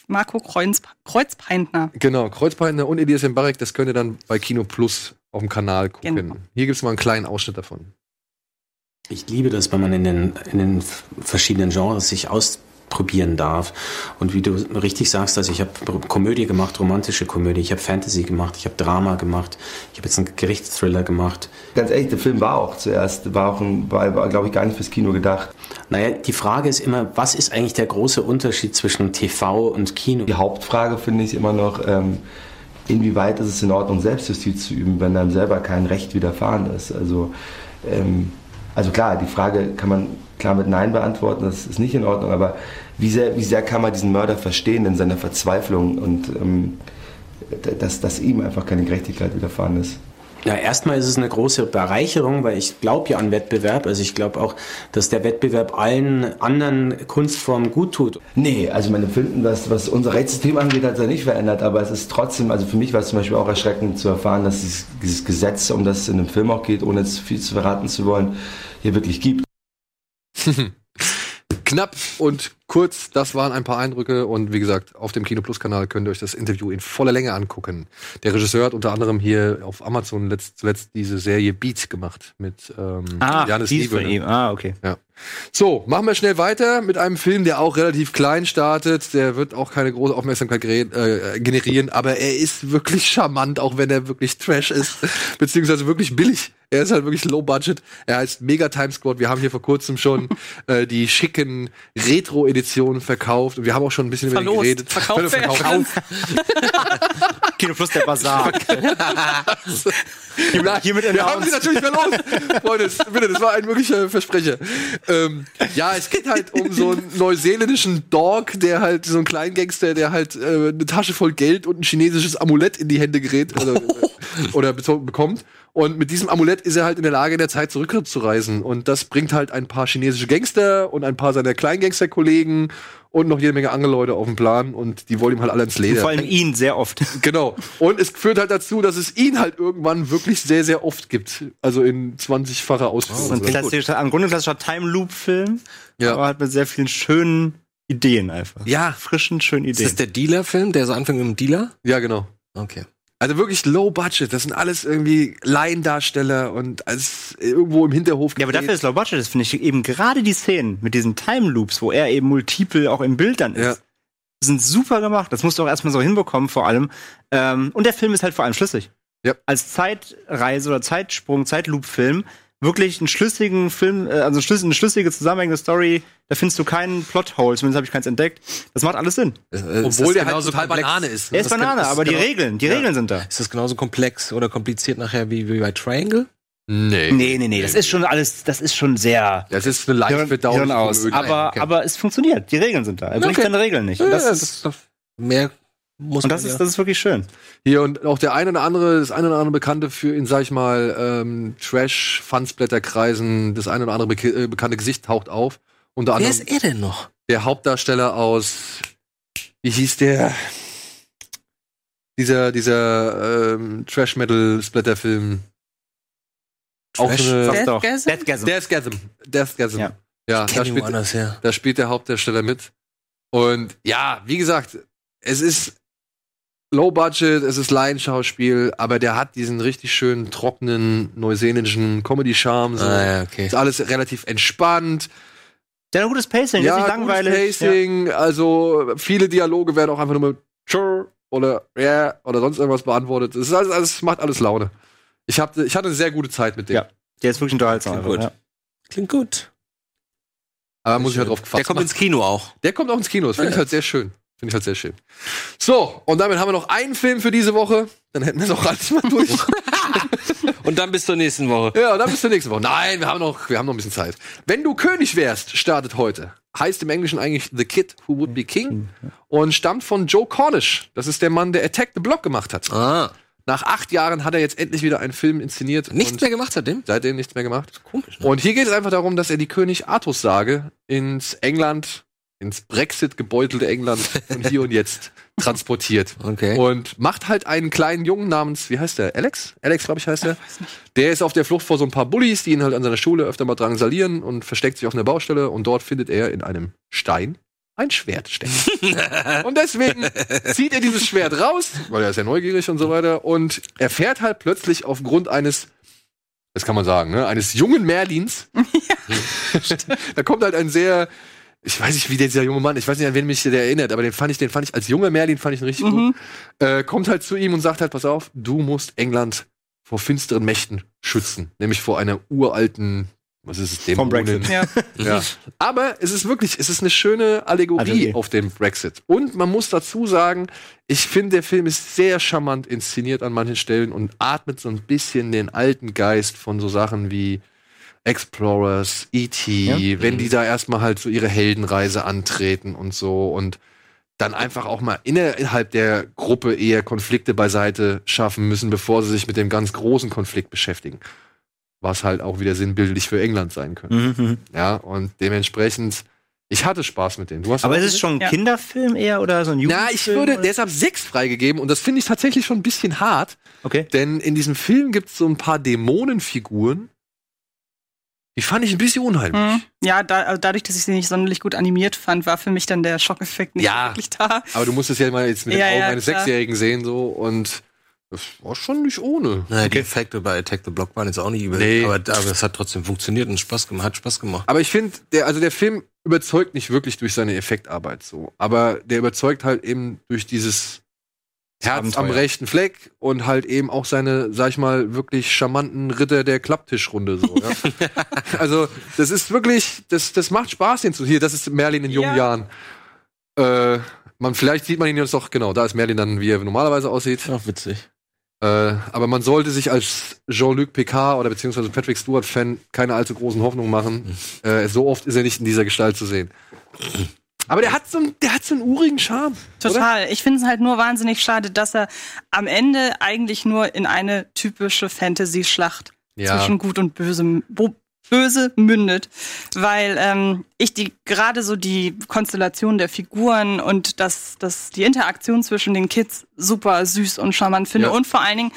S5: Marco Kreuz, Kreuzpeintner.
S2: genau, Kreuzpeiner und Elias Mbarek, das könnt ihr dann bei Kino Plus auf dem Kanal gucken.
S5: Genau.
S2: Hier gibt es mal einen kleinen Ausschnitt davon.
S9: Ich liebe das, wenn man in den, in den verschiedenen Genres sich ausprobieren darf. Und wie du richtig sagst, also ich habe Komödie gemacht, romantische Komödie, ich habe Fantasy gemacht, ich habe Drama gemacht, ich habe jetzt einen Gerichtsthriller gemacht.
S10: Ganz ehrlich, der Film war auch zuerst, war auch, ein- war, war glaube ich, gar nicht fürs Kino gedacht.
S9: Naja, die Frage ist immer, was ist eigentlich der große Unterschied zwischen TV und Kino?
S10: Die Hauptfrage finde ich immer noch, ähm, inwieweit ist es in Ordnung, Selbstjustiz zu üben, wenn einem selber kein Recht widerfahren ist. Also, ähm, also klar, die Frage kann man klar mit Nein beantworten, das ist nicht in Ordnung, aber wie sehr, wie sehr kann man diesen Mörder verstehen in seiner Verzweiflung und ähm, d- dass, dass ihm einfach keine Gerechtigkeit widerfahren ist?
S9: Ja, erstmal ist es eine große Bereicherung, weil ich glaube ja an Wettbewerb. Also ich glaube auch, dass der Wettbewerb allen anderen Kunstformen gut tut.
S10: Nee, also mein Empfinden, was, was unser Rechtssystem angeht, hat sich nicht verändert, aber es ist trotzdem, also für mich war es zum Beispiel auch erschreckend zu erfahren, dass dieses, dieses Gesetz, um das es in dem Film auch geht, ohne jetzt viel zu verraten zu wollen, hier wirklich gibt.
S2: Knapp und Kurz, das waren ein paar Eindrücke und wie gesagt, auf dem Kino Plus Kanal könnt ihr euch das Interview in voller Länge angucken. Der Regisseur hat unter anderem hier auf Amazon letzt, zuletzt diese Serie Beat gemacht mit ähm,
S3: Ah,
S2: Janis ne?
S3: die ist von
S2: Niewöhner.
S3: ihm. Ah, okay.
S2: Ja. So, machen wir schnell weiter mit einem Film, der auch relativ klein startet. Der wird auch keine große Aufmerksamkeit gerät, äh, generieren, aber er ist wirklich charmant, auch wenn er wirklich Trash ist, beziehungsweise wirklich billig. Er ist halt wirklich low budget. Er heißt Mega Time Squad. Wir haben hier vor kurzem schon äh, die schicken Retro-Editionen verkauft und wir haben auch schon ein bisschen
S5: Verlost.
S2: über den geredet.
S5: Verkauft, wer
S3: Kino Plus der Bazar.
S2: Nein,
S3: hiermit
S2: wir haben sie natürlich verloren. Freunde, das- bitte, das war ein wirklicher Versprecher. Ähm, ja, es geht halt um so einen neuseeländischen Dog, der halt, so einen kleinen Gangster, der halt äh, eine Tasche voll Geld und ein chinesisches Amulett in die Hände gerät also, äh, oder bezo- bekommt. Und mit diesem Amulett ist er halt in der Lage, in der Zeit zurückzureisen. Und das bringt halt ein paar chinesische Gangster und ein paar seiner Kleingangster-Kollegen und noch jede Menge andere Leute auf den Plan. Und die wollen ihm halt alle ins Leder.
S3: Vor allem ihn sehr oft.
S2: Genau. Und es führt halt dazu, dass es ihn halt irgendwann wirklich sehr, sehr oft gibt. Also in 20-facher
S3: So ein
S2: Ausführung.
S3: klassischer, im Grunde ein klassischer Time-Loop-Film,
S2: Ja.
S3: aber halt mit sehr vielen schönen Ideen einfach.
S4: Ja.
S3: Frischen, schönen
S4: Ist das
S3: Ideen.
S4: der Dealer-Film, der so anfängt mit dem Dealer?
S2: ja, genau.
S4: Okay.
S2: Also wirklich low budget. Das sind alles irgendwie Laiendarsteller und als irgendwo im Hinterhof.
S3: Ja, aber dafür ist Low Budget, das finde ich eben gerade die Szenen mit diesen Time-Loops, wo er eben multiple auch im Bild dann ist.
S2: Ja.
S3: sind super gemacht. Das musst du auch erstmal so hinbekommen, vor allem. Ähm, und der Film ist halt vor allem schlüssig.
S2: Ja.
S3: Als Zeitreise oder Zeitsprung, Zeitloop-Film, wirklich einen schlüssigen Film, äh, also schlüss- eine schlüssige, zusammenhängende Story, da findest du keinen Plothole, zumindest habe ich keins entdeckt. Das macht alles Sinn.
S4: Äh,
S2: Obwohl der halt total
S4: Banane ist.
S3: Er ist
S4: Das kann-
S3: Banane,
S4: das
S3: aber die
S4: genau-
S3: Regeln, die Regeln sind da.
S4: Ist das genauso komplex oder kompliziert nachher wie, wie bei Triangle?
S2: Nee.
S3: Nee, nee, nee, das ist schon alles, das ist schon sehr
S2: Das ist eine leicht
S3: Hirn
S2: verdauliche
S3: aus.
S2: Komödie.
S3: Aber,
S4: okay.
S3: aber es funktioniert, die Regeln sind da. Er bricht
S4: Okay.
S3: seine Regeln nicht. Und das, ist,
S4: doch mehr muss
S3: und das,
S4: man
S3: ist,
S4: ja.
S3: das ist wirklich schön.
S2: Hier und auch der eine oder andere, das eine oder andere Bekannte für ihn, sag ich mal, ähm, Trash, Fansblätterkreisen, das eine oder andere beke- äh, bekannte Gesicht taucht auf. Unter
S4: Wer
S2: anderem
S4: ist er denn noch?
S2: der Hauptdarsteller aus, wie hieß der? Dieser, dieser ähm, Trash-Metal-Splatter-Film. Auch so eine-
S3: Sag's doch.
S5: Deathgasm?
S3: Deathgasm.
S2: Deathgasm. Deathgasm.
S3: Ja.
S2: Ja, ja
S4: Kenn
S2: da,
S4: ich
S2: spielt,
S4: woanders her.
S2: da spielt der Hauptdarsteller mit. Und ja, wie gesagt, es ist Low Budget, es ist Laienschauspiel, aber der hat diesen richtig schönen, trockenen, neuseeländischen Comedy-Charme. So.
S4: Ah, ja, okay.
S2: Ist alles relativ entspannt.
S3: Der hat ein gutes Pacing, der ist nicht langweilig.
S2: Gutes Pacing, also viele Dialoge werden auch einfach nur mit Tschur oder yeah oder sonst irgendwas beantwortet. Es ist alles, alles, es macht alles Laune. Ich, hab, ich hatte eine sehr gute Zeit mit dem.
S3: Ja. Der ist wirklich unterhaltsam.
S4: Klingt
S3: einfach,
S4: gut.
S3: Ja.
S4: Klingt gut.
S2: Aber muss ich halt drauf
S4: Der
S2: gefasst
S4: kommt
S2: machen.
S4: ins Kino auch.
S2: Der kommt auch ins Kino, das finde ich halt sehr schön. Finde ich halt sehr schön. So, und damit haben wir noch einen Film für diese Woche. Dann hätten wir es auch alles mal durch.
S4: Und dann bis zur nächsten Woche.
S2: ja, und dann bis zur nächsten Woche. Nein, wir haben noch, wir haben noch ein bisschen Zeit. Wenn du König wärst, startet heute. Heißt im Englischen eigentlich The Kid Who Would Be King und stammt von Joe Cornish. Das ist der Mann, der Attack the Block gemacht hat.
S4: Ah.
S2: Nach acht Jahren hat er jetzt endlich wieder einen Film inszeniert.
S4: Nichts
S2: und
S4: mehr gemacht seitdem?
S2: Seitdem nichts mehr gemacht.
S4: Komisch. Ne?
S2: Und hier geht es einfach darum, dass er die König Artus Sage ins England, ins Brexit gebeutelte England von hier und jetzt transportiert.
S4: Okay.
S2: Und macht halt einen kleinen Jungen namens, wie heißt der? Alex? Alex, glaube ich, heißt er. Der ist auf der Flucht vor so ein paar Bullies, die ihn halt an seiner Schule öfter mal drangsalieren und versteckt sich auf einer Baustelle und dort findet er in einem Stein ein Schwert stecken. und deswegen zieht er dieses Schwert raus, weil er ist ja neugierig und so weiter und erfährt halt plötzlich aufgrund eines das kann man sagen, ne? Eines jungen Merlins. da kommt halt ein sehr, ich weiß nicht, wie dieser junge Mann, ich weiß nicht, an wen mich der erinnert, aber den fand ich, den fand ich als junger Merlin fand ich ihn richtig
S5: Mhm.
S2: gut. Äh, kommt halt zu ihm und sagt halt, pass auf, du musst England vor finsteren Mächten schützen, nämlich vor einer uralten, was ist es,
S3: Vom Brexit.
S5: Ja.
S2: ja. Mhm. Aber es ist wirklich, es ist eine schöne Allegorie
S3: Allegorie.
S2: auf den Brexit. Und man muss dazu sagen, ich finde, der Film ist sehr charmant inszeniert an manchen Stellen und atmet so ein bisschen den alten Geist von so Sachen wie Explorers, E.T.,
S3: Ja. Mhm.
S2: wenn die da erstmal halt so ihre Heldenreise antreten und so und dann einfach auch mal innerhalb der Gruppe eher Konflikte beiseite schaffen müssen, bevor sie sich mit dem ganz großen Konflikt beschäftigen. Was halt auch wieder sinnbildlich für England sein könnte.
S3: Mhm.
S2: Ja, und dementsprechend, ich hatte Spaß mit dem. Du hast
S3: Aber
S2: auch
S3: ist es schon ein
S5: Ja.
S3: Kinderfilm eher oder so ein Jugendfilm?
S2: na, ich würde,
S3: oder?
S2: der ist ab sechs freigegeben und das finde ich tatsächlich schon ein bisschen hart,
S3: Okay.
S2: denn in diesem Film gibt es so ein paar Dämonenfiguren, Die fand ich ein bisschen unheimlich.
S3: Hm.
S2: Mhm.
S5: Ja, da, also dadurch, dass ich sie nicht sonderlich gut animiert fand, war für mich dann der Schockeffekt nicht
S2: Ja.
S5: wirklich da.
S2: Aber du musst es ja mal jetzt mit den
S5: Ja,
S2: Augen
S5: ja,
S2: eines
S5: klar.
S2: Sechsjährigen sehen so und das war schon nicht ohne.
S4: Naja, die Effekte bei Attack the Block waren jetzt auch nicht übel.
S2: Nee.
S4: Aber, aber es hat trotzdem funktioniert und Spaß gemacht, hat Spaß gemacht.
S2: Aber ich finde, der, also der Film überzeugt nicht wirklich durch seine Effektarbeit so. Aber der überzeugt halt eben durch dieses
S3: Das
S2: Herz am
S3: Abenteuer.
S2: rechten Fleck und halt eben auch seine, sag ich mal, wirklich charmanten Ritter der Klapptischrunde so. Ja? also, das ist wirklich, das, das macht Spaß, den zu. Hier, das ist Merlin in jungen
S5: Ja.
S2: Jahren. Äh, man, vielleicht sieht man ihn jetzt doch, genau, da ist Merlin dann, wie er normalerweise aussieht.
S4: Ach, witzig.
S2: Äh, aber man sollte sich als Jean-Luc Picard oder beziehungsweise Patrick Stewart-Fan keine allzu großen Hoffnungen machen. Äh, so oft ist er nicht in dieser Gestalt zu sehen. Aber der hat so, einen- der hat so einen urigen Charme.
S5: Total. Ich finde es halt nur wahnsinnig schade, dass er am Ende eigentlich nur in eine typische Fantasy-Schlacht
S2: Ja.
S5: zwischen Gut und Böse, bo- Böse mündet. Weil ähm, ich die gerade so die Konstellation der Figuren und das, das, die Interaktion zwischen den Kids super süß und charmant finde.
S2: Ja.
S5: Und vor allen Dingen,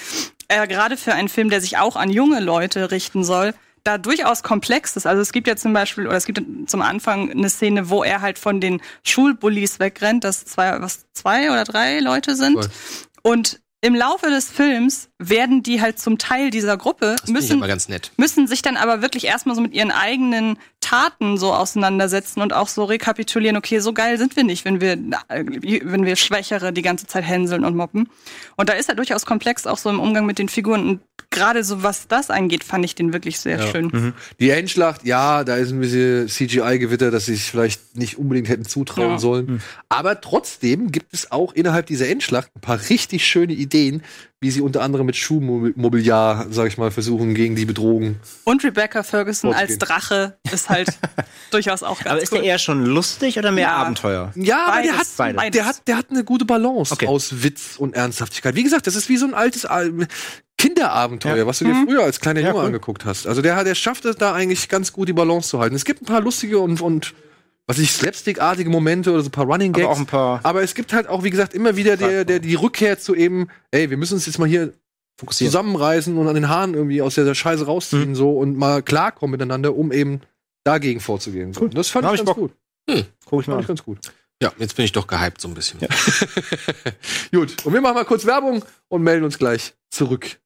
S5: äh, gerade für einen Film, der sich auch an junge Leute richten soll, da durchaus komplex ist. Also es gibt ja zum Beispiel, oder es gibt zum Anfang eine Szene, wo er halt von den Schulbullies wegrennt, dass zwei, was, zwei oder drei Leute sind.
S2: Zwei.
S5: Und im Laufe des Films werden die halt zum Teil dieser Gruppe,
S4: Das finde ich
S5: müssen,
S4: immer ganz nett.
S5: müssen sich dann aber wirklich erstmal so mit ihren eigenen Taten so auseinandersetzen und auch so rekapitulieren, okay, so geil sind wir nicht, wenn wir, äh, wenn wir Schwächere die ganze Zeit hänseln und moppen. Und da ist er durchaus komplex, auch so im Umgang mit den Figuren. Und gerade so was das angeht, fand ich den wirklich sehr
S2: Ja. Hm.
S5: schön.
S2: Mhm. Die Endschlacht, ja, da ist ein bisschen CGI-Gewitter, dass sie sich vielleicht nicht unbedingt hätten zutrauen
S5: Ja. Mhm.
S2: sollen. Aber trotzdem gibt es auch innerhalb dieser Endschlacht ein paar richtig schöne Ideen, wie sie unter anderem mit Schuhmobiliar, sag ich mal, versuchen, gegen die Bedrohung.
S5: Und Rebecca Ferguson als
S2: Vorzugehen.
S5: Drache ist halt durchaus auch ganz
S3: Aber ist
S5: cool.
S3: der eher schon lustig oder mehr
S5: Ja.
S3: Abenteuer?
S2: Ja, aber der hat,
S5: Beides,
S3: beides.
S2: der hat, der hat eine gute Balance
S3: Okay.
S2: aus Witz und Ernsthaftigkeit. Wie gesagt, das ist wie so ein altes Al- Kinderabenteuer, was du dir früher als kleiner
S3: Mhm. Ja,
S2: Junge
S3: cool.
S2: angeguckt hast. Also der, hat- der schafft es da eigentlich ganz gut, die Balance zu halten. Es gibt ein paar lustige und, und was weiß ich, Slapstick-artige Momente oder so ein paar Running Gags.
S3: Aber auch ein paar
S2: Aber es gibt halt auch, wie gesagt, immer wieder der, der, die Rückkehr zu eben, ey, wir müssen uns jetzt mal hier
S3: fokussiert.
S2: zusammenreißen und an den Haaren irgendwie aus der Scheiße rausziehen
S3: Mhm.
S2: so und mal klarkommen miteinander, um eben dagegen vorzugehen. So.
S3: Cool.
S2: Und Das fand
S3: Da
S2: ich
S3: hab ich
S2: ganz
S3: Bock.
S2: gut.
S3: Guck ich mal
S2: Fand ich
S3: an.
S2: ganz gut.
S4: Ja, jetzt bin ich doch gehypt so ein bisschen.
S2: Gut, und wir machen mal kurz Werbung und melden uns gleich zurück.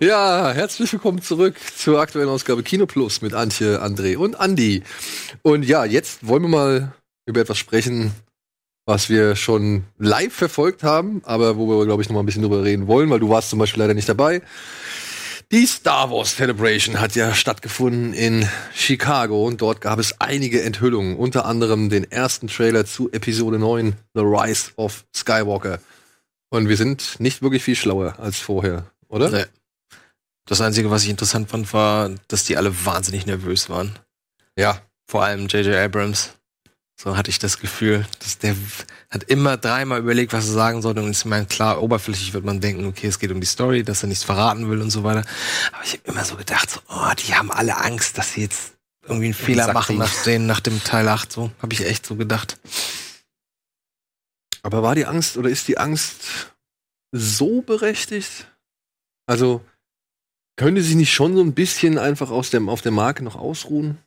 S2: Ja, herzlich willkommen zurück zur aktuellen Ausgabe Kino Plus mit Antje, André und Andi. Und ja, jetzt wollen wir mal über etwas sprechen, was wir schon live verfolgt haben, aber wo wir, glaube ich, noch mal ein bisschen drüber reden wollen, weil du warst zum Beispiel leider nicht dabei. Die Star Wars Celebration hat ja stattgefunden in Chicago und dort gab es einige Enthüllungen, unter anderem den ersten Trailer zu Episode 9, The Rise of Skywalker. Und wir sind nicht wirklich viel schlauer als vorher, oder?
S4: Nee. Das Einzige, was ich interessant fand, war, dass die alle wahnsinnig nervös waren.
S2: Ja.
S4: Vor allem J.J. Abrams. So hatte ich das Gefühl, dass der w- hat immer dreimal überlegt, was er sagen sollte. Und ich meine, klar, oberflächlich wird man denken, okay, es geht um die Story, dass er nichts verraten will und so weiter. Aber ich habe immer so gedacht, so, oh, die haben alle Angst, dass sie jetzt irgendwie einen Fehler
S2: Sack kriegen.
S4: machen nach, den, nach dem Teil 8. So habe ich echt so gedacht.
S2: Aber war die Angst oder ist die Angst so berechtigt? Also könnte sich nicht schon so ein bisschen einfach aus dem, auf der Marke noch ausruhen?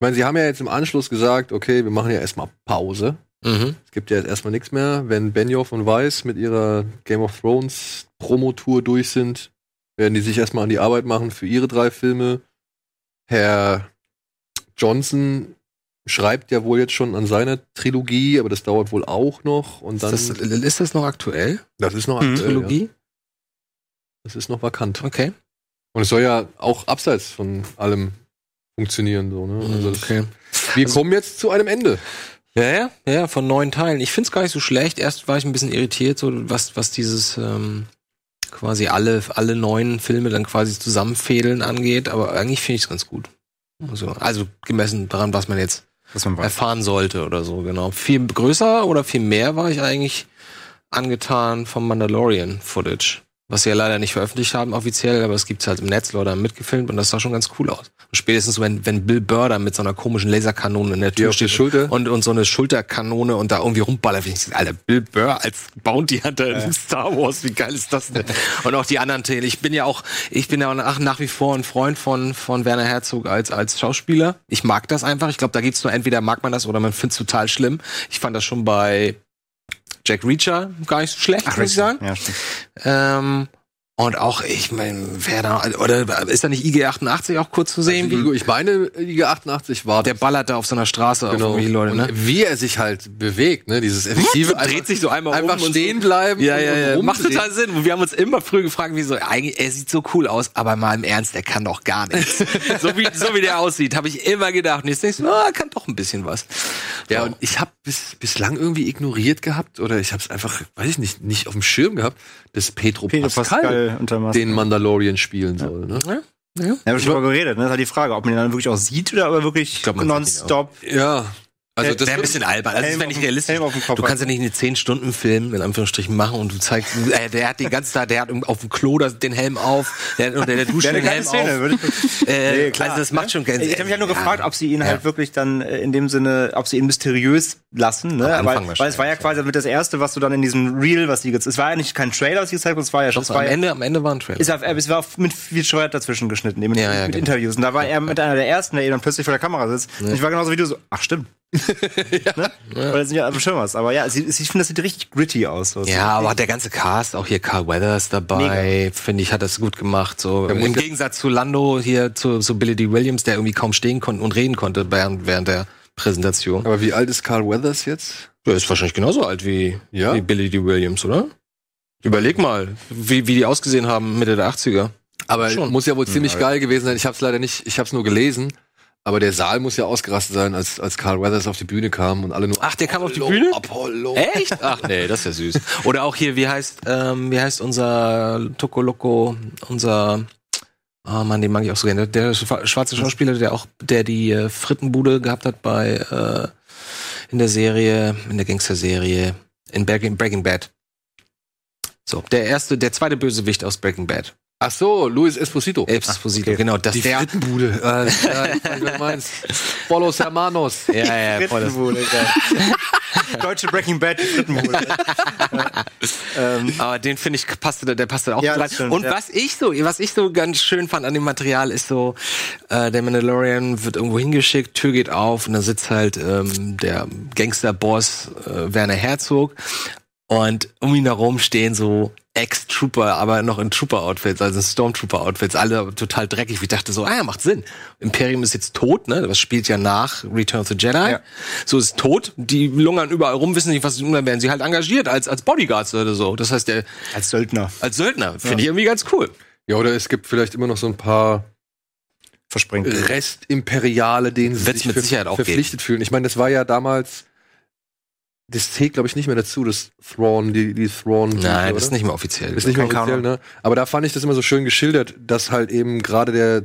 S2: Ich meine, sie haben ja jetzt im Anschluss gesagt, okay, wir machen ja erstmal Pause.
S4: Mhm.
S2: Es gibt ja jetzt erstmal nichts mehr. Wenn Benioff und Weiss mit ihrer Game of Thrones Promotour durch sind, werden die sich erstmal an die Arbeit machen für ihre drei Filme. Herr Johnson schreibt ja wohl jetzt schon an seiner Trilogie, aber das dauert wohl auch noch. Und dann,
S4: ist, das, ist das noch aktuell?
S2: das ist noch
S3: Mhm.
S2: aktuell, ja.
S4: Trilogie?
S2: Das ist noch vakant.
S4: Okay.
S2: Und es soll ja auch abseits von allem funktionieren. So, ne? also das,
S4: okay.
S2: Wir
S4: Also-
S2: kommen jetzt zu einem Ende.
S4: Ja, ja, ja, ja, von neun Teilen. Ich find's gar nicht so schlecht. Erst war ich ein bisschen irritiert, so was, was dieses ähm, quasi alle, alle neuen Filme dann quasi zusammenfädeln angeht, aber eigentlich finde ich's ganz gut. Also, also gemessen daran, was man jetzt
S3: Was man weiß.
S4: erfahren sollte oder so, genau. Viel größer oder viel mehr war ich eigentlich angetan vom Mandalorian-Footage. was sie ja leider nicht veröffentlicht haben offiziell, aber es gibt's halt im Netz, Leute haben mitgefilmt und das sah schon ganz cool aus. Und spätestens, wenn, wenn Bill Burder mit so einer komischen Laserkanone in der Tür
S2: auf die
S4: steht
S2: Schulter.
S4: Und, und so eine Schulterkanone und da irgendwie rumballert, finde ich, Alter, Bill Burr als Bounty Hunter in Star Wars, wie geil ist das denn? und auch die anderen Themen. Ich bin ja auch, ich bin ja auch nach, nach wie vor ein Freund von, von Werner Herzog als, als Schauspieler. Ich mag das einfach. Ich glaube, da gibt's nur entweder mag man das oder man find's total schlimm. Ich fand das schon bei Jack Reacher gar nicht so schlecht, muss ich sagen.
S3: Ja, stimmt.
S4: Ähm, und auch, ich meine, wer da, oder ist da nicht IG88 auch kurz zu sehen?
S3: Also
S2: Igo, ich meine, IG 88 war
S4: wie, der ballert da auf so einer Straße
S3: Genau.
S4: auf irgendwie Leute, ne?
S2: Genau. Und wie er sich halt bewegt, ne? Dieses effektive einfach-
S4: sich so einmal
S2: einfach
S4: um und-
S2: stehen bleiben.
S4: Ja, ja, ja.
S2: Und
S4: Macht
S2: rumdrehen.
S4: total Sinn. Und Wir haben uns immer früh gefragt, wieso, eigentlich, er sieht so cool aus, aber mal im Ernst, der kann doch gar nichts. so, wie, so wie der aussieht, habe ich immer gedacht. Und jetzt denkst du, ah, er kann doch ein bisschen was.
S2: Ja,
S3: Genau.
S4: So.
S2: und ich habe bis, bislang irgendwie ignoriert gehabt oder ich habe es einfach, weiß ich nicht, nicht auf dem Schirm gehabt, dass Pedro,
S3: Pedro
S2: Pascal,
S3: Pascal unter Maske.
S2: den Mandalorian spielen soll. Ne?
S3: Ja, wir haben schon drüber geredet, ne? Das ist halt die Frage, ob man den dann wirklich auch sieht oder aber wirklich
S4: glaub, man sieht ihn
S3: nonstop.
S2: Ja. Also das
S4: wäre ein bisschen albern. Also, das
S3: Helm
S4: wäre nicht
S3: auf dem-
S4: realistisch.
S3: Helm auf dem Kopf
S4: du kannst ja nicht eine 10-Stunden-Film in Anführungsstrichen machen und du zeigst, äh, der hat die ganze Zeit, der hat auf dem Klo das, den Helm auf, der, hat unter der Dusche
S3: Wäre eine geile
S4: den Helm
S3: Szene,
S4: auf.
S3: würde ich.
S4: Äh,
S3: Nee, klar,
S4: also, das macht schon Geld.
S3: Ich habe mich halt nur gefragt, ob sie ihn halt wirklich dann äh, in dem Sinne, ob sie ihn mysteriös lassen, ne?
S4: Am Anfang
S3: Weil, weil es war ja
S4: wahrscheinlich,
S3: quasi mit das erste, was du dann in diesem Reel, was sie jetzt, es war ja nicht kein Trailer, was sie gezeigt haben, es war ja schon, es
S4: Doch, am,
S3: war ja,
S4: Ende, am Ende war ein Trailer.
S3: es war, äh, es war mit viel Scheuer dazwischen geschnitten, eben
S4: Ja,
S3: mit,
S4: ja,
S3: mit
S4: genau.
S3: Interviews. Und da war er mit einer der ersten, der eben dann plötzlich vor der Kamera sitzt. Und ich war genauso wie du so, ach stimmt. ne? Weil das nicht auf dem Schirm hast. Aber ja, es sieht- es- ich finde, das sieht richtig gritty aus. So.
S4: Ja, aber der ganze Cast, auch hier Carl Weathers dabei, finde ich, hat das gut gemacht. So im Gegensatz zu Lando hier zu, zu Billy D. Williams, der irgendwie kaum stehen konnte und reden konnte während, während der Präsentation.
S2: Aber wie alt ist Carl Weathers jetzt?
S4: Der ist wahrscheinlich genauso alt wie,
S2: Ja.
S4: wie Billy D. Williams, oder? Überleg mal, wie, wie die ausgesehen haben Mitte der 80er.
S2: Aber
S4: Schon. Hm,
S2: muss ja wohl ziemlich
S4: ja.
S2: geil gewesen sein. Ich habe es leider nicht, ich habe es nur gelesen. Aber der Saal muss ja ausgerastet sein, als, als Carl Weathers auf die Bühne kam und alle nur.
S4: Ach, der Ah, kam auf die
S2: Apollo,
S4: Bühne?
S2: Apollo.
S4: Echt? Ach nee, das ist ja süß. Oder auch hier, wie heißt, ähm, wie heißt unser Tokoloko, unser Oh Mann, den mag ich auch so gerne. Der schwa- schwarze Schauspieler, der auch, der die äh, Frittenbude gehabt hat bei äh, in der Serie, in der Gangster-Serie, in Breaking, Breaking Bad. So, der erste, der zweite Bösewicht aus Breaking Bad.
S2: Ach so, Luis Esposito.
S4: Esposito, genau, das
S2: Die
S4: der.
S2: Frittenbude. Äh, ja, ich weiß, was du meinst. Bolos Hermanos.
S4: Ja, ja, voll das.
S3: Frittenbude, geil. Deutsche Breaking Bad, die Frittenbude. ja. ähm,
S4: Aber den finde ich passte da, der passte da auch
S3: Ja,
S4: gut rein.
S3: das stimmt,
S4: und
S3: ja.
S4: was ich so, was ich so ganz schön fand an dem Material ist so, äh, der Mandalorian wird irgendwo hingeschickt, Tür geht auf und da sitzt halt ähm, der Gangsterboss äh, Werner Herzog und um ihn herum stehen so Ex-Trooper, aber noch in Trooper-Outfits, also in Stormtrooper-Outfits, alle total dreckig. Ich dachte so, ah ja, macht Sinn. Imperium ist jetzt tot, ne? Das spielt ja nach Return of the Jedi.
S3: Ja.
S4: So ist tot. Die lungern überall rum, wissen nicht, was sie tun. Dann werden sie halt engagiert als, als Bodyguards oder so. Das heißt, der,
S3: als Söldner.
S4: als Söldner. Finde ich irgendwie ganz cool.
S2: Ja, oder es gibt vielleicht immer noch so ein paar
S3: Versprengt.
S4: Äh,
S2: Restimperiale, denen sie
S4: Wird's
S2: sich
S4: mit
S2: ver
S4: Sicherheit auch
S2: verpflichtet fühlen. Ich meine, das war ja damals, das zählt, glaube ich, nicht mehr dazu, das Thrawn, die, die Thrawn.
S4: Nein,
S2: oder?
S4: das ist nicht mehr offiziell.
S2: Ist nicht mehr
S3: Kein
S2: offiziell, ne? Aber da fand ich das immer so schön geschildert, dass halt eben gerade der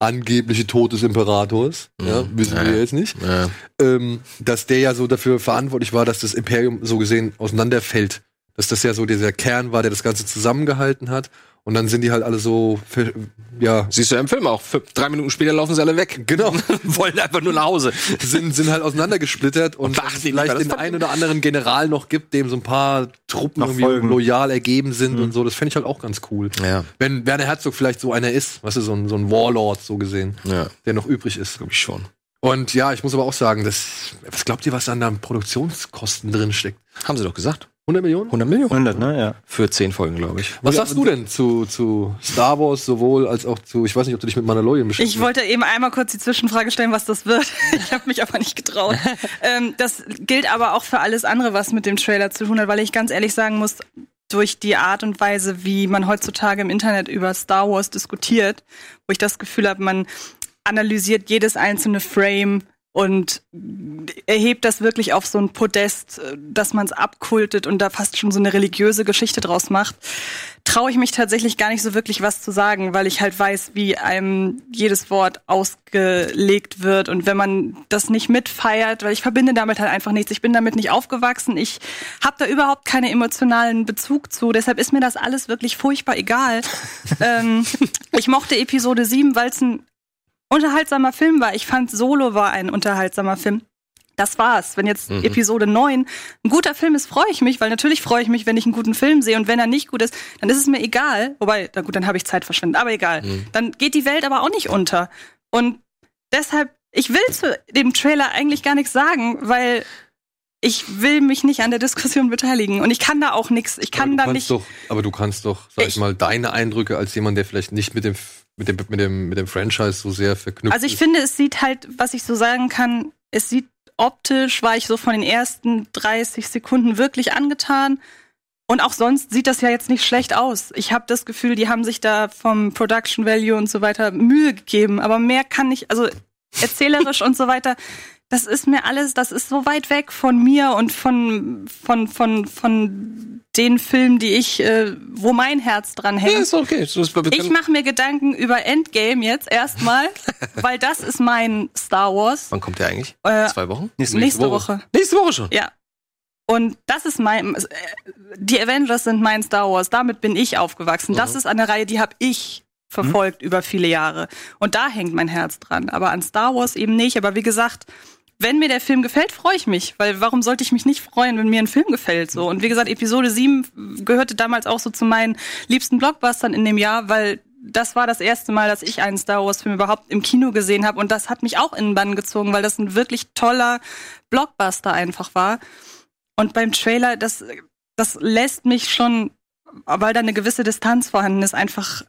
S2: angebliche Tod des Imperators,
S4: Mhm.
S2: ja, wissen
S4: Ja.
S2: wir jetzt nicht,
S4: ja.
S2: ähm, dass der ja so dafür verantwortlich war, dass das Imperium so gesehen auseinanderfällt. Dass das ja so dieser Kern war, der das Ganze zusammengehalten hat. Und dann sind die halt alle so, ver- ja,
S4: Siehst du ja im Film auch. Fünf, drei Minuten später laufen sie alle weg. Genau. Wollen einfach nur nach Hause.
S2: sind, sind halt auseinandergesplittert und
S4: Beachten die nicht mehr,
S2: vielleicht
S4: das
S2: den
S4: fand ich-
S2: einen oder anderen General noch gibt, dem so ein paar Truppen
S3: Noch
S2: irgendwie
S3: folgen. Mhm.
S2: loyal ergeben sind und so. Das fände ich halt auch ganz cool.
S4: Ja.
S2: Wenn Werner Herzog vielleicht so einer ist, was ist so ein, so ein Warlord so gesehen,
S4: Ja.
S2: der noch übrig ist.
S4: Glaube ich schon.
S2: Und ja, ich muss aber auch sagen, das, was glaubt ihr, was an da an Produktionskosten drin steckt?
S4: Haben sie doch gesagt.
S2: 100 Millionen?
S4: 100 Millionen.
S3: 100, ne? Ja.
S4: Für zehn Folgen, glaube ich.
S2: Was sagst du denn zu, zu Star Wars sowohl als auch zu, ich weiß nicht, ob du dich mit Mandalorian beschäftigst?
S5: Ich wollte eben einmal kurz die Zwischenfrage stellen, was das wird. Ich habe mich aber nicht getraut. ähm, das gilt aber auch für alles andere, was mit dem Trailer zu tun hat, weil ich ganz ehrlich sagen muss, durch die Art und Weise, wie man heutzutage im Internet über Star Wars diskutiert, wo ich das Gefühl habe, man analysiert jedes einzelne Frame und erhebt das wirklich auf so ein Podest, äh, dass man es abkultet und da fast schon so eine religiöse Geschichte draus macht, traue ich mich tatsächlich gar nicht so wirklich was zu sagen, weil ich halt weiß, wie einem jedes Wort ausgelegt wird und wenn man das nicht mitfeiert, weil ich verbinde damit halt einfach nichts, ich bin damit nicht aufgewachsen, ich habe da überhaupt keinen emotionalen Bezug zu, deshalb ist mir das alles wirklich furchtbar egal. ähm, ich mochte Episode 7, weil es ein unterhaltsamer Film war. Ich fand Solo war ein unterhaltsamer Film. Das war's. Wenn jetzt mhm. Episode 9 ein guter Film ist, freue ich mich, weil natürlich freue ich mich, wenn ich einen guten Film sehe. Und wenn er nicht gut ist, dann ist es mir egal. Wobei, na gut, dann habe ich Zeit verschwendet, aber egal.
S2: Hm.
S5: Mhm. Dann geht die Welt aber auch nicht unter. Und deshalb, ich will zu dem Trailer eigentlich gar nichts sagen, weil ich will mich nicht an der Diskussion beteiligen und ich kann da auch nichts. Ich kann
S2: aber
S5: da nicht.
S2: Doch, aber du kannst doch, sag ich, ich mal, deine Eindrücke als jemand, der vielleicht nicht mit dem mit dem, mit dem, mit dem Franchise so sehr verknüpft.
S5: Also ich ist. finde, es sieht halt, was ich so sagen kann, es sieht optisch, war ich so von den ersten 30 Sekunden wirklich angetan. Und auch sonst sieht das ja jetzt nicht schlecht aus. Ich habe das Gefühl, die haben sich da vom Production Value und so weiter Mühe gegeben. Aber mehr kann ich, also erzählerisch und so weiter, das ist mir alles, das ist so weit weg von mir und von, von, von, von den Filmen, die ich, äh, wo mein Herz dran hängt. Ja,
S4: ist okay.
S5: ich mache mir Gedanken über Endgame jetzt erstmal, weil das ist mein Star Wars.
S4: Wann kommt der eigentlich?
S5: Äh,
S4: Zwei Wochen?
S5: Nächste, nächste Woche. Woche.
S4: Nächste Woche schon?
S5: Ja. Und das ist mein, äh, die Avengers sind mein Star Wars. Damit bin ich aufgewachsen. Mhm. Das ist eine Reihe, die habe ich verfolgt mhm. über viele Jahre. Und da hängt mein Herz dran. Aber an Star Wars eben nicht. Aber wie gesagt, wenn mir der Film gefällt, freue ich mich, weil warum sollte ich mich nicht freuen, wenn mir ein Film gefällt so? Und wie gesagt, Episode 7 gehörte damals auch so zu meinen liebsten Blockbustern in dem Jahr, weil das war das erste Mal, dass ich einen Star Wars Film überhaupt im Kino gesehen habe und das hat mich auch in den Bann gezogen, weil das ein wirklich toller Blockbuster einfach war. Und beim Trailer, das das lässt mich schon, weil da eine gewisse Distanz vorhanden ist, einfach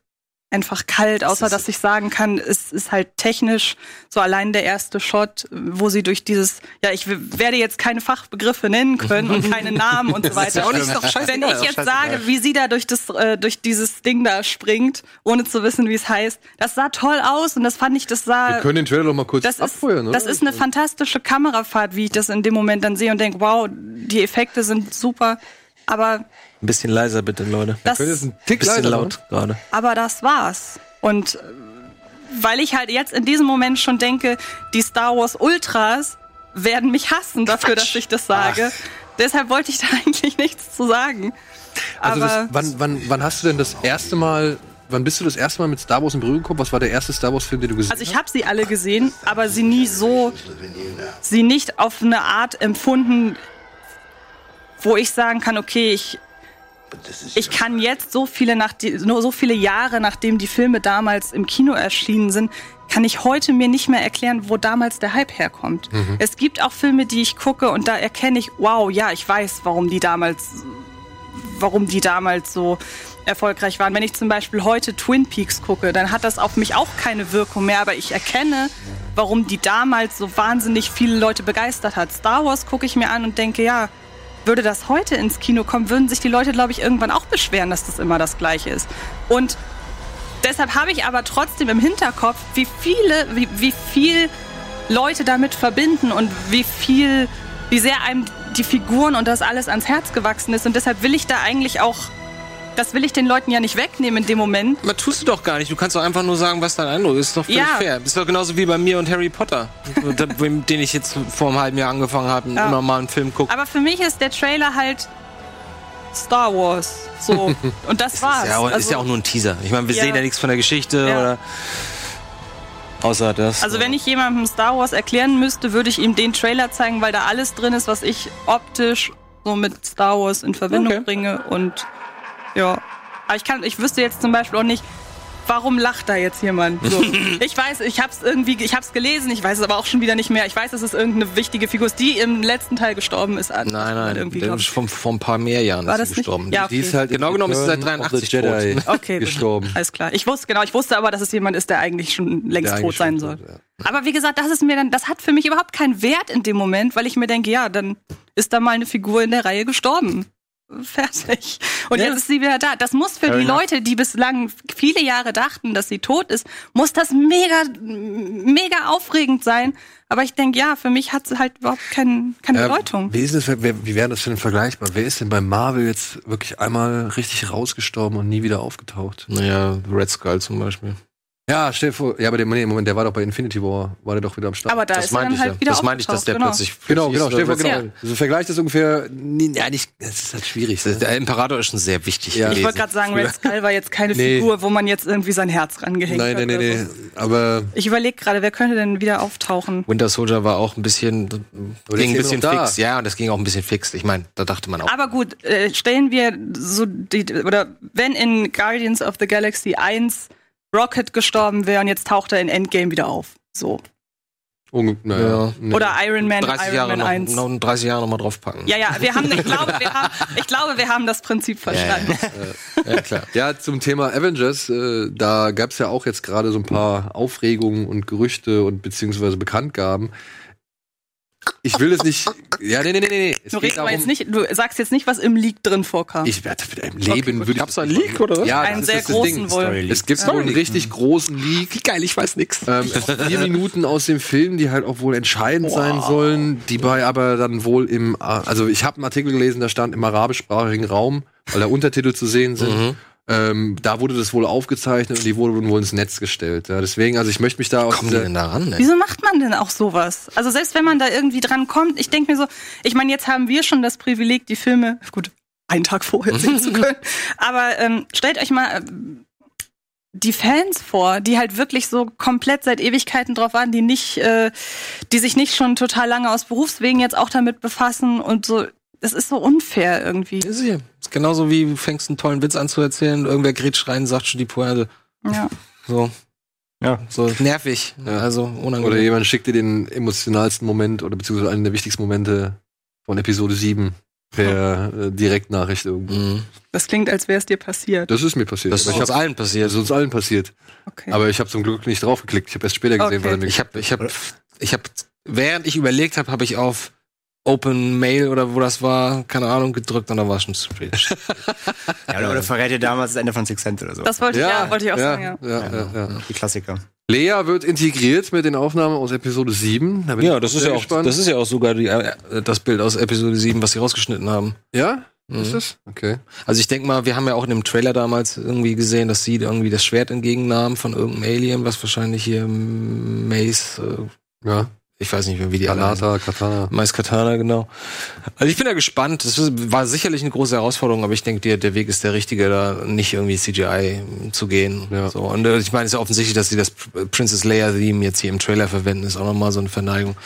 S5: einfach kalt, außer dass ich sagen kann, es ist halt technisch so allein der erste Shot, wo sie durch dieses, ja, ich werde jetzt keine Fachbegriffe nennen können und keine Namen und so weiter. Und ich doch wenn ich jetzt sage, wie sie da durch das äh, durch dieses Ding da springt, ohne zu wissen, wie es heißt, das sah toll aus und das fand ich, das sah.
S2: Wir können den Trailer noch mal kurz
S5: Äh, das
S2: abfeuern,
S5: ist, Das ist eine fantastische Kamerafahrt, wie ich das in dem Moment dann sehe und denke, wow, die Effekte sind super aber.
S4: Ein bisschen leiser bitte, Leute.
S5: Das
S4: ist ein Tick ne? bisschen leiser, laut gerade.
S5: Aber das war's. Und äh, weil ich halt jetzt in diesem Moment schon denke, die Star Wars Ultras werden mich hassen dafür, Quatsch. dass ich das sage. Ach. Deshalb wollte ich da eigentlich nichts zu sagen.
S2: Also
S5: aber
S2: das, wann, wann, wann hast du denn das erste Mal wann bist du das erste Mal mit Star Wars in Berührung gekommen? Was war der erste Star Wars Film, den du gesehen hast?
S5: Also ich habe sie alle gesehen, aber sie nie so, sie nicht auf eine Art empfunden, wo ich sagen kann, okay, ich, ich kann jetzt so viele, nach die, nur so viele Jahre, nachdem die Filme damals im Kino erschienen sind, kann ich heute mir nicht mehr erklären, wo damals der Hype herkommt. Mhm. Es gibt auch Filme, die ich gucke und da erkenne ich, wow, ja, ich weiß, warum die damals, warum die damals so erfolgreich waren. Wenn ich zum Beispiel heute Twin Peaks gucke, dann hat das auf mich auch keine Wirkung mehr, aber ich erkenne, warum die damals so wahnsinnig viele Leute begeistert hat. Star Wars gucke ich mir an und denke, ja, würde das heute ins Kino kommen, würden sich die Leute, glaube ich, irgendwann auch beschweren, dass das immer das Gleiche ist. Und deshalb habe ich aber trotzdem im Hinterkopf, wie viele, wie, wie viel Leute damit verbinden und wie viel, wie sehr einem die Figuren und das alles ans Herz gewachsen ist. Und deshalb will ich da eigentlich auch, das will ich den Leuten ja nicht wegnehmen in dem Moment.
S4: Man tust du doch gar nicht. Du kannst doch einfach nur sagen, was dein Eindruck ist. Ist doch völlig
S5: Ja.
S4: fair. Ist doch genauso wie bei mir und Harry Potter, den ich jetzt vor einem halben Jahr angefangen habe, und
S5: Ja.
S4: immer mal einen Film gucke.
S5: Aber für mich ist der Trailer halt Star Wars. So. Und das war's. Also
S4: Ja, aber ist ja auch nur ein Teaser. Ich meine, wir
S5: Ja.
S4: sehen ja nichts von der Geschichte
S5: Ja.
S4: oder außer das.
S5: also wenn ich jemandem Star Wars erklären müsste, würde ich ihm den Trailer zeigen, weil da alles drin ist, was ich optisch so mit Star Wars in Verbindung
S4: Okay.
S5: bringe. Und ja. Aber ich kann, ich wüsste jetzt zum Beispiel auch nicht, warum lacht da jetzt jemand? So. ich weiß, ich hab's irgendwie, ich hab's gelesen, ich weiß es aber auch schon wieder nicht mehr. Ich weiß, dass es irgendeine wichtige Figur ist, die im letzten Teil gestorben ist. Nein,
S4: nein, nein,
S5: Irgendwie,
S4: der
S5: glaub
S4: ist
S5: ich.
S4: vom vor ein paar mehr Jahren
S5: War
S4: ist
S5: das
S4: sie
S5: nicht?
S4: gestorben.
S5: Ja,
S2: Die
S5: okay.
S2: ist halt
S4: Genau genommen ist sie seit
S2: Return of the
S4: 83 tot.
S2: Jedi
S5: Okay, gut.
S2: gestorben.
S5: Alles klar. Ich wusste genau, ich wusste aber, dass es jemand ist, der eigentlich schon längst
S2: Der eigentlich
S5: tot sein
S2: schon
S5: soll.
S2: tot,
S5: Aber wie gesagt, das ist mir dann, das hat für mich überhaupt keinen Wert in dem Moment, weil ich mir denke, ja, dann ist da mal eine Figur in der Reihe gestorben. fertig. Und ja. jetzt ist sie wieder da. Das muss für Fair die enough. Leute, die bislang viele Jahre dachten, dass sie tot ist, muss das mega, mega aufregend sein. Aber ich denke, ja, für mich hat sie halt überhaupt kein, keine äh, Bedeutung.
S2: Ähm, Wie, ist das, wer, wie wäre das denn vergleichbar? Wer ist denn bei Marvel jetzt wirklich einmal richtig rausgestorben und nie wieder aufgetaucht?
S4: Naja, Red Skull zum Beispiel.
S2: Ja, stell dir vor, ja, aber der, nee, Moment, der war doch bei Infinity War, war der doch wieder am Start.
S5: Aber da
S4: das
S5: ist er dann halt
S4: ja.
S5: wieder
S4: Das meinte ich, dass der
S5: genau.
S4: plötzlich
S2: Genau, genau, stell dir vor, genau.
S5: Ja.
S2: Also vergleich das ungefähr, nee, ja, nicht, das ist halt schwierig. ne?
S4: Der Imperator ist schon sehr wichtig
S2: Ja.
S5: Ich wollte gerade sagen, Red Skull war jetzt keine
S2: Nee.
S5: Figur, wo man jetzt irgendwie sein Herz rangehängt
S2: Nein,
S5: hat.
S2: nein, nein,
S5: halt oder
S2: nee.
S5: so.
S2: Aber
S5: Ich überlege gerade, wer könnte denn wieder auftauchen?
S4: Winter Soldier war auch ein bisschen, ging ein
S2: eben
S4: bisschen
S2: noch da.
S4: fix. Ja, das ging auch ein bisschen fix. Ich meine, da dachte man auch.
S5: Aber gut, äh, stellen wir so die, oder wenn in Guardians of the Galaxy 1 Rocket gestorben wäre und jetzt taucht er in Endgame wieder auf. So.
S2: unge- naja.
S4: Ja.
S2: Nee.
S5: Oder Iron Man,
S4: 30
S5: Iron
S4: Jahre,
S5: Man 1.
S4: noch, noch 30 Jahre noch mal draufpacken.
S5: Ja, ja, wir haben, ich glaube, wir haben, ich glaube, wir haben das Prinzip verstanden.
S4: ja klar.
S2: Ja, zum Thema Avengers, äh, da gab's ja auch jetzt gerade so ein paar Aufregungen und Gerüchte und beziehungsweise Bekanntgaben. Ich will es nicht. Ja, nee, nee, nee, nee. Es
S5: Du,
S2: geht
S5: redest aber
S2: darum-
S5: jetzt nicht, du sagst jetzt nicht, was im Leak drin vorkam.
S2: Ich werde im Leben würde ich.
S4: Gab's da einen Leak oder was?
S2: Ja,
S5: Einen
S2: das
S5: sehr
S2: ist das
S5: großen
S2: Ding.
S5: wohl.
S2: Es gibt wohl einen richtig großen Leak.
S4: Wie geil, ich weiß nichts.
S2: Ähm, vier Minuten aus dem Film, die halt auch wohl entscheidend sein sollen, die bei aber dann wohl im, also ich habe einen Artikel gelesen, da stand im arabischsprachigen Raum, weil da Untertitel zu sehen sind.
S4: Mhm.
S2: Ähm, da wurde das wohl aufgezeichnet und die wurden wohl ins Netz gestellt. Ja, deswegen, also ich möchte mich da aus
S4: Kommen die
S2: dieser,
S4: denn da ran? ey?
S5: Wieso macht man denn auch sowas? Also selbst wenn man da irgendwie dran kommt, ich denke mir so, ich meine, jetzt haben wir schon das Privileg, die Filme, gut, einen Tag vorher sehen zu können, aber ähm, stellt euch mal ähm, die Fans vor, die halt wirklich so komplett seit Ewigkeiten drauf waren, die nicht, äh, die sich nicht schon total lange aus Berufswegen jetzt auch damit befassen und so, das ist so unfair irgendwie.
S4: Ist hier. Ist genauso wie du fängst einen tollen Witz an zu erzählen, irgendwer grätscht rein, sagt schon die Pointe.
S5: Ja.
S4: So.
S3: Ja.
S4: So nervig.
S2: Ja.
S4: Also
S2: oder
S4: unangenehm.
S2: jemand schickt dir den emotionalsten Moment oder beziehungsweise einen der wichtigsten Momente von Episode 7 per äh, Direktnachricht irgendwo.
S4: Mhm.
S5: Das klingt, als wäre es dir passiert.
S2: Das ist mir passiert.
S4: Das ist
S2: aber ich
S4: uns
S2: hab,
S4: allen
S2: das
S4: passiert.
S2: ist uns allen passiert.
S5: Okay.
S2: Aber ich habe zum Glück nicht draufgeklickt. Ich habe erst später gesehen,
S5: Okay.
S2: weil er mir
S4: Ich habe, ich habe, ich habe, während ich überlegt habe, habe ich auf Open Mail oder wo das war, keine Ahnung, gedrückt und da war es schon zu spät.
S3: Ja, oder, oder verrät ihr damals das Ende von Six Sense oder so.
S5: das wollte ich, ja, wollte ich auch sagen, ja.
S2: ja, ja, ja.
S3: Die Klassiker.
S2: Lea wird integriert mit den Aufnahmen aus Episode 7. Da bin ich sehr gespannt.
S4: ist ja auch sogar die, äh, das Bild aus Episode 7, was sie rausgeschnitten haben.
S2: ja?
S4: Mhm.
S2: Ist das? Okay.
S4: Also ich denke mal, wir haben ja auch in dem Trailer damals irgendwie gesehen, dass sie irgendwie das Schwert entgegennahm von irgendeinem Alien, was wahrscheinlich hier mm, Mace, äh,
S2: Ja.
S4: ich weiß nicht mehr, wie die alle heißen.
S2: Kanata, Katana.
S4: Mace Katana, genau. Also ich bin da gespannt. Das ist- war sicherlich eine große Herausforderung, aber ich denke, der, der Weg ist der richtige, da nicht irgendwie CGI zu gehen.
S2: Ja.
S4: So. Und äh, ich meine, es ist ja offensichtlich, dass sie das Pr- Princess Leia-Theme jetzt hier im Trailer verwenden, ist auch nochmal so eine Verneigung.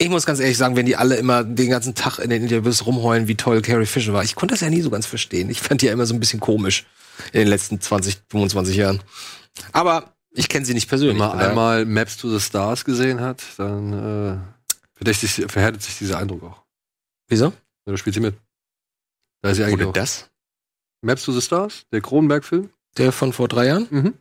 S4: Ich muss ganz ehrlich sagen, wenn die alle immer den ganzen Tag in den Interviews rumheulen, wie toll Carrie Fisher war, ich konnte das ja nie so ganz verstehen. Ich fand die ja immer so ein bisschen komisch in den letzten 20, 25 Jahren. Aber ich kenne sie nicht
S2: Wenn
S4: persönlich.
S2: man
S4: von daher-
S2: einmal Maps to the Stars gesehen hat, dann äh, verdächtig, verhärtet sich dieser Eindruck auch.
S4: Wieso?
S2: Ja, da spielt sie mit. Da ist sie eigentlich
S4: Wurde
S2: auch.
S4: das?
S2: Maps to the Stars, der Kronenberg-Film.
S4: Der von vor drei Jahren?
S2: Mhm.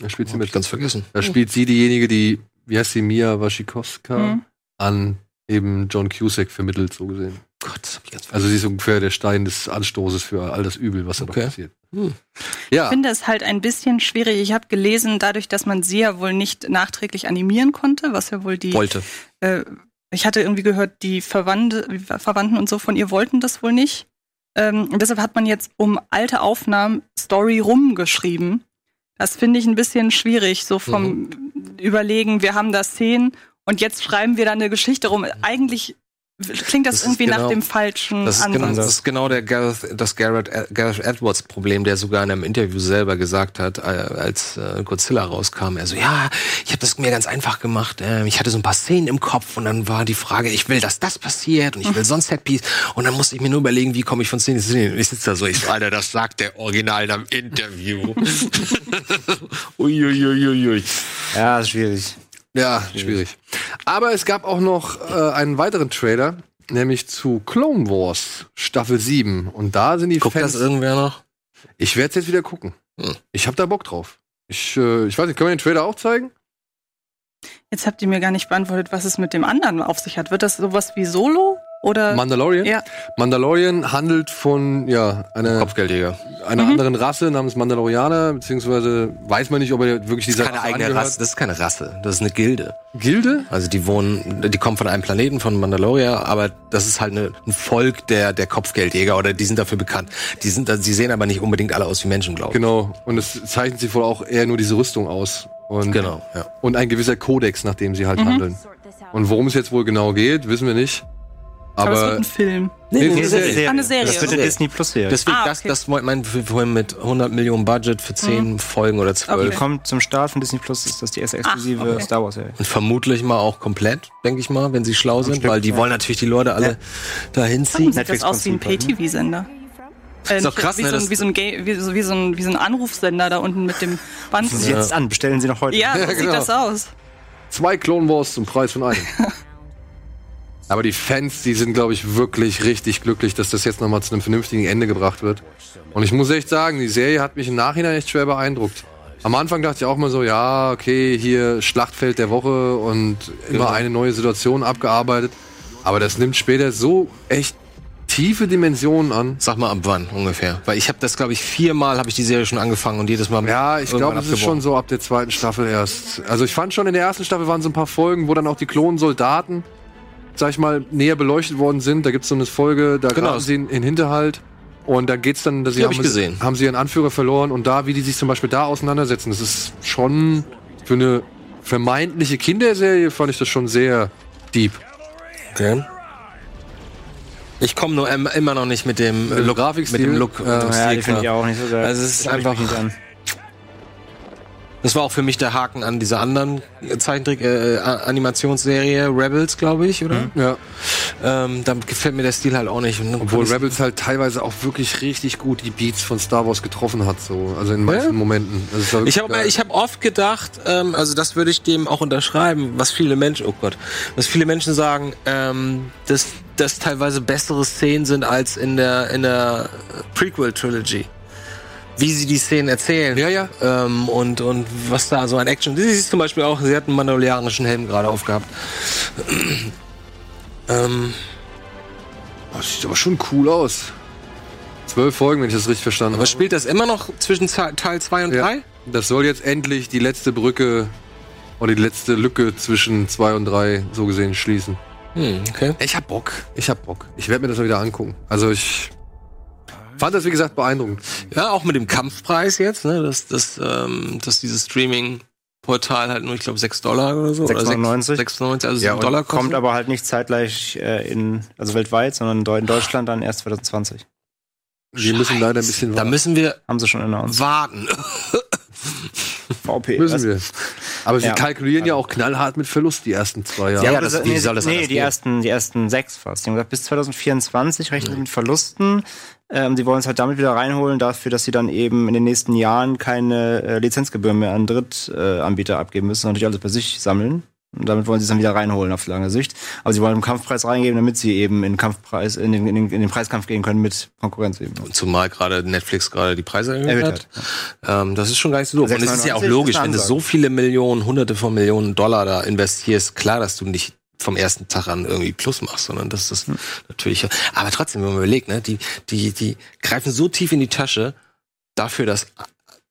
S2: Da spielt sie
S4: Hab ich
S2: mit.
S4: ganz vergessen.
S2: Da spielt sie diejenige, die, wie heißt sie, Mia Wasikowska
S5: Mhm.
S2: an eben John Cusack vermittelt, so gesehen.
S4: Gott, das hab ich ganz vergessen.
S2: Also sie ist ungefähr der Stein des Anstoßes für all das Übel, was da
S4: Okay.
S2: noch passiert.
S4: Hm.
S5: Ich
S2: Ja,
S5: finde es halt ein bisschen schwierig. Ich habe gelesen, dadurch, dass man sie ja wohl nicht nachträglich animieren konnte, was ja wohl die.
S4: Wollte.
S5: Äh, ich hatte irgendwie gehört, die Verwandte, Verwandten und so von ihr wollten das wohl nicht. Ähm, und deshalb hat man jetzt um alte Aufnahmen Story rumgeschrieben. Das finde ich ein bisschen schwierig, so vom
S4: Mhm.
S5: Überlegen, wir haben da Szenen und jetzt schreiben wir da eine Geschichte rum. Eigentlich klingt das,
S4: Das ist
S5: irgendwie nach
S4: genau-
S5: dem falschen
S4: Das ist, genau,
S5: Ansatz.
S4: das ist genau der Gareth, das Gareth, äh, Gareth Edwards Problem, der sogar in einem Interview selber gesagt hat, äh, als äh, Godzilla rauskam. Er so, ja, ich habe das mir ganz einfach gemacht. Ähm, ich hatte so ein paar Szenen im Kopf und dann war die Frage, ich will, dass das passiert und ich will sonst Setpiece. Und dann musste ich mir nur überlegen, wie komme ich von Szene zu Szene. Ich sitze da so, ich so, Alter, das sagt der Original in einem Interview. Uiuiuiui.
S3: Ja, ist schwierig.
S2: Ja, schwierig. Aber es gab auch noch äh, einen weiteren Trailer, nämlich zu Clone Wars Staffel 7. Und da sind die
S4: Guckt das
S2: Fans.
S4: irgendwer noch?
S2: ich werde jetzt wieder gucken.
S4: Hm.
S2: Ich habe da Bock drauf. Ich, äh, ich weiß nicht, können wir den Trailer auch zeigen?
S5: Jetzt habt ihr mir gar nicht beantwortet, was es mit dem anderen auf sich hat. Wird das sowas wie Solo? Oder?
S2: Mandalorian?
S5: Äh, Ja.
S2: Mandalorian handelt von ja, einer,
S4: Kopfgeldjäger.
S2: einer anderen Rasse namens Mandalorianer, beziehungsweise weiß man nicht, ob er wirklich
S4: Das ist
S2: dieser
S4: keine
S2: Rasse
S4: eigene
S2: angehört.
S4: Rasse, das ist keine Rasse, das ist eine Gilde.
S2: Gilde?
S4: Also die wohnen, die kommen von einem Planeten, von Mandaloria, aber das ist halt eine, ein Volk der, der Kopfgeldjäger oder die sind dafür bekannt. Die sind, also die sehen aber nicht unbedingt alle aus wie Menschen, glaube ich.
S2: Genau. Und es zeichnet sich wohl auch eher nur diese Rüstung aus. Und,
S4: Genau, ja. Mhm.
S2: und ein gewisser Kodex, nach dem sie halt handeln. Und worum es jetzt wohl genau geht, wissen wir nicht.
S5: Aber es
S2: Aber
S5: wird ein Film.
S2: Nee,
S4: nee,
S2: nee,
S4: das ist
S2: nee.
S4: eine Serie.
S5: Eine Serie.
S3: Das wird eine Disney Plus Serie.
S4: Deswegen,
S5: Ah,
S4: das,
S5: okay.
S4: das wollte mein vorhin mit 100 Millionen Budget für
S2: Mhm.
S4: 10 Folgen oder 12.
S5: Okay.
S3: Kommt zum Start von Disney Plus, ist das die erste exklusive
S5: Ah, okay.
S3: Star Wars Serie.
S4: Und vermutlich mal auch komplett, denke ich mal, wenn sie schlau sind, weil die wollen natürlich die Leute alle dahin ziehen.
S5: Sieht das aus wie ein
S3: Netflix-Prinzip,
S5: Pay-TV-Sender. Äh,
S4: Ist doch
S5: nicht,
S4: krass,
S5: wie,
S4: ne,
S5: so ein,
S4: dass-
S5: wie, so ein, Ga- wie, so, wie, so ein, wie so ein Anrufsender da unten mit dem Band.
S3: Sie jetzt an, bestellen Sie noch heute.
S5: Ja, so
S2: Ja,
S5: sieht
S2: genau.
S5: das aus.
S2: zwei Clone Wars zum Preis von einem. Aber die Fans, die sind, glaube ich, wirklich richtig glücklich, dass das jetzt nochmal zu einem vernünftigen Ende gebracht wird. Und ich muss echt sagen, die Serie hat mich im Nachhinein echt schwer beeindruckt. Am Anfang dachte ich auch mal so, ja, okay, hier Schlachtfeld der Woche und immer eine neue Situation abgearbeitet. Aber das nimmt später so echt tiefe Dimensionen an.
S4: Sag mal ab wann ungefähr. Weil ich habe das, glaube ich, viermal habe ich die Serie schon angefangen und jedes Mal.
S2: Ja, ich
S4: irgendwann
S2: glaube, es ist
S4: abgebrochen.
S2: schon so ab der zweiten Staffel erst. Also ich fand schon in der ersten Staffel waren so ein paar Folgen, wo dann auch die Klonsoldaten, sag ich mal, näher beleuchtet worden sind. Da gibt's so eine Folge, da
S4: Genau.
S2: graben sie in, in Hinterhalt. Und da geht's dann, dass sie
S4: Die hab
S2: haben,
S4: ich gesehen.
S2: haben sie ihren Anführer verloren und da, wie die sich zum Beispiel da auseinandersetzen, das ist schon für eine vermeintliche Kinderserie fand ich das schon sehr deep.
S4: Okay. Ich komme nur im- immer noch nicht mit dem
S2: dem
S4: Look,
S2: Grafikstil?
S4: mit dem Look,
S2: Ja,
S4: mit dem
S3: äh, Ja,
S4: Stil
S3: die finde ich
S4: klar.
S3: auch nicht so geil.
S4: Also es ist
S3: Das hab ich
S4: einfach-
S3: nicht an.
S4: Das war auch für mich der Haken an dieser anderen Zeichentrick äh, A- Animationsserie Rebels, glaube ich, oder?
S2: Ja.
S4: Ähm, dann gefällt mir der Stil halt auch nicht. Und
S2: Obwohl Rebels halt teilweise auch wirklich richtig gut die Beats von Star Wars getroffen hat, so. Also in manchen Momenten. Also es war
S4: Ich
S2: wirklich
S4: habe
S2: geil.
S4: ich hab oft gedacht, ähm, also das würde ich dem auch unterschreiben, was viele Menschen, oh Gott, was viele Menschen sagen, ähm, dass das teilweise bessere Szenen sind als in der in der Prequel Trilogy. Wie sie die Szenen erzählen.
S2: Ja, ja.
S4: Ähm, und, und was da so an Action. Sie ist zum Beispiel auch, sie hat einen mandalorianischen Helm gerade aufgehabt. ähm,
S2: Oh, Das sieht aber schon cool aus. Zwölf Folgen, wenn ich das richtig verstanden
S4: aber
S2: habe.
S4: spielt das immer noch zwischen Ze- Teil 2 und 3?
S2: Ja. Das soll jetzt endlich die letzte Brücke oder die letzte Lücke zwischen zwei und drei so gesehen schließen.
S4: Hm, okay.
S2: Ich hab Bock. Ich hab Bock. Ich werde mir das mal wieder angucken. Also ich fand das, wie gesagt, beeindruckend.
S4: Ja, auch mit dem Kampfpreis jetzt, ne? Dass, dass, ähm, dass dieses Streaming-Portal halt nur, ich glaube, 6 Dollar oder so.
S3: 6,99.
S4: Oder 6, 96, also
S3: Ja,
S4: ja,
S3: und
S4: Dollar
S3: kommt
S4: kostet.
S3: aber halt nicht zeitgleich äh, in, also weltweit, sondern in Deutschland dann erst 2020.
S2: Wir müssen leider ein bisschen
S4: Da müssen wir
S3: Haben sie schon announced.
S4: warten.
S3: VP.
S2: Müssen wir. Aber sie
S3: Ja.
S2: kalkulieren ja auch knallhart mit Verlust die ersten zwei Jahre.
S4: Also- Ja,
S3: Ja,
S4: das-
S3: das,
S4: wie
S3: nee,
S4: soll das
S3: nee
S4: anders
S3: die,
S4: gehen?
S3: ersten, die ersten sechs fast. Die haben gesagt, bis 2024 rechnen sie mit Verlusten. Ähm, die wollen es halt damit wieder reinholen, dafür, dass sie dann eben in den nächsten Jahren keine äh, Lizenzgebühren mehr an Drittanbieter äh, Anbieter abgeben müssen, sondern natürlich alles bei sich sammeln. Und damit wollen sie es dann wieder reinholen auf lange Sicht. Aber sie wollen im Kampfpreis reingeben, damit sie eben in den Kampfpreis, in den, in den, in den Preiskampf gehen können mit Konkurrenz eben.
S4: Zumal gerade Netflix gerade die Preise erhöht
S3: Erhöht
S4: hat. Ähm, das ist schon gar nicht so doof. Und es ist ja auch logisch,
S3: ist eine
S4: wenn du
S3: Ansage.
S4: so viele Millionen, hunderte von Millionen Dollar da investierst, klar, dass du nicht vom ersten Tag an irgendwie Plus machst, sondern dass das natürlich. Aber trotzdem, wenn man überlegt, ne, die, die, die greifen so tief in die Tasche dafür, dass,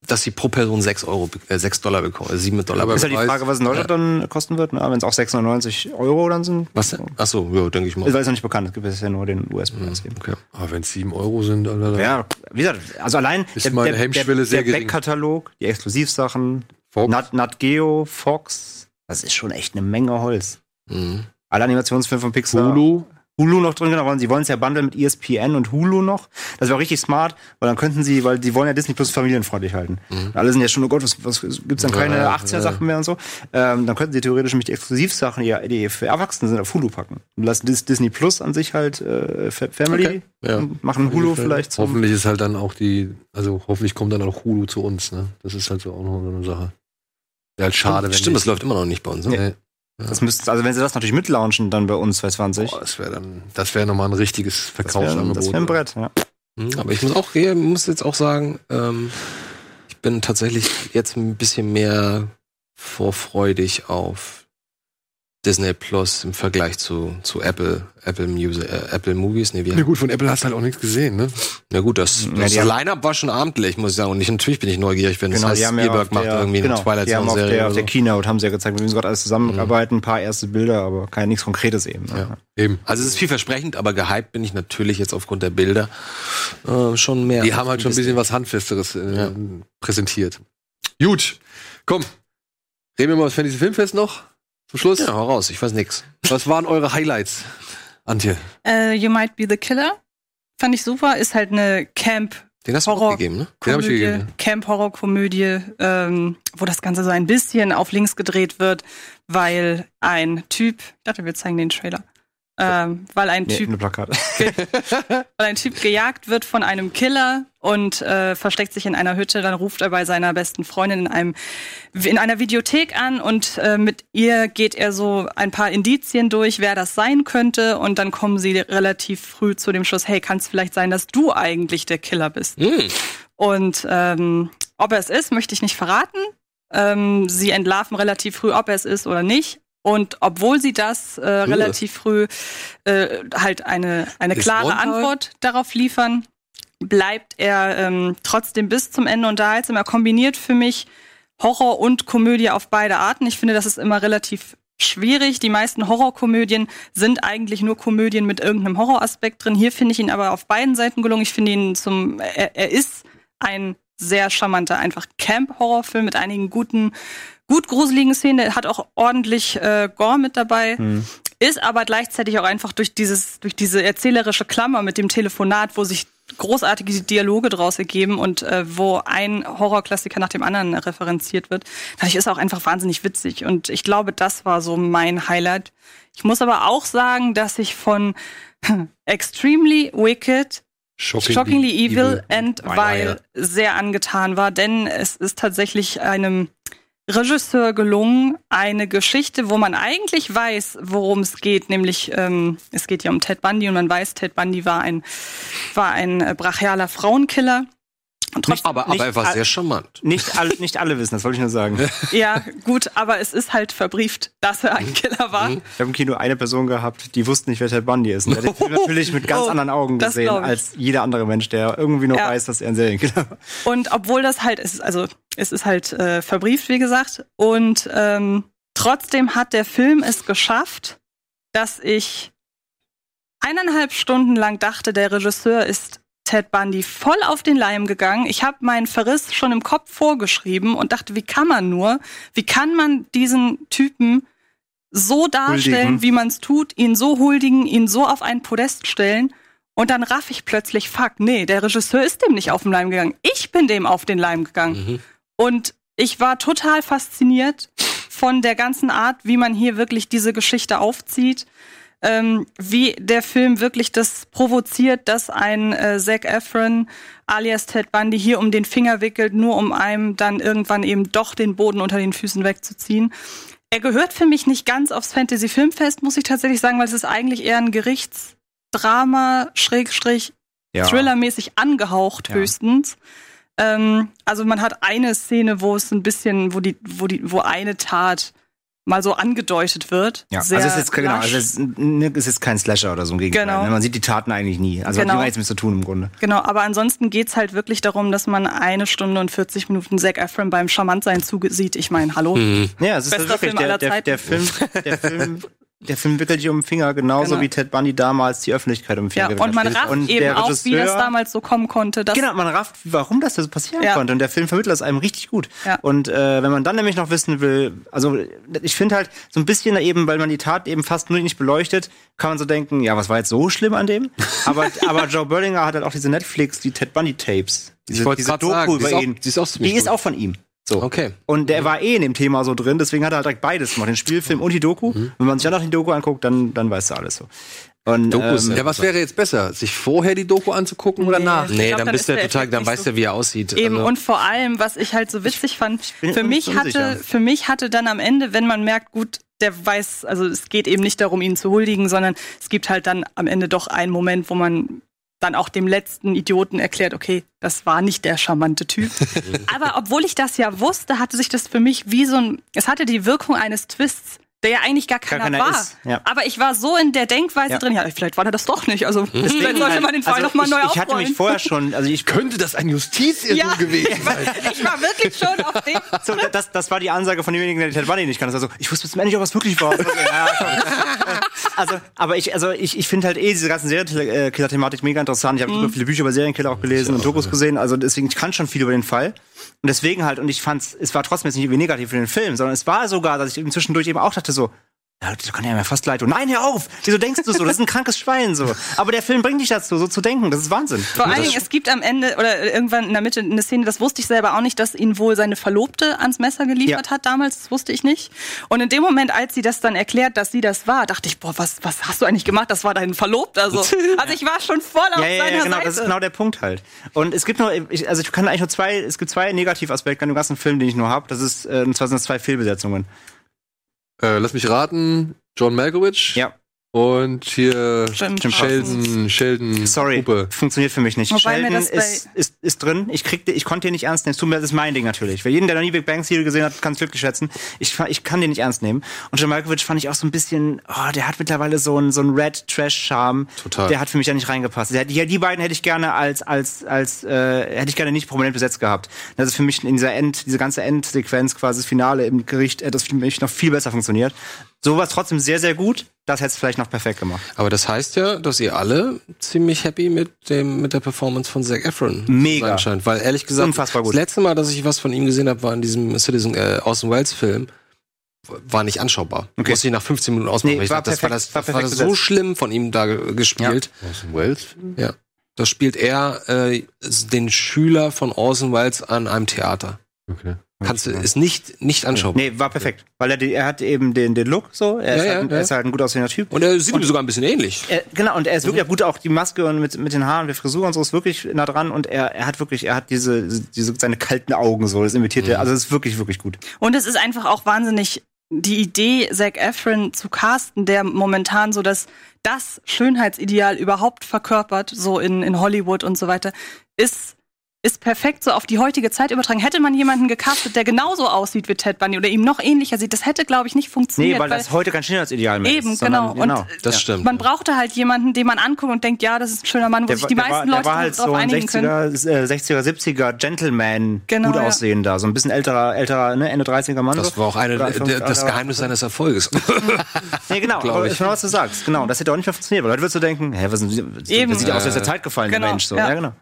S4: dass sie pro Person 6 Euro, be- äh, 6 Dollar bekommen, also 7 Dollar
S2: Aber
S3: Ist
S4: bekommen.
S3: halt die
S2: Preis-
S3: Frage, was in Deutschland dann kosten wird, ne? wenn es auch 690 Euro dann sind.
S4: Was denn? Achso, ja, denke ich
S3: Ist
S4: mal.
S3: alles noch nicht bekannt, es gibt bisher nur den US-Preis. eben.
S4: Okay.
S2: Aber wenn es Ah, sieben Euro sind, Alter, dann-
S3: Ja, wie gesagt, also allein
S2: Ist meine Hemmschwelle
S3: der,
S2: sehr
S3: der
S2: gering.
S3: Backkatalog, die Exklusivsachen,
S2: Fox.
S3: Nat, Nat Geo, Fox, das ist schon echt eine Menge Holz.
S4: Mhm.
S3: Alle Animationsfilme von Pixar.
S2: Hulu.
S3: Hulu noch drin, genau. wollen- Sie wollen es ja bundeln mit ESPN und Hulu noch. Das wäre auch richtig smart, weil dann könnten sie, weil die wollen ja Disney Plus familienfreundlich halten.
S2: Mhm.
S3: Und Alle sind ja schon, oh Gott, was, was gibt's dann keine
S4: Ja,
S3: 18er Sachen mehr und so. Ähm, dann könnten sie theoretisch nämlich die Exklusivsachen, die, ja- die für Erwachsene sind, auf Hulu packen. Und lassen Dis- Disney Plus an sich halt äh, Fa- Family
S4: Okay, ja.
S3: und machen Hulu vielleicht zum
S2: Hoffentlich ist halt dann auch die, also hoffentlich kommt dann auch Hulu zu uns, ne? Das ist halt so auch noch so eine Sache. Wäre halt schade, wenn
S4: Stimmt,
S2: nicht.
S4: das läuft immer noch nicht bei uns. Ne?
S2: Nee.
S3: Das müssten, also wenn sie das natürlich mitlaunchen, dann bei uns 2020.
S2: Boah, das wäre dann, das wäre nochmal ein richtiges
S3: Das wäre
S2: Verkaufsangebot.
S3: wär ein Brett, ja.
S4: Mhm, Aber ich muss auch, ich muss jetzt auch sagen, ähm, ich bin tatsächlich jetzt ein bisschen mehr vorfreudig auf Disney Plus im Vergleich zu, zu Apple, Apple Music, äh, Apple Movies. Nee,
S2: Na ja, gut, von Apple hast du halt auch nichts gesehen, ne?
S4: Na gut, das, das ja, Line-Up war schon abendlich, muss ich sagen. Und ich, natürlich bin ich neugierig, wenn
S3: Genau,
S4: es heißt,
S3: die haben ja auf
S4: Spielberg macht
S3: der-
S4: irgendwie eine
S3: genau,
S4: Twilight
S3: die haben auf
S4: Zone-Serie.
S3: der,
S4: oder
S3: auf der
S4: so.
S3: Keynote haben sie ja gezeigt, wie sie gerade alles zusammenarbeiten, ein paar erste Bilder, aber kein nichts Konkretes eben. ne?
S4: Ja.
S2: Eben.
S4: Also es ist vielversprechend, aber gehypt bin ich natürlich jetzt aufgrund der Bilder äh, schon mehr.
S2: Die haben halt schon ein bisschen was Handfesteres äh, präsentiert. Gut, komm. Reden wir mal über das Fantasy Filmfest noch zum Schluss.
S4: Ja, hau raus, ich weiß nix.
S2: Was waren eure Highlights, Antje?
S5: Äh, you Might Be the Killer. Fand ich super. Ist halt eine Camp.
S4: Den hast du auch
S5: Horror.
S4: gegeben, ne?
S2: Den hab ich dir
S5: Komödie,
S2: gegeben,
S5: Camp-Horror-Komödie, ähm, wo das Ganze so ein bisschen auf links gedreht wird, weil ein Typ, ich dachte, wir zeigen den Trailer, ähm, weil ein
S3: Nee,
S5: Typ
S3: eine Plakate.
S5: weil ein Typ gejagt wird von einem Killer und äh, versteckt sich in einer Hütte. Dann ruft er bei seiner besten Freundin in einem in einer Videothek an und äh, mit ihr geht er so ein paar Indizien durch, wer das sein könnte. Und dann kommen sie relativ früh zu dem Schluss: Hey, kann es vielleicht sein, dass du eigentlich der Killer bist?
S4: Hm.
S5: Und ähm, ob er es ist, möchte ich nicht verraten. Ähm, sie entlarven relativ früh, ob er es ist oder nicht. Und obwohl sie das äh, relativ früh äh, halt eine, eine
S4: Ist
S5: klare
S4: Montag?
S5: Antwort darauf liefern, bleibt er ähm, trotzdem bis zum Ende unterhaltsam. Er kombiniert für mich Horror und Komödie auf beide Arten. Ich finde, das ist immer relativ schwierig. Die meisten Horrorkomödien sind eigentlich nur Komödien mit irgendeinem Horroraspekt drin. Hier finde ich ihn aber auf beiden Seiten gelungen. Ich finde ihn zum, er, er ist ein sehr charmanter, einfach Camp-Horrorfilm mit einigen guten, gut gruseligen Szenen. Er hat auch ordentlich äh, Gore mit dabei. Ist aber gleichzeitig auch einfach durch dieses, durch diese erzählerische Klammer mit dem Telefonat, wo sich großartige Dialoge draus ergeben und äh, wo ein Horrorklassiker nach dem anderen referenziert wird. Dadurch ist er auch einfach wahnsinnig witzig. Und ich glaube, das war so mein Highlight. Ich muss aber auch sagen, dass ich von Extremely Wicked
S2: Shockingly,
S5: Shockingly Evil
S2: Ah,
S5: and
S4: Meine
S5: Vile
S4: Eier.
S5: sehr angetan war, denn es ist tatsächlich einem Regisseur gelungen, eine Geschichte, wo man eigentlich weiß, worum es geht, nämlich ähm, es geht ja um Ted Bundy und man weiß, Ted Bundy war ein, war ein äh, brachialer Frauenkiller. Und trotzdem,
S4: Aber, aber er war sehr charmant.
S3: Nicht alle, nicht alle wissen, das wollte ich nur sagen. Ich
S5: ja, gut, aber es ist halt verbrieft, dass er ein Killer war.
S3: habe im Kino eine Person gehabt, die wusste nicht, wer Ted Bundy ist. Und Der hat den Film natürlich mit ganz
S5: Oh,
S3: anderen Augen
S5: das
S3: gesehen
S5: glaub ich.
S3: als jeder andere Mensch, der irgendwie noch
S5: Ja.
S3: weiß, dass er ein Serienkiller war.
S5: Und obwohl das halt, es ist, also es ist halt äh, verbrieft, wie gesagt. Und ähm, trotzdem hat der Film es geschafft, dass ich eineinhalb Stunden lang dachte, der Regisseur ist Ted Bundy voll auf den Leim gegangen. Ich habe meinen Verriss schon im Kopf vorgeschrieben und dachte, wie kann man nur, wie kann man diesen Typen so darstellen,
S3: Huldigen.
S5: wie man es tut, ihn so huldigen, ihn so auf ein Podest stellen. Und dann raff ich plötzlich, fuck, nee, der Regisseur ist dem nicht auf den Leim gegangen. Ich bin dem auf den Leim gegangen. Und ich war total fasziniert von der ganzen Art, wie man hier wirklich diese Geschichte aufzieht ähm, wie der Film wirklich das provoziert, dass ein äh, Zac Efron alias Ted Bundy hier um den Finger wickelt, nur um einem dann irgendwann eben doch den Boden unter den Füßen wegzuziehen. Er gehört für mich nicht ganz aufs Fantasy Filmfest, muss ich tatsächlich sagen, weil es ist eigentlich eher ein Gerichtsdrama, Schrägstrich,
S3: Ja.
S5: Thrillermäßig angehaucht
S3: Ja.
S5: höchstens. Ähm, also man hat eine Szene, wo es ein bisschen, wo die, wo die, wo eine Tat mal so angedeutet wird.
S3: Ja,
S5: Sehr
S3: also es ist jetzt, genau,
S5: lasch.
S3: also es ist, ne, es ist kein Slasher oder so im Gegenteil.
S5: Genau.
S3: ne? Man sieht die Taten eigentlich nie. Also
S5: Genau.
S3: hat die nichts mit zu tun im Grunde.
S5: Genau, aber ansonsten geht's halt wirklich darum, dass man eine Stunde und 40 Minuten Zac Efron beim Charmantsein zusieht. Ich meine, hallo.
S3: Hm. Ja, es ist
S5: Bester
S3: wirklich
S5: Film
S3: der,
S5: aller
S3: der,
S5: Zeiten.
S3: der, Film, der Film. Der Film wickelt dich um den Finger, genauso
S5: Genau.
S3: wie Ted Bundy damals die Öffentlichkeit um den Finger
S5: Ja, und man
S3: gewickelt hat.
S5: rafft eben
S3: der
S5: auch, wie das
S3: Regisseur-
S5: damals so kommen konnte. Dass,
S3: Genau, man rafft, warum das so passieren
S5: Ja.
S3: konnte. Und der Film vermittelt das einem richtig gut.
S5: Ja.
S3: Und äh, wenn man dann nämlich noch wissen will, also ich finde halt so ein bisschen eben, weil man die Tat eben fast nur nicht beleuchtet, kann man so denken, ja, was war jetzt so schlimm an dem? Aber, aber Joe Berlinger hat halt auch diese Netflix, die Ted Bundy Tapes. Diese,
S4: wollte
S3: diese
S4: grad
S3: Doku
S4: sagen, die
S3: über
S4: ist auch-
S3: ihn.
S4: die ist auch ziemlich
S3: die ist
S4: gut.
S3: auch von ihm. So.
S4: Okay.
S3: Und der war eh in dem Thema so drin, deswegen hat er halt direkt beides gemacht, den Spielfilm und die Doku. Wenn man sich dann noch die Doku anguckt, dann, dann weißt du alles so. Und,
S4: Dokus,
S3: ähm,
S2: Ja, was wäre jetzt besser? Sich vorher die Doku anzugucken oder
S5: Nee.
S2: nach?
S5: Ich
S4: Nee,
S5: glaub,
S4: dann,
S5: dann
S4: bist
S5: ist
S4: du ja
S5: der
S4: total,
S5: Effekt
S4: dann
S5: nicht
S4: weißt
S5: so-
S4: du, wie er aussieht.
S5: Eben,
S4: Also-
S5: und vor allem, was ich halt so witzig fand,
S3: bin
S5: für
S3: un-
S5: mich,
S3: unsicher.
S5: hatte, für mich hatte dann am Ende, wenn man merkt, gut, der weiß, also es geht eben nicht darum, ihn zu huldigen, sondern es gibt halt dann am Ende doch einen Moment, wo man dann auch dem letzten Idioten erklärt, okay, das war nicht der charmante Typ. Aber obwohl ich das ja wusste, hatte sich das für mich wie so ein, es hatte die Wirkung eines Twists. der ja eigentlich gar keiner,
S3: keiner
S5: war.
S3: ist, ja.
S5: Aber ich war so in der Denkweise
S3: Ja.
S5: drin, ja, vielleicht war der das doch nicht. Also vielleicht sollte man den Fall
S3: also
S5: nochmal
S3: ich,
S5: neu
S3: ich hatte
S5: aufrollen.
S3: mich vorher schon, also ich
S2: Könnte das ein Justizirrtum
S5: Ja.
S2: gewesen sein?
S5: ich war wirklich schon auf dem.
S3: So, da- das, das war die Ansage von demjenigen, der die Ted nicht kannte. Also, ich wusste bis zum Ende nicht, ob es wirklich war. Also, ja, schon. also aber ich, also ich, ich finde halt eh diese ganzen Serienkiller-Thematik mega interessant. Ich habe super viele Bücher über Serienkiller auch gelesen und Dokus gesehen. Also deswegen, ich kann schon viel über den Fall. Und deswegen halt, und ich fand's, es war trotzdem jetzt nicht irgendwie negativ für den Film, sondern es war sogar, dass ich eben zwischendurch eben auch dachte so, ja, das kann ja mir fast leid tun. Nein, hör auf! Wieso denkst du so? Das ist ein krankes Schwein, so. Aber der Film bringt dich dazu, so zu denken. Das ist Wahnsinn.
S5: Vor allen Dingen, es gibt am Ende oder äh, irgendwann in der Mitte eine Szene, das wusste ich selber auch nicht, dass ihn wohl seine Verlobte ans Messer geliefert
S3: Ja.
S5: hat damals, das wusste ich nicht. Und in dem Moment, als sie das dann erklärt, dass sie das war, dachte ich, boah, was, was hast du eigentlich gemacht? Das war dein Verlobter. So. Also ich war schon voll auf
S3: ja, ja,
S5: seiner
S3: ja, genau,
S5: Seite.
S3: das ist genau der Punkt halt. Und es gibt nur, ich, also ich kann eigentlich nur zwei, es gibt zwei Negativaspekte an dem ganzen Film, den ich nur habe. Das ist, äh, und zwar sind das zwei Fehlbesetzungen.
S2: Äh, lass mich raten, John Malkovich
S3: Ja.
S2: und hier
S5: Jim Parsons.
S2: Sheldon, Sheldon
S3: Sorry,
S2: Cooper.
S3: funktioniert für mich nicht.
S5: Wobei mir
S3: Sheldon
S5: das bei-
S3: ist, ist, ist drin. Ich, krieg, den- ich konnte den nicht ernst nehmen. Es tut mir- Das ist mein Ding natürlich. Wer jeden, der noch nie Big Bang Theory gesehen hat, kann es glücklich schätzen. Ich, fa- ich kann den nicht ernst nehmen. Und John Malkovich fand ich auch so ein bisschen, oh, der hat mittlerweile so einen, so einen Red Trash Charme.
S4: Total.
S3: Der hat für mich da nicht reingepasst. Der, die, die beiden hätte ich gerne als, als, als, äh, hätte ich gerne nicht prominent besetzt gehabt. Das ist für mich in dieser End, diese ganze Endsequenz quasi, das Finale im Gericht, hätte das für mich noch viel besser funktioniert. Sowas trotzdem sehr, sehr gut. Das hätte es vielleicht noch perfekt gemacht.
S4: Aber das heißt ja, dass ihr alle ziemlich happy mit dem mit der Performance von Zac Efron
S3: Mega.
S4: zu sein scheint, weil ehrlich gesagt
S3: Unfassbar gut.
S4: das letzte Mal, dass ich was von ihm gesehen habe, war in diesem Citizen äh, Orson Welles Film war nicht anschaubar.
S3: Okay.
S4: Musste ich nach 15 Minuten ausmachen.
S3: Nee,
S4: weil ich
S3: war
S4: dachte, das war
S3: perfekt-
S4: das,
S3: war
S4: das war
S3: perfekt
S4: so
S3: besetzt.
S4: schlimm von ihm da ge- gespielt.
S2: Orson Welles?
S4: Ja. Da spielt er äh, den Schüler von Orson Welles an einem Theater.
S2: Okay.
S4: Kannst du ist nicht nicht anschaubar.
S3: Nee, war perfekt. Weil er, die, er hat eben den, den Look so. Er,
S4: Ja,
S3: ist
S4: ja,
S3: halt, ein-
S4: ja.
S3: er ist halt ein gut aussehender Typ.
S4: Und er sieht ihm sogar ein bisschen ähnlich.
S3: er, genau, und er
S5: Mhm.
S3: ist wirklich auch gut, auch die Maske und mit, mit den Haaren, der Frisur und so ist wirklich nah dran. Und er, er hat wirklich, er hat diese, diese seine kalten Augen so. Das imitiert
S5: Mhm.
S3: er. Also, das ist wirklich, wirklich gut.
S5: Und es ist einfach auch wahnsinnig die Idee, Zac Efron zu casten, der momentan so das, das Schönheitsideal überhaupt verkörpert, so in, in Hollywood und so weiter, ist, ist perfekt so auf die heutige Zeit übertragen. Hätte man jemanden gecastet, der genauso aussieht wie Ted Bundy oder ihm noch ähnlicher sieht, das hätte, glaube ich, nicht
S3: Nee,
S5: funktioniert.
S3: weil das heute kein Schönheitsideal mehr
S5: eben,
S3: ist. sondern-
S5: genau. Und
S4: Das
S3: Ja.
S4: stimmt.
S5: man brauchte halt jemanden, den man anguckt und denkt, ja, das ist ein schöner Mann, wo
S3: Der,
S5: sich die
S3: der, war,
S5: meisten
S3: der
S5: Leute
S3: war halt
S5: drauf
S3: so ein
S5: einigen können.
S3: 60er, äh, 60er, 70er Gentleman,
S5: Genau,
S3: gut
S5: ja.
S3: aussehender, so ein bisschen älterer, älterer, ne, Ende 30er Mann.
S4: Das
S3: so.
S4: war auch eine,
S3: Oder
S4: der,
S3: Anfang-
S4: das
S3: Anfang-
S4: Geheimnis seines Erfolges.
S3: Nee, genau,
S4: glaub
S3: aber
S4: ich.
S3: ich genau, was du sagst. Genau, das hätte auch nicht mehr funktioniert, weil Leute würdest du denken, hä, was sind die-
S5: Eben.
S3: das sieht aus, als der
S4: Äh,
S3: Zeit gefallen, der
S5: genau,
S3: Mensch. So.
S5: ja.
S3: Ja. genau.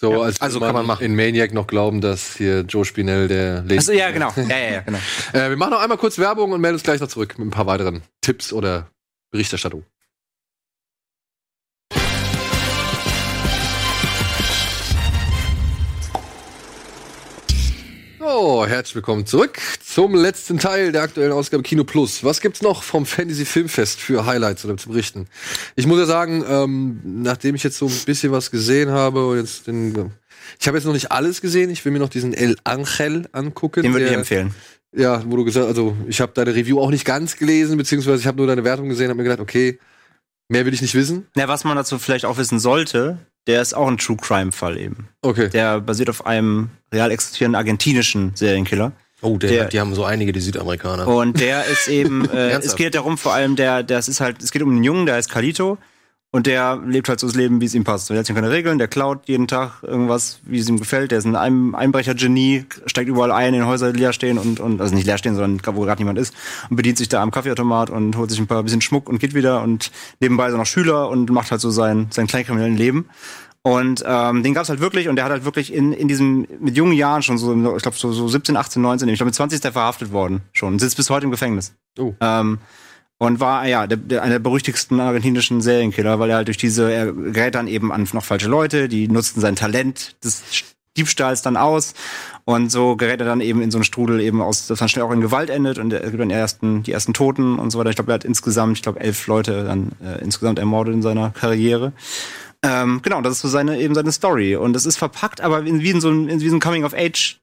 S2: So, als
S4: also
S2: würde
S4: kann man machen.
S2: in Maniac noch glauben, dass hier Joe Spinell der Lady.
S3: Achso, ja, genau. Ja, ja, ja, genau.
S2: Äh, wir machen noch einmal kurz Werbung und melden uns gleich noch zurück mit ein paar weiteren Tipps oder Berichterstattung. So, herzlich willkommen zurück zum letzten Teil der aktuellen Ausgabe Kino Plus. Was gibt's noch vom Fantasy Filmfest für Highlights oder zu berichten? Ich muss ja sagen, ähm, nachdem ich jetzt so ein bisschen was gesehen habe und jetzt den, ich habe jetzt noch nicht alles gesehen. Ich will mir noch diesen El Angel angucken.
S3: Den würde ich
S2: der-
S3: empfehlen.
S2: ja, wo du gesagt also ich habe deine Review auch nicht ganz gelesen, beziehungsweise ich habe nur deine Wertung gesehen, habe mir gedacht, okay, mehr will ich nicht wissen.
S3: Na, was man dazu vielleicht auch wissen sollte, der ist auch ein True Crime-Fall eben.
S2: Okay.
S3: Der basiert auf einem real existierenden argentinischen Serienkiller.
S4: Oh, der,
S3: Der- Oh.
S4: die haben so einige, die Südamerikaner.
S3: Und der ist eben, äh, es
S4: Ernsthaft?
S3: geht darum, vor allem der, das ist halt, es geht um einen Jungen, der heißt Calito. Und der lebt halt so das Leben, wie es ihm passt. Der hat sich keine Regeln, der klaut jeden Tag irgendwas, wie es ihm gefällt. Der ist ein Ein- Einbrechergenie, steigt überall ein in Häuser, die leer stehen und, und also nicht leer stehen, sondern wo gerade niemand ist. Und bedient sich da am Kaffeeautomat und holt sich ein paar bisschen Schmuck und geht wieder. Und nebenbei ist er noch Schüler und macht halt so sein, sein kleinkriminellen Leben. Und ähm, den gab's halt wirklich und der hat halt wirklich in, in diesem, mit jungen Jahren schon so, ich glaube so, so 17, 18, 19, ich glaube mit 20 ist der verhaftet worden schon und sitzt bis heute im Gefängnis.
S2: Oh.
S3: Ähm, und war ja der, der, einer der berüchtigsten argentinischen Serienkiller, weil er halt durch diese, er gerät dann eben an noch falsche Leute, die nutzten sein Talent des Diebstahls dann aus und so gerät er dann eben in so einen Strudel eben aus, das dann schnell auch in Gewalt endet und es gibt dann ersten, die ersten Toten und so weiter. Ich glaube, er hat insgesamt, ich glaube, elf Leute dann äh, insgesamt ermordet in seiner Karriere. Ähm, genau, das ist so seine, eben seine Story. Und es ist verpackt, aber in, wie in so einem, in diesem Coming of Age.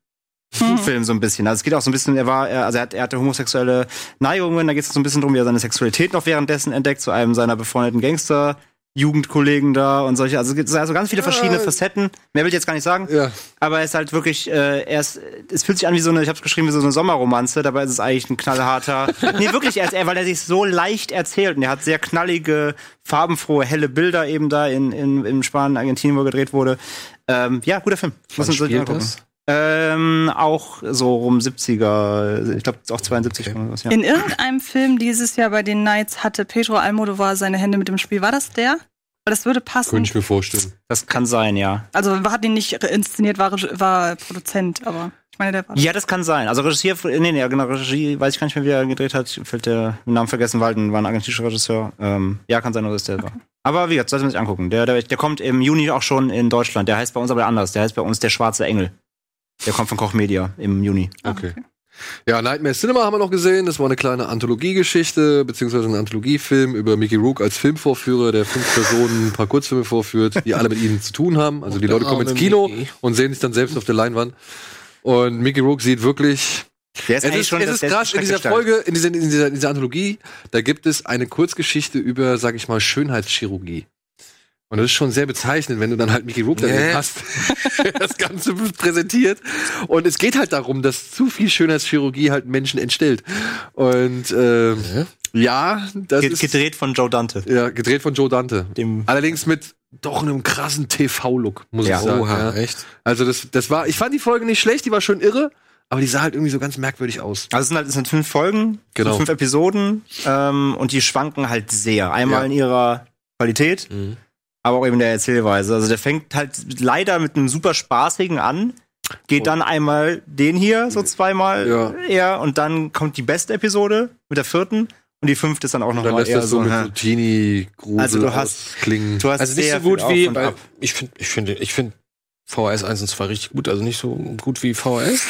S3: Film so ein bisschen. Also es geht auch so ein bisschen, er war, er, also er, hat, er hatte homosexuelle Neigungen, da geht es so ein bisschen drum, wie er seine Sexualität noch währenddessen entdeckt, zu einem seiner befreundeten Gangster Jugendkollegen da und solche. Also es gibt also ganz viele verschiedene
S4: Ah.
S3: Facetten. Mehr will ich jetzt gar nicht sagen.
S2: Ja.
S3: Aber es ist halt wirklich, äh, er ist, es fühlt sich an wie so eine, ich habe es geschrieben, wie so eine Sommerromanze. Dabei ist es eigentlich ein knallharter. nee, wirklich, er ist, er, weil er sich so leicht erzählt und er hat sehr knallige, farbenfrohe, helle Bilder eben da in, in, in Spanien, Argentinien, wo er gedreht wurde. Ähm, ja, guter Film. man
S4: Wann
S3: sich
S4: spielt
S3: angucken.
S4: das?
S3: Ähm, auch so rum 70er, ich glaube auch 72 okay. oder was, ja.
S5: In irgendeinem Film dieses Jahr bei den Knights hatte Pedro Almodovar seine Hände mit dem Spiel. War das der? Weil das würde passen.
S2: Könnte ich mir vorstellen.
S3: Das kann sein, ja.
S5: Also hat ihn nicht inszeniert, war, Reg- war Produzent, aber ich meine, der war.
S3: Ja, das kann sein. Also Regisseur, nee, nee, genau, Regie, weiß ich gar nicht mehr, wie er gedreht hat. Fällt der den Namen vergessen, Walden war halt ein argentinischer Regisseur. Ähm, ja, kann sein, dass es der war. Aber wie gesagt, sollte man sich angucken. Der, der, der kommt im Juni auch schon in Deutschland. Der heißt bei uns aber anders. Der heißt bei uns der Schwarze Engel. Der kommt von Koch Media im Juni.
S2: Okay. Ja, Nightmare Cinema haben wir noch gesehen. Das war eine kleine Anthologiegeschichte, beziehungsweise ein Anthologiefilm über Mickey Rook als Filmvorführer, der fünf Personen ein paar Kurzfilme vorführt, die alle mit ihm zu tun haben. Also die
S4: der
S2: Leute kommen
S4: arme
S2: ins Kino
S4: Mickey.
S2: und sehen sich dann selbst auf der Leinwand. Und Mickey Rook sieht wirklich.
S3: Der ist
S2: Es ist, es ist krass, in dieser Folge, in dieser, in, dieser, in dieser Anthologie, da gibt es eine Kurzgeschichte über, sag ich mal, Schönheitschirurgie. Und das ist schon sehr bezeichnend, wenn du dann halt Mickey Rook daneben
S4: Ja.
S2: hast, der das Ganze präsentiert. Und es geht halt darum, dass zu viel Schönheitschirurgie halt Menschen entstellt. Und ähm, ja, das
S3: Ge-
S2: ist
S3: gedreht von Joe Dante.
S2: Ja, gedreht von Joe Dante.
S3: Dem
S2: Allerdings mit doch einem krassen TV-Look, muss
S3: Ja.
S2: ich sagen.
S4: Oha,
S2: ja.
S4: echt?
S2: Also das, das war, ich fand die Folge nicht schlecht, die war schön irre, aber die sah halt irgendwie so ganz merkwürdig aus.
S3: Also es sind halt es sind fünf Folgen,
S2: Genau.
S3: so fünf Episoden ähm, und die schwanken halt sehr. Einmal
S2: Ja.
S3: in ihrer Qualität,
S4: Mhm.
S3: aber auch eben der Erzählweise. Also der fängt halt leider mit einem super spaßigen an,
S4: Oh.
S3: geht dann einmal den hier
S4: Mhm.
S3: so zweimal
S2: Ja.
S3: eher und dann kommt die beste Episode mit der vierten und die fünfte ist dann auch
S2: Dann
S3: nochmal
S2: lässt
S3: eher
S2: das so
S3: so.
S2: mit
S3: hä.
S2: Routini-Grusel
S3: Also du hast-
S2: klingen.
S3: Du hast
S4: Also nicht
S3: sehr
S4: so gut
S3: viel
S4: wie
S3: Auf und
S4: bei,
S3: ab.
S4: ich finde ich finde ich finde VHS 1 und 2 richtig gut, also nicht so gut wie VHS.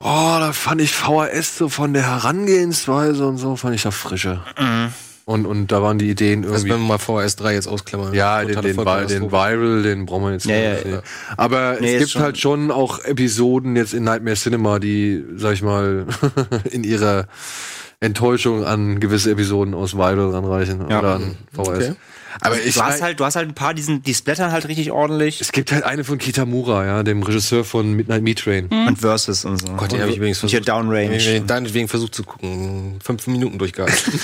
S2: Oh, da fand ich VHS so von der Herangehensweise und so fand ich da frischer.
S3: Mhm.
S2: Und, und da waren die Ideen
S4: Also
S2: irgendwie.
S4: wenn wir mal VHS 3 jetzt ausklammern.
S2: ja, den,
S4: Totale
S2: den, Vi- den
S4: Vollkatastrophe.
S2: Viral, den brauchen wir jetzt
S3: Ja,
S2: nicht.
S3: ja,
S2: erzählen.
S3: ja.
S2: Aber
S3: Nee,
S2: es
S3: ist
S2: gibt
S3: schon-
S2: halt schon auch Episoden jetzt in Nightmare Cinema, die, sag ich mal, in ihrer Enttäuschung an gewisse Episoden aus Viral ranreichen
S3: Ja.
S2: oder an VHS.
S4: Okay.
S2: Aber ich
S3: Du hast
S2: mein-
S3: halt, du hast halt ein paar, die, sind, die splattern halt richtig ordentlich
S2: es gibt halt eine von Kitamura, ja, dem Regisseur von Midnight Meat Train.
S3: und Versus und so.
S4: Hm? Gott, den
S3: und,
S4: habe ich übrigens
S3: und hier
S4: versucht.
S3: Downrange.
S4: Deinetwegen versucht zu gucken. Fünf Minuten durchgehalten.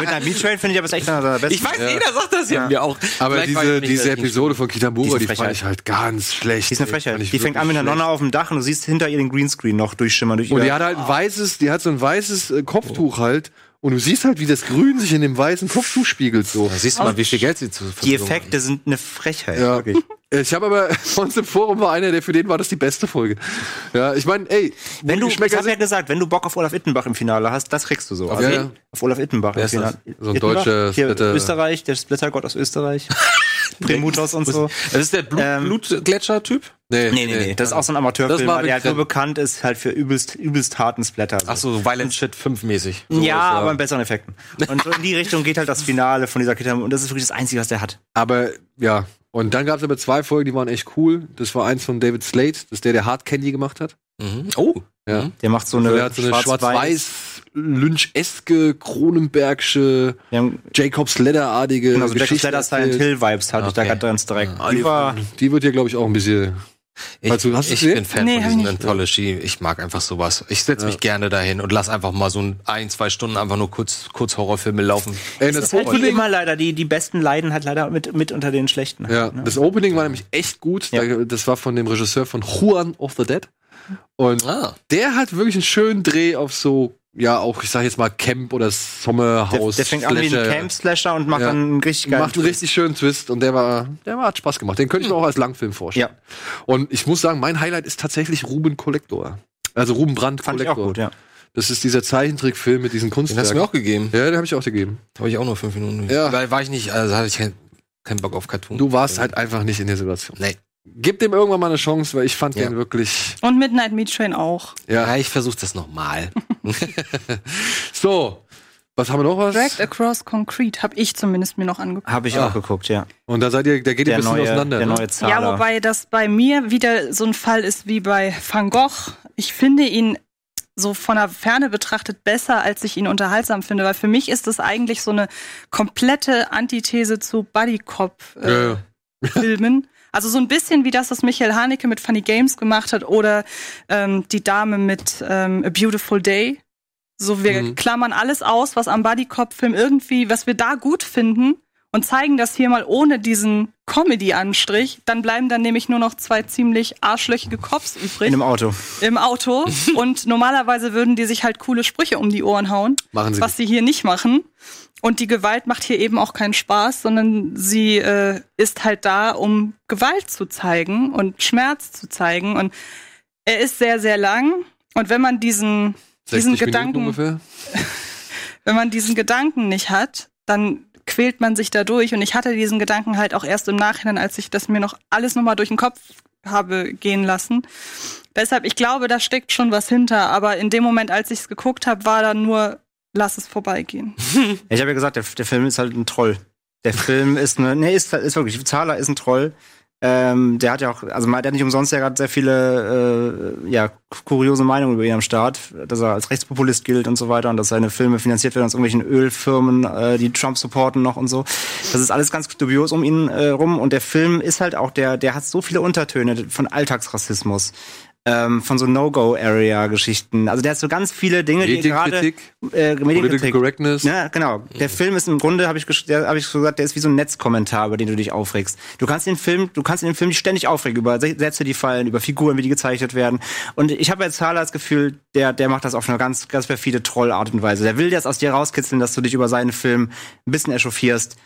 S3: Mit einer Beat Train finde ich aber es echt einer der besten.
S4: ja. jeder sagt das ja, mir auch.
S2: Aber
S4: Vielleicht
S2: diese,
S4: weiß ich nicht,
S2: diese
S4: dass ich nicht-
S2: Episode von Kitamura,
S3: Diese
S2: die fand
S3: Frechheit.
S2: ich halt ganz schlecht.
S3: Die ist eine
S2: ey.
S3: Frechheit.
S2: Fand ich
S3: Die fängt
S2: wirklich
S3: an mit einer
S2: schlecht.
S3: Nonne auf dem Dach und du siehst hinter ihr den Greenscreen noch durchschimmern. Durch
S2: Und die
S3: ihr-
S2: hat halt ein weißes, die hat so ein weißes äh,
S3: Oh.
S2: Kopftuch halt. Und du siehst halt, wie das Grün sich in dem weißen Kopftuch spiegelt so.
S4: Da siehst du mal, wie viel Geld sie zu
S3: die
S4: verfügen
S3: Effekte sind eine Frechheit.
S2: Ja. Äh,
S3: Wirklich.
S2: Ich habe aber bei uns im Forum war einer, der für den war das die beste Folge. Ja, ich meine, ey,
S3: Wenn du, ich
S2: Geschmäcker
S3: habe ja gesagt, wenn du Bock auf Olaf Ittenbach im Finale hast, das kriegst du so.
S2: also
S3: Also,
S2: Auf wen?
S3: auf Olaf Ittenbach
S4: Wer
S3: im
S4: ist das?
S3: Finale.
S2: So ein
S3: Ittenbach?
S2: deutscher
S3: Hier,
S2: Splitter-
S3: Österreich, der Splittergott aus Österreich. Primutos und so.
S4: Das ist der Blut,
S3: Ähm,
S4: Blutgletscher-Typ?
S2: äh, nee,
S3: Nee, nee, nee. Das ist auch so ein Amateurfilm,
S2: war
S3: der
S2: mit
S3: halt nur
S2: Grenzen.
S3: bekannt ist halt für übelst, übelst harten Splatter.
S4: Ach so, Violent Shit 5 mäßig.
S3: ja, aber mit besseren Effekten. Und so in die Richtung geht halt das Finale von dieser Kitam. Und das ist wirklich das Einzige, was der hat.
S2: Aber ja, und dann gab es aber zwei Folgen, die waren echt cool. Das war eins von David Slade, das ist der, der Hard Candy gemacht hat.
S4: Mhm. Oh.
S2: Ja.
S4: Mhm.
S3: Der macht so eine,
S2: Also, der hat so eine schwarz-weiß, lynch-eske, Kronenbergsche,
S3: Wir haben-
S2: Jacobs Ladder-artige
S3: Genau, so Black
S2: äh, Geschichte
S3: Slater Silent
S2: erzählt.
S3: Hill Vibes hatte ich da
S4: Okay.
S3: gerade ganz direkt.
S2: Ah,
S3: Die war,
S2: die, die wird ja, glaube ich, auch ein bisschen.
S4: Ich,
S2: Weißt du, hast du
S4: also ich
S2: gesehen?
S4: bin Fan
S5: Nee, hab
S4: von
S5: ich
S4: diesen
S5: nicht.
S4: Anthology. Ich mag einfach sowas. Ich setze mich gerne dahin und lass einfach mal so ein, ein zwei Stunden einfach nur kurz, kurz Horrorfilme laufen.
S2: Ey,
S3: das ist halt wie immer leider, die, die besten leiden halt leider mit, mit unter den schlechten.
S2: Ja,
S3: ne?
S2: das Opening war nämlich echt gut. Da- Das war von dem Regisseur von Juan of the Dead. Und
S4: Ah.
S2: der hat wirklich einen schönen Dreh auf so, ja, auch ich sag jetzt mal Camp oder
S3: der,
S2: Sommerhaus.
S3: der fängt an wie ein
S2: Slasher.
S3: Camp-Slasher und macht
S2: Ja.
S3: dann einen richtig geilen
S2: Macht einen richtig schönen Twist und der war, der war, hat Spaß gemacht. Den könnte ich mir auch als Langfilm vorstellen.
S3: Ja.
S2: Und ich muss sagen, mein Highlight ist tatsächlich Ruben Collector. Also Ruben Brandt
S3: Fand ich
S2: Collector.
S3: auch gut, ja.
S2: Das ist dieser Zeichentrickfilm mit diesen
S4: Den hast du mir
S2: Kunstwerken.
S4: auch gegeben.
S2: Ja, den habe ich auch gegeben.
S4: Habe ich auch nur fünf Minuten.
S2: Ja.
S4: Weil war ich nicht, also hatte ich keinen keinen Bock auf Cartoon.
S2: Du warst halt einfach nicht in der Situation.
S4: Nee.
S2: Gib dem irgendwann mal eine Chance, weil ich fand
S4: Ja.
S2: den wirklich.
S5: Und Midnight Meat Train auch.
S4: Ja, ich versuche das nochmal.
S2: So, was haben wir noch was?
S5: Dragged Across Concrete habe ich zumindest mir noch angeguckt.
S3: Habe ich
S2: Ah.
S3: auch geguckt, ja.
S2: Und da seid ihr, da geht ihr ein
S3: Der
S2: bisschen
S3: neue,
S2: auseinander.
S3: der
S2: ne?
S3: neue Zahler.
S5: Ja, wobei das bei mir wieder so ein Fall ist wie bei Van Gogh. Ich finde ihn so von der Ferne betrachtet besser, als ich ihn unterhaltsam finde, weil für mich ist das eigentlich so eine komplette Antithese zu Buddy Cop äh,
S4: Ja,
S5: Filmen. Also so ein bisschen wie das, was Michael Haneke mit Funny Games gemacht hat oder ähm, die Dame mit ähm, A Beautiful Day. So, wir
S2: Mhm.
S5: klammern alles aus, was am Buddy-Cop-Film irgendwie, was wir da gut finden und zeigen das hier mal ohne diesen Comedy-Anstrich. Dann bleiben dann nämlich nur noch zwei ziemlich arschlöchige Cops übrig
S3: In einem Auto.
S5: im Auto und normalerweise würden die sich halt coole Sprüche um die Ohren hauen,
S2: Machen sie
S5: was sie hier nicht machen. Und die Gewalt macht hier eben auch keinen Spaß, sondern sie äh, ist halt da, um Gewalt zu zeigen und Schmerz zu zeigen. Und er ist sehr, sehr lang. Und wenn man diesen, diesen Gedanken
S2: ungefähr.
S5: wenn man diesen Gedanken nicht hat, dann quält man sich dadurch. Und ich hatte diesen Gedanken halt auch erst im Nachhinein, als ich das mir noch alles nochmal durch den Kopf habe gehen lassen. Deshalb, ich glaube, da steckt schon was hinter. Aber in dem Moment, als ich es geguckt habe, war dann nur, lass es vorbeigehen.
S3: Ich habe ja gesagt, der, der Film ist halt ein Troll. Der Film ist eine, nee, ist, ist wirklich, Zahler ist ein Troll. Ähm, der hat ja auch, also man- der hat nicht umsonst ja gerade sehr viele, äh, ja, kuriose Meinungen über ihn am Start, dass er als Rechtspopulist gilt und so weiter und dass seine Filme finanziert werden aus irgendwelchen Ölfirmen, äh, die Trump supporten noch und so. Das ist alles ganz dubios um ihn äh, rum und der Film ist halt auch, der, der hat so viele Untertöne von Alltagsrassismus. Ähm, von so No-Go-Area-Geschichten. Also der hat so ganz viele Dinge, die gerade
S2: Medienkritik,
S3: äh,
S2: Political Correctness.
S3: ja, genau.
S5: Mhm.
S3: Der Film ist im Grunde, habe ich, gesch- der- hab ich so gesagt, der ist wie so ein Netzkommentar, über den du dich aufregst. Du kannst den Film, du kannst in dem Film dich ständig aufregen über Se- Sätze, die fallen, über Figuren, wie die gezeichnet werden. Und ich habe bei Zahler das Gefühl, der, der macht das auf eine ganz, ganz perfide Trollart und Weise. Der will das aus dir rauskitzeln, dass du dich über seinen Film ein bisschen echauffierst.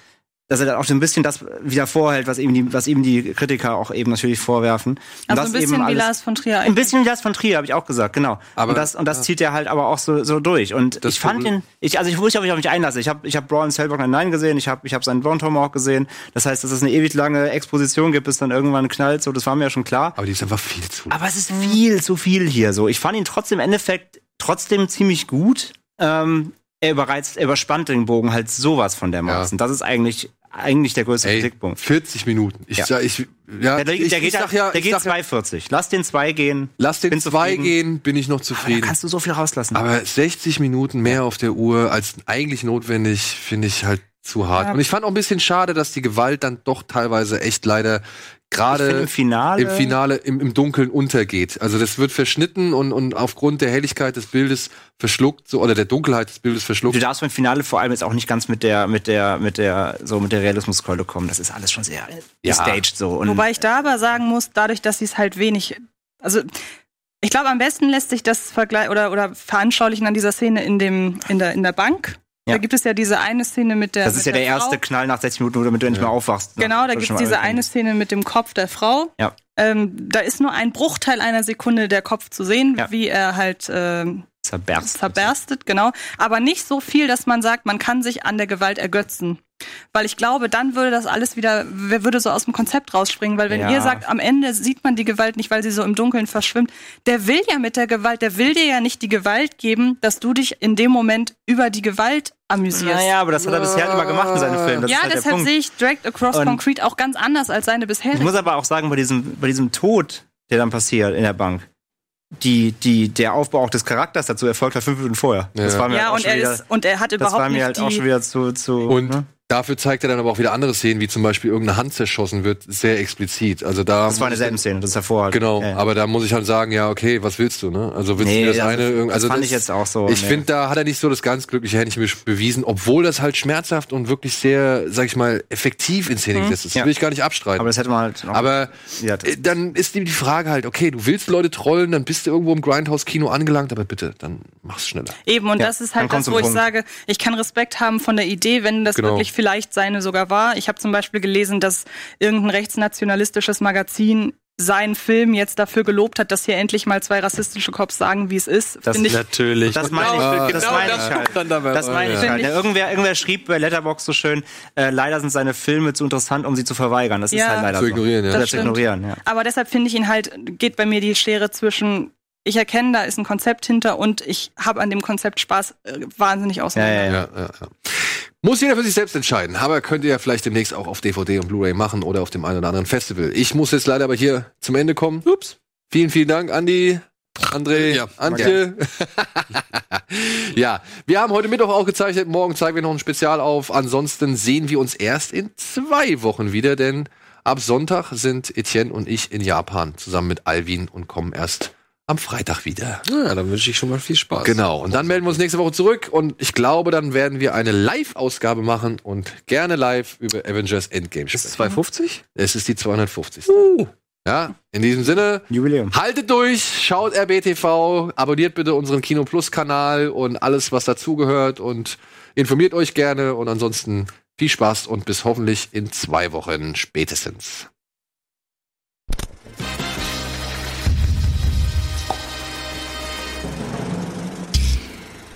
S3: Dass er dann auch so ein bisschen das wieder vorhält, was ihm die, was ihm die Kritiker auch eben natürlich vorwerfen. Und
S5: Also
S3: das
S5: ein bisschen
S3: eben
S5: wie
S3: alles-
S5: Lars von Trier.
S3: ein bisschen wie das von Trier, habe ich auch gesagt, genau.
S2: Aber-
S3: und das, und das zieht er halt aber auch so, so durch. Und
S2: Das
S3: ich fand
S2: Problem-
S3: den, ich, also ich wusste, ob ich auf mich einlasse. Ich habe ich hab Braun Selberg Nein gesehen, ich habe ich hab seinen Brown auch gesehen. Das heißt, dass es eine ewig lange Exposition gibt, bis dann irgendwann knallt, so, das war mir ja schon klar.
S2: Aber die ist einfach viel zu.
S3: Aber es ist viel zu viel hier so. Ich fand ihn trotzdem im Endeffekt trotzdem ziemlich gut. Ähm, er überreizt, er überspannt den Bogen halt sowas von dermaßen. Das ist eigentlich, eigentlich der größte
S2: Ey,
S3: Kritikpunkt.
S2: 40 Minuten. Ich,
S3: Ja.
S2: ja. ich, ja,
S3: Der, der,
S2: ich,
S3: der
S2: ich
S3: geht, halt-
S2: sag ja,
S3: der
S2: ich
S3: geht
S2: sag ja,
S3: 2,40. Lass den 2 gehen.
S2: lass den
S3: Bin
S2: zwei
S3: zufrieden.
S2: gehen, bin ich noch
S3: Aber da
S2: zufrieden.
S3: kannst du so viel rauslassen.
S2: Aber 60 Minuten mehr auf der Uhr als eigentlich notwendig, finde ich halt zu hart.
S5: Ja.
S2: Und ich fand auch ein bisschen schade, dass die Gewalt dann doch teilweise echt leider
S3: Ich find
S2: gerade
S3: im Finale.
S2: im Finale im, im Dunkeln untergeht. Also das wird verschnitten und, und aufgrund der Helligkeit des Bildes verschluckt, so, oder der Dunkelheit des Bildes
S3: Du
S2: verschluckt.
S3: darfst beim Finale vor allem jetzt auch nicht ganz mit der, mit der, mit der, so mit der Realismuskeule kommen. Das ist alles schon sehr
S2: Ja.
S3: gestaged so. Und
S5: Wobei ich da aber sagen muss, dadurch, dass sie es halt wenig, also ich glaube, am besten lässt sich das vergleichen oder, oder veranschaulichen an dieser Szene in dem, in der, in der Bank.
S3: Ja.
S5: Da gibt es ja diese eine Szene mit der.
S3: das
S5: mit
S3: ist ja der erste
S5: Frau.
S3: Knall nach 60 Minuten, damit du endlich mal aufwachst.
S5: Genau, da
S3: Das ist
S5: gibt
S3: schon
S5: es
S3: mal
S5: diese
S3: alles
S5: eine Szene mit dem Kopf der Frau.
S3: Ja.
S5: Ähm, da ist nur ein Bruchteil einer Sekunde der Kopf zu sehen,
S3: Ja.
S5: wie er halt ähm,
S3: Zerberst.
S5: zerberstet, genau. Aber nicht so viel, dass man sagt, man kann sich an der Gewalt ergötzen. Weil ich glaube, dann würde das alles wieder, wer würde so aus dem Konzept rausspringen. Weil wenn
S3: Ja.
S5: ihr sagt, am Ende sieht man die Gewalt nicht, weil sie so im Dunkeln verschwimmt, der will ja mit der Gewalt, der will dir ja nicht die Gewalt geben, dass du dich in dem Moment über die Gewalt amüsierst.
S3: Naja, aber das hat er bisher halt immer gemacht in seinen Filmen. Das
S5: ja,
S3: ist halt der
S5: deshalb
S3: Punkt.
S5: sehe ich Dragged Across
S3: Und-
S5: Concrete auch ganz anders als seine
S3: Ich
S5: bisherigen.
S3: muss aber auch sagen, bei diesem, bei diesem Tod, der dann passiert in der Bank, die, die, der Aufbau auch des Charakters dazu erfolgt hat fünf Minuten vorher. Das war mir
S5: ja,
S3: halt auch
S5: und
S3: schon
S5: er,
S3: wieder,
S5: ist, und er hat
S3: das
S5: überhaupt
S3: war mir
S5: nicht
S3: halt
S5: die,
S3: auch schon wieder zu, zu
S2: Und
S3: ne?
S2: dafür zeigt er dann aber auch wieder andere Szenen, wie zum Beispiel irgendeine Hand zerschossen wird, sehr explizit. Also da.
S3: das war eine selben Szene, das ist hervorragend.
S2: Genau,
S3: Ja.
S2: aber da muss ich halt sagen, ja, okay, was willst du, ne? Also willst
S3: Nee,
S2: du das
S3: das-
S2: eine irgend-
S3: das
S2: also
S3: fand ich jetzt auch so,
S2: Ich
S3: nee.
S2: finde, da hat er nicht so das ganz glückliche Händchen besch- bewiesen, obwohl das halt schmerzhaft und wirklich sehr, sag ich mal, effektiv in Szene gesetzt ist. Das
S3: Mhm. Ja.
S2: will ich gar nicht abstreiten.
S3: aber das hätte man halt noch
S2: Aber
S3: Ja, das-
S2: äh, dann ist die die Frage halt, okay, du willst Leute trollen, dann bist du irgendwo im Grindhouse-Kino angelangt, aber bitte, dann mach's schneller.
S5: Eben, und
S3: Ja,
S5: das ist
S3: dann
S5: halt
S3: kommst
S5: das,
S3: du
S5: wo ich
S3: Punkt.
S5: sage, ich kann Respekt haben von der Idee, wenn das
S2: Genau.
S5: wirklich vielleicht seine sogar war. Ich habe zum Beispiel gelesen, dass irgendein rechtsnationalistisches Magazin seinen Film jetzt dafür gelobt hat, dass hier endlich mal zwei rassistische Cops sagen, wie es ist.
S3: Das
S5: Finde ich,
S4: natürlich.
S3: Das meine ich,
S2: Genau,
S3: das
S2: genau
S3: meine
S2: das
S3: ich halt.
S2: guckt dann dabei
S3: Das meine ich
S5: raus.
S3: halt.
S5: Ja.
S3: Irgendwer, irgendwer schrieb bei Letterbox so schön, äh, leider sind seine Filme zu interessant, um sie zu verweigern. Das ist
S5: Ja.
S3: halt leider
S2: Zu ignorieren, ja.
S3: so.
S5: Das
S3: Oder zu
S5: stimmt.
S3: ignorieren, ja.
S5: aber deshalb finde ich ihn halt, geht bei mir die Schere zwischen, ich erkenne, da ist ein Konzept hinter und ich habe an dem Konzept Spaß äh, wahnsinnig
S3: Ja,
S5: auseinander.
S3: ja, ja.
S2: Ja, ja, ja. Muss jeder für sich selbst entscheiden, aber könnt ihr ja vielleicht demnächst auch auf DVD und Blu-ray machen oder auf dem einen oder anderen Festival. Ich muss jetzt leider aber hier zum Ende kommen. Ups. Vielen, vielen Dank, Andi. André,
S4: Ja.
S2: Antje. ja, wir haben heute Mittag auch gezeichnet. Morgen zeigen wir noch ein Spezial auf. Ansonsten sehen wir uns erst in zwei Wochen wieder, denn ab Sonntag sind Etienne und ich in Japan zusammen mit Alvin und kommen erst am Freitag wieder.
S4: Ja, Ah, dann wünsche ich schon mal viel Spaß.
S2: Genau, und dann melden wir uns nächste Woche zurück und ich glaube, dann werden wir eine Live-Ausgabe machen und gerne live über Avengers Endgame
S4: Ist es Uh.
S2: sprechen.
S4: 250?
S2: Es ist die 250. Ja, in diesem Sinne,
S3: Jubiläum.
S2: haltet durch, schaut RBTV, abonniert bitte unseren Kino Plus Kanal und alles, was dazugehört und informiert euch gerne und ansonsten viel Spaß und bis hoffentlich in zwei Wochen spätestens.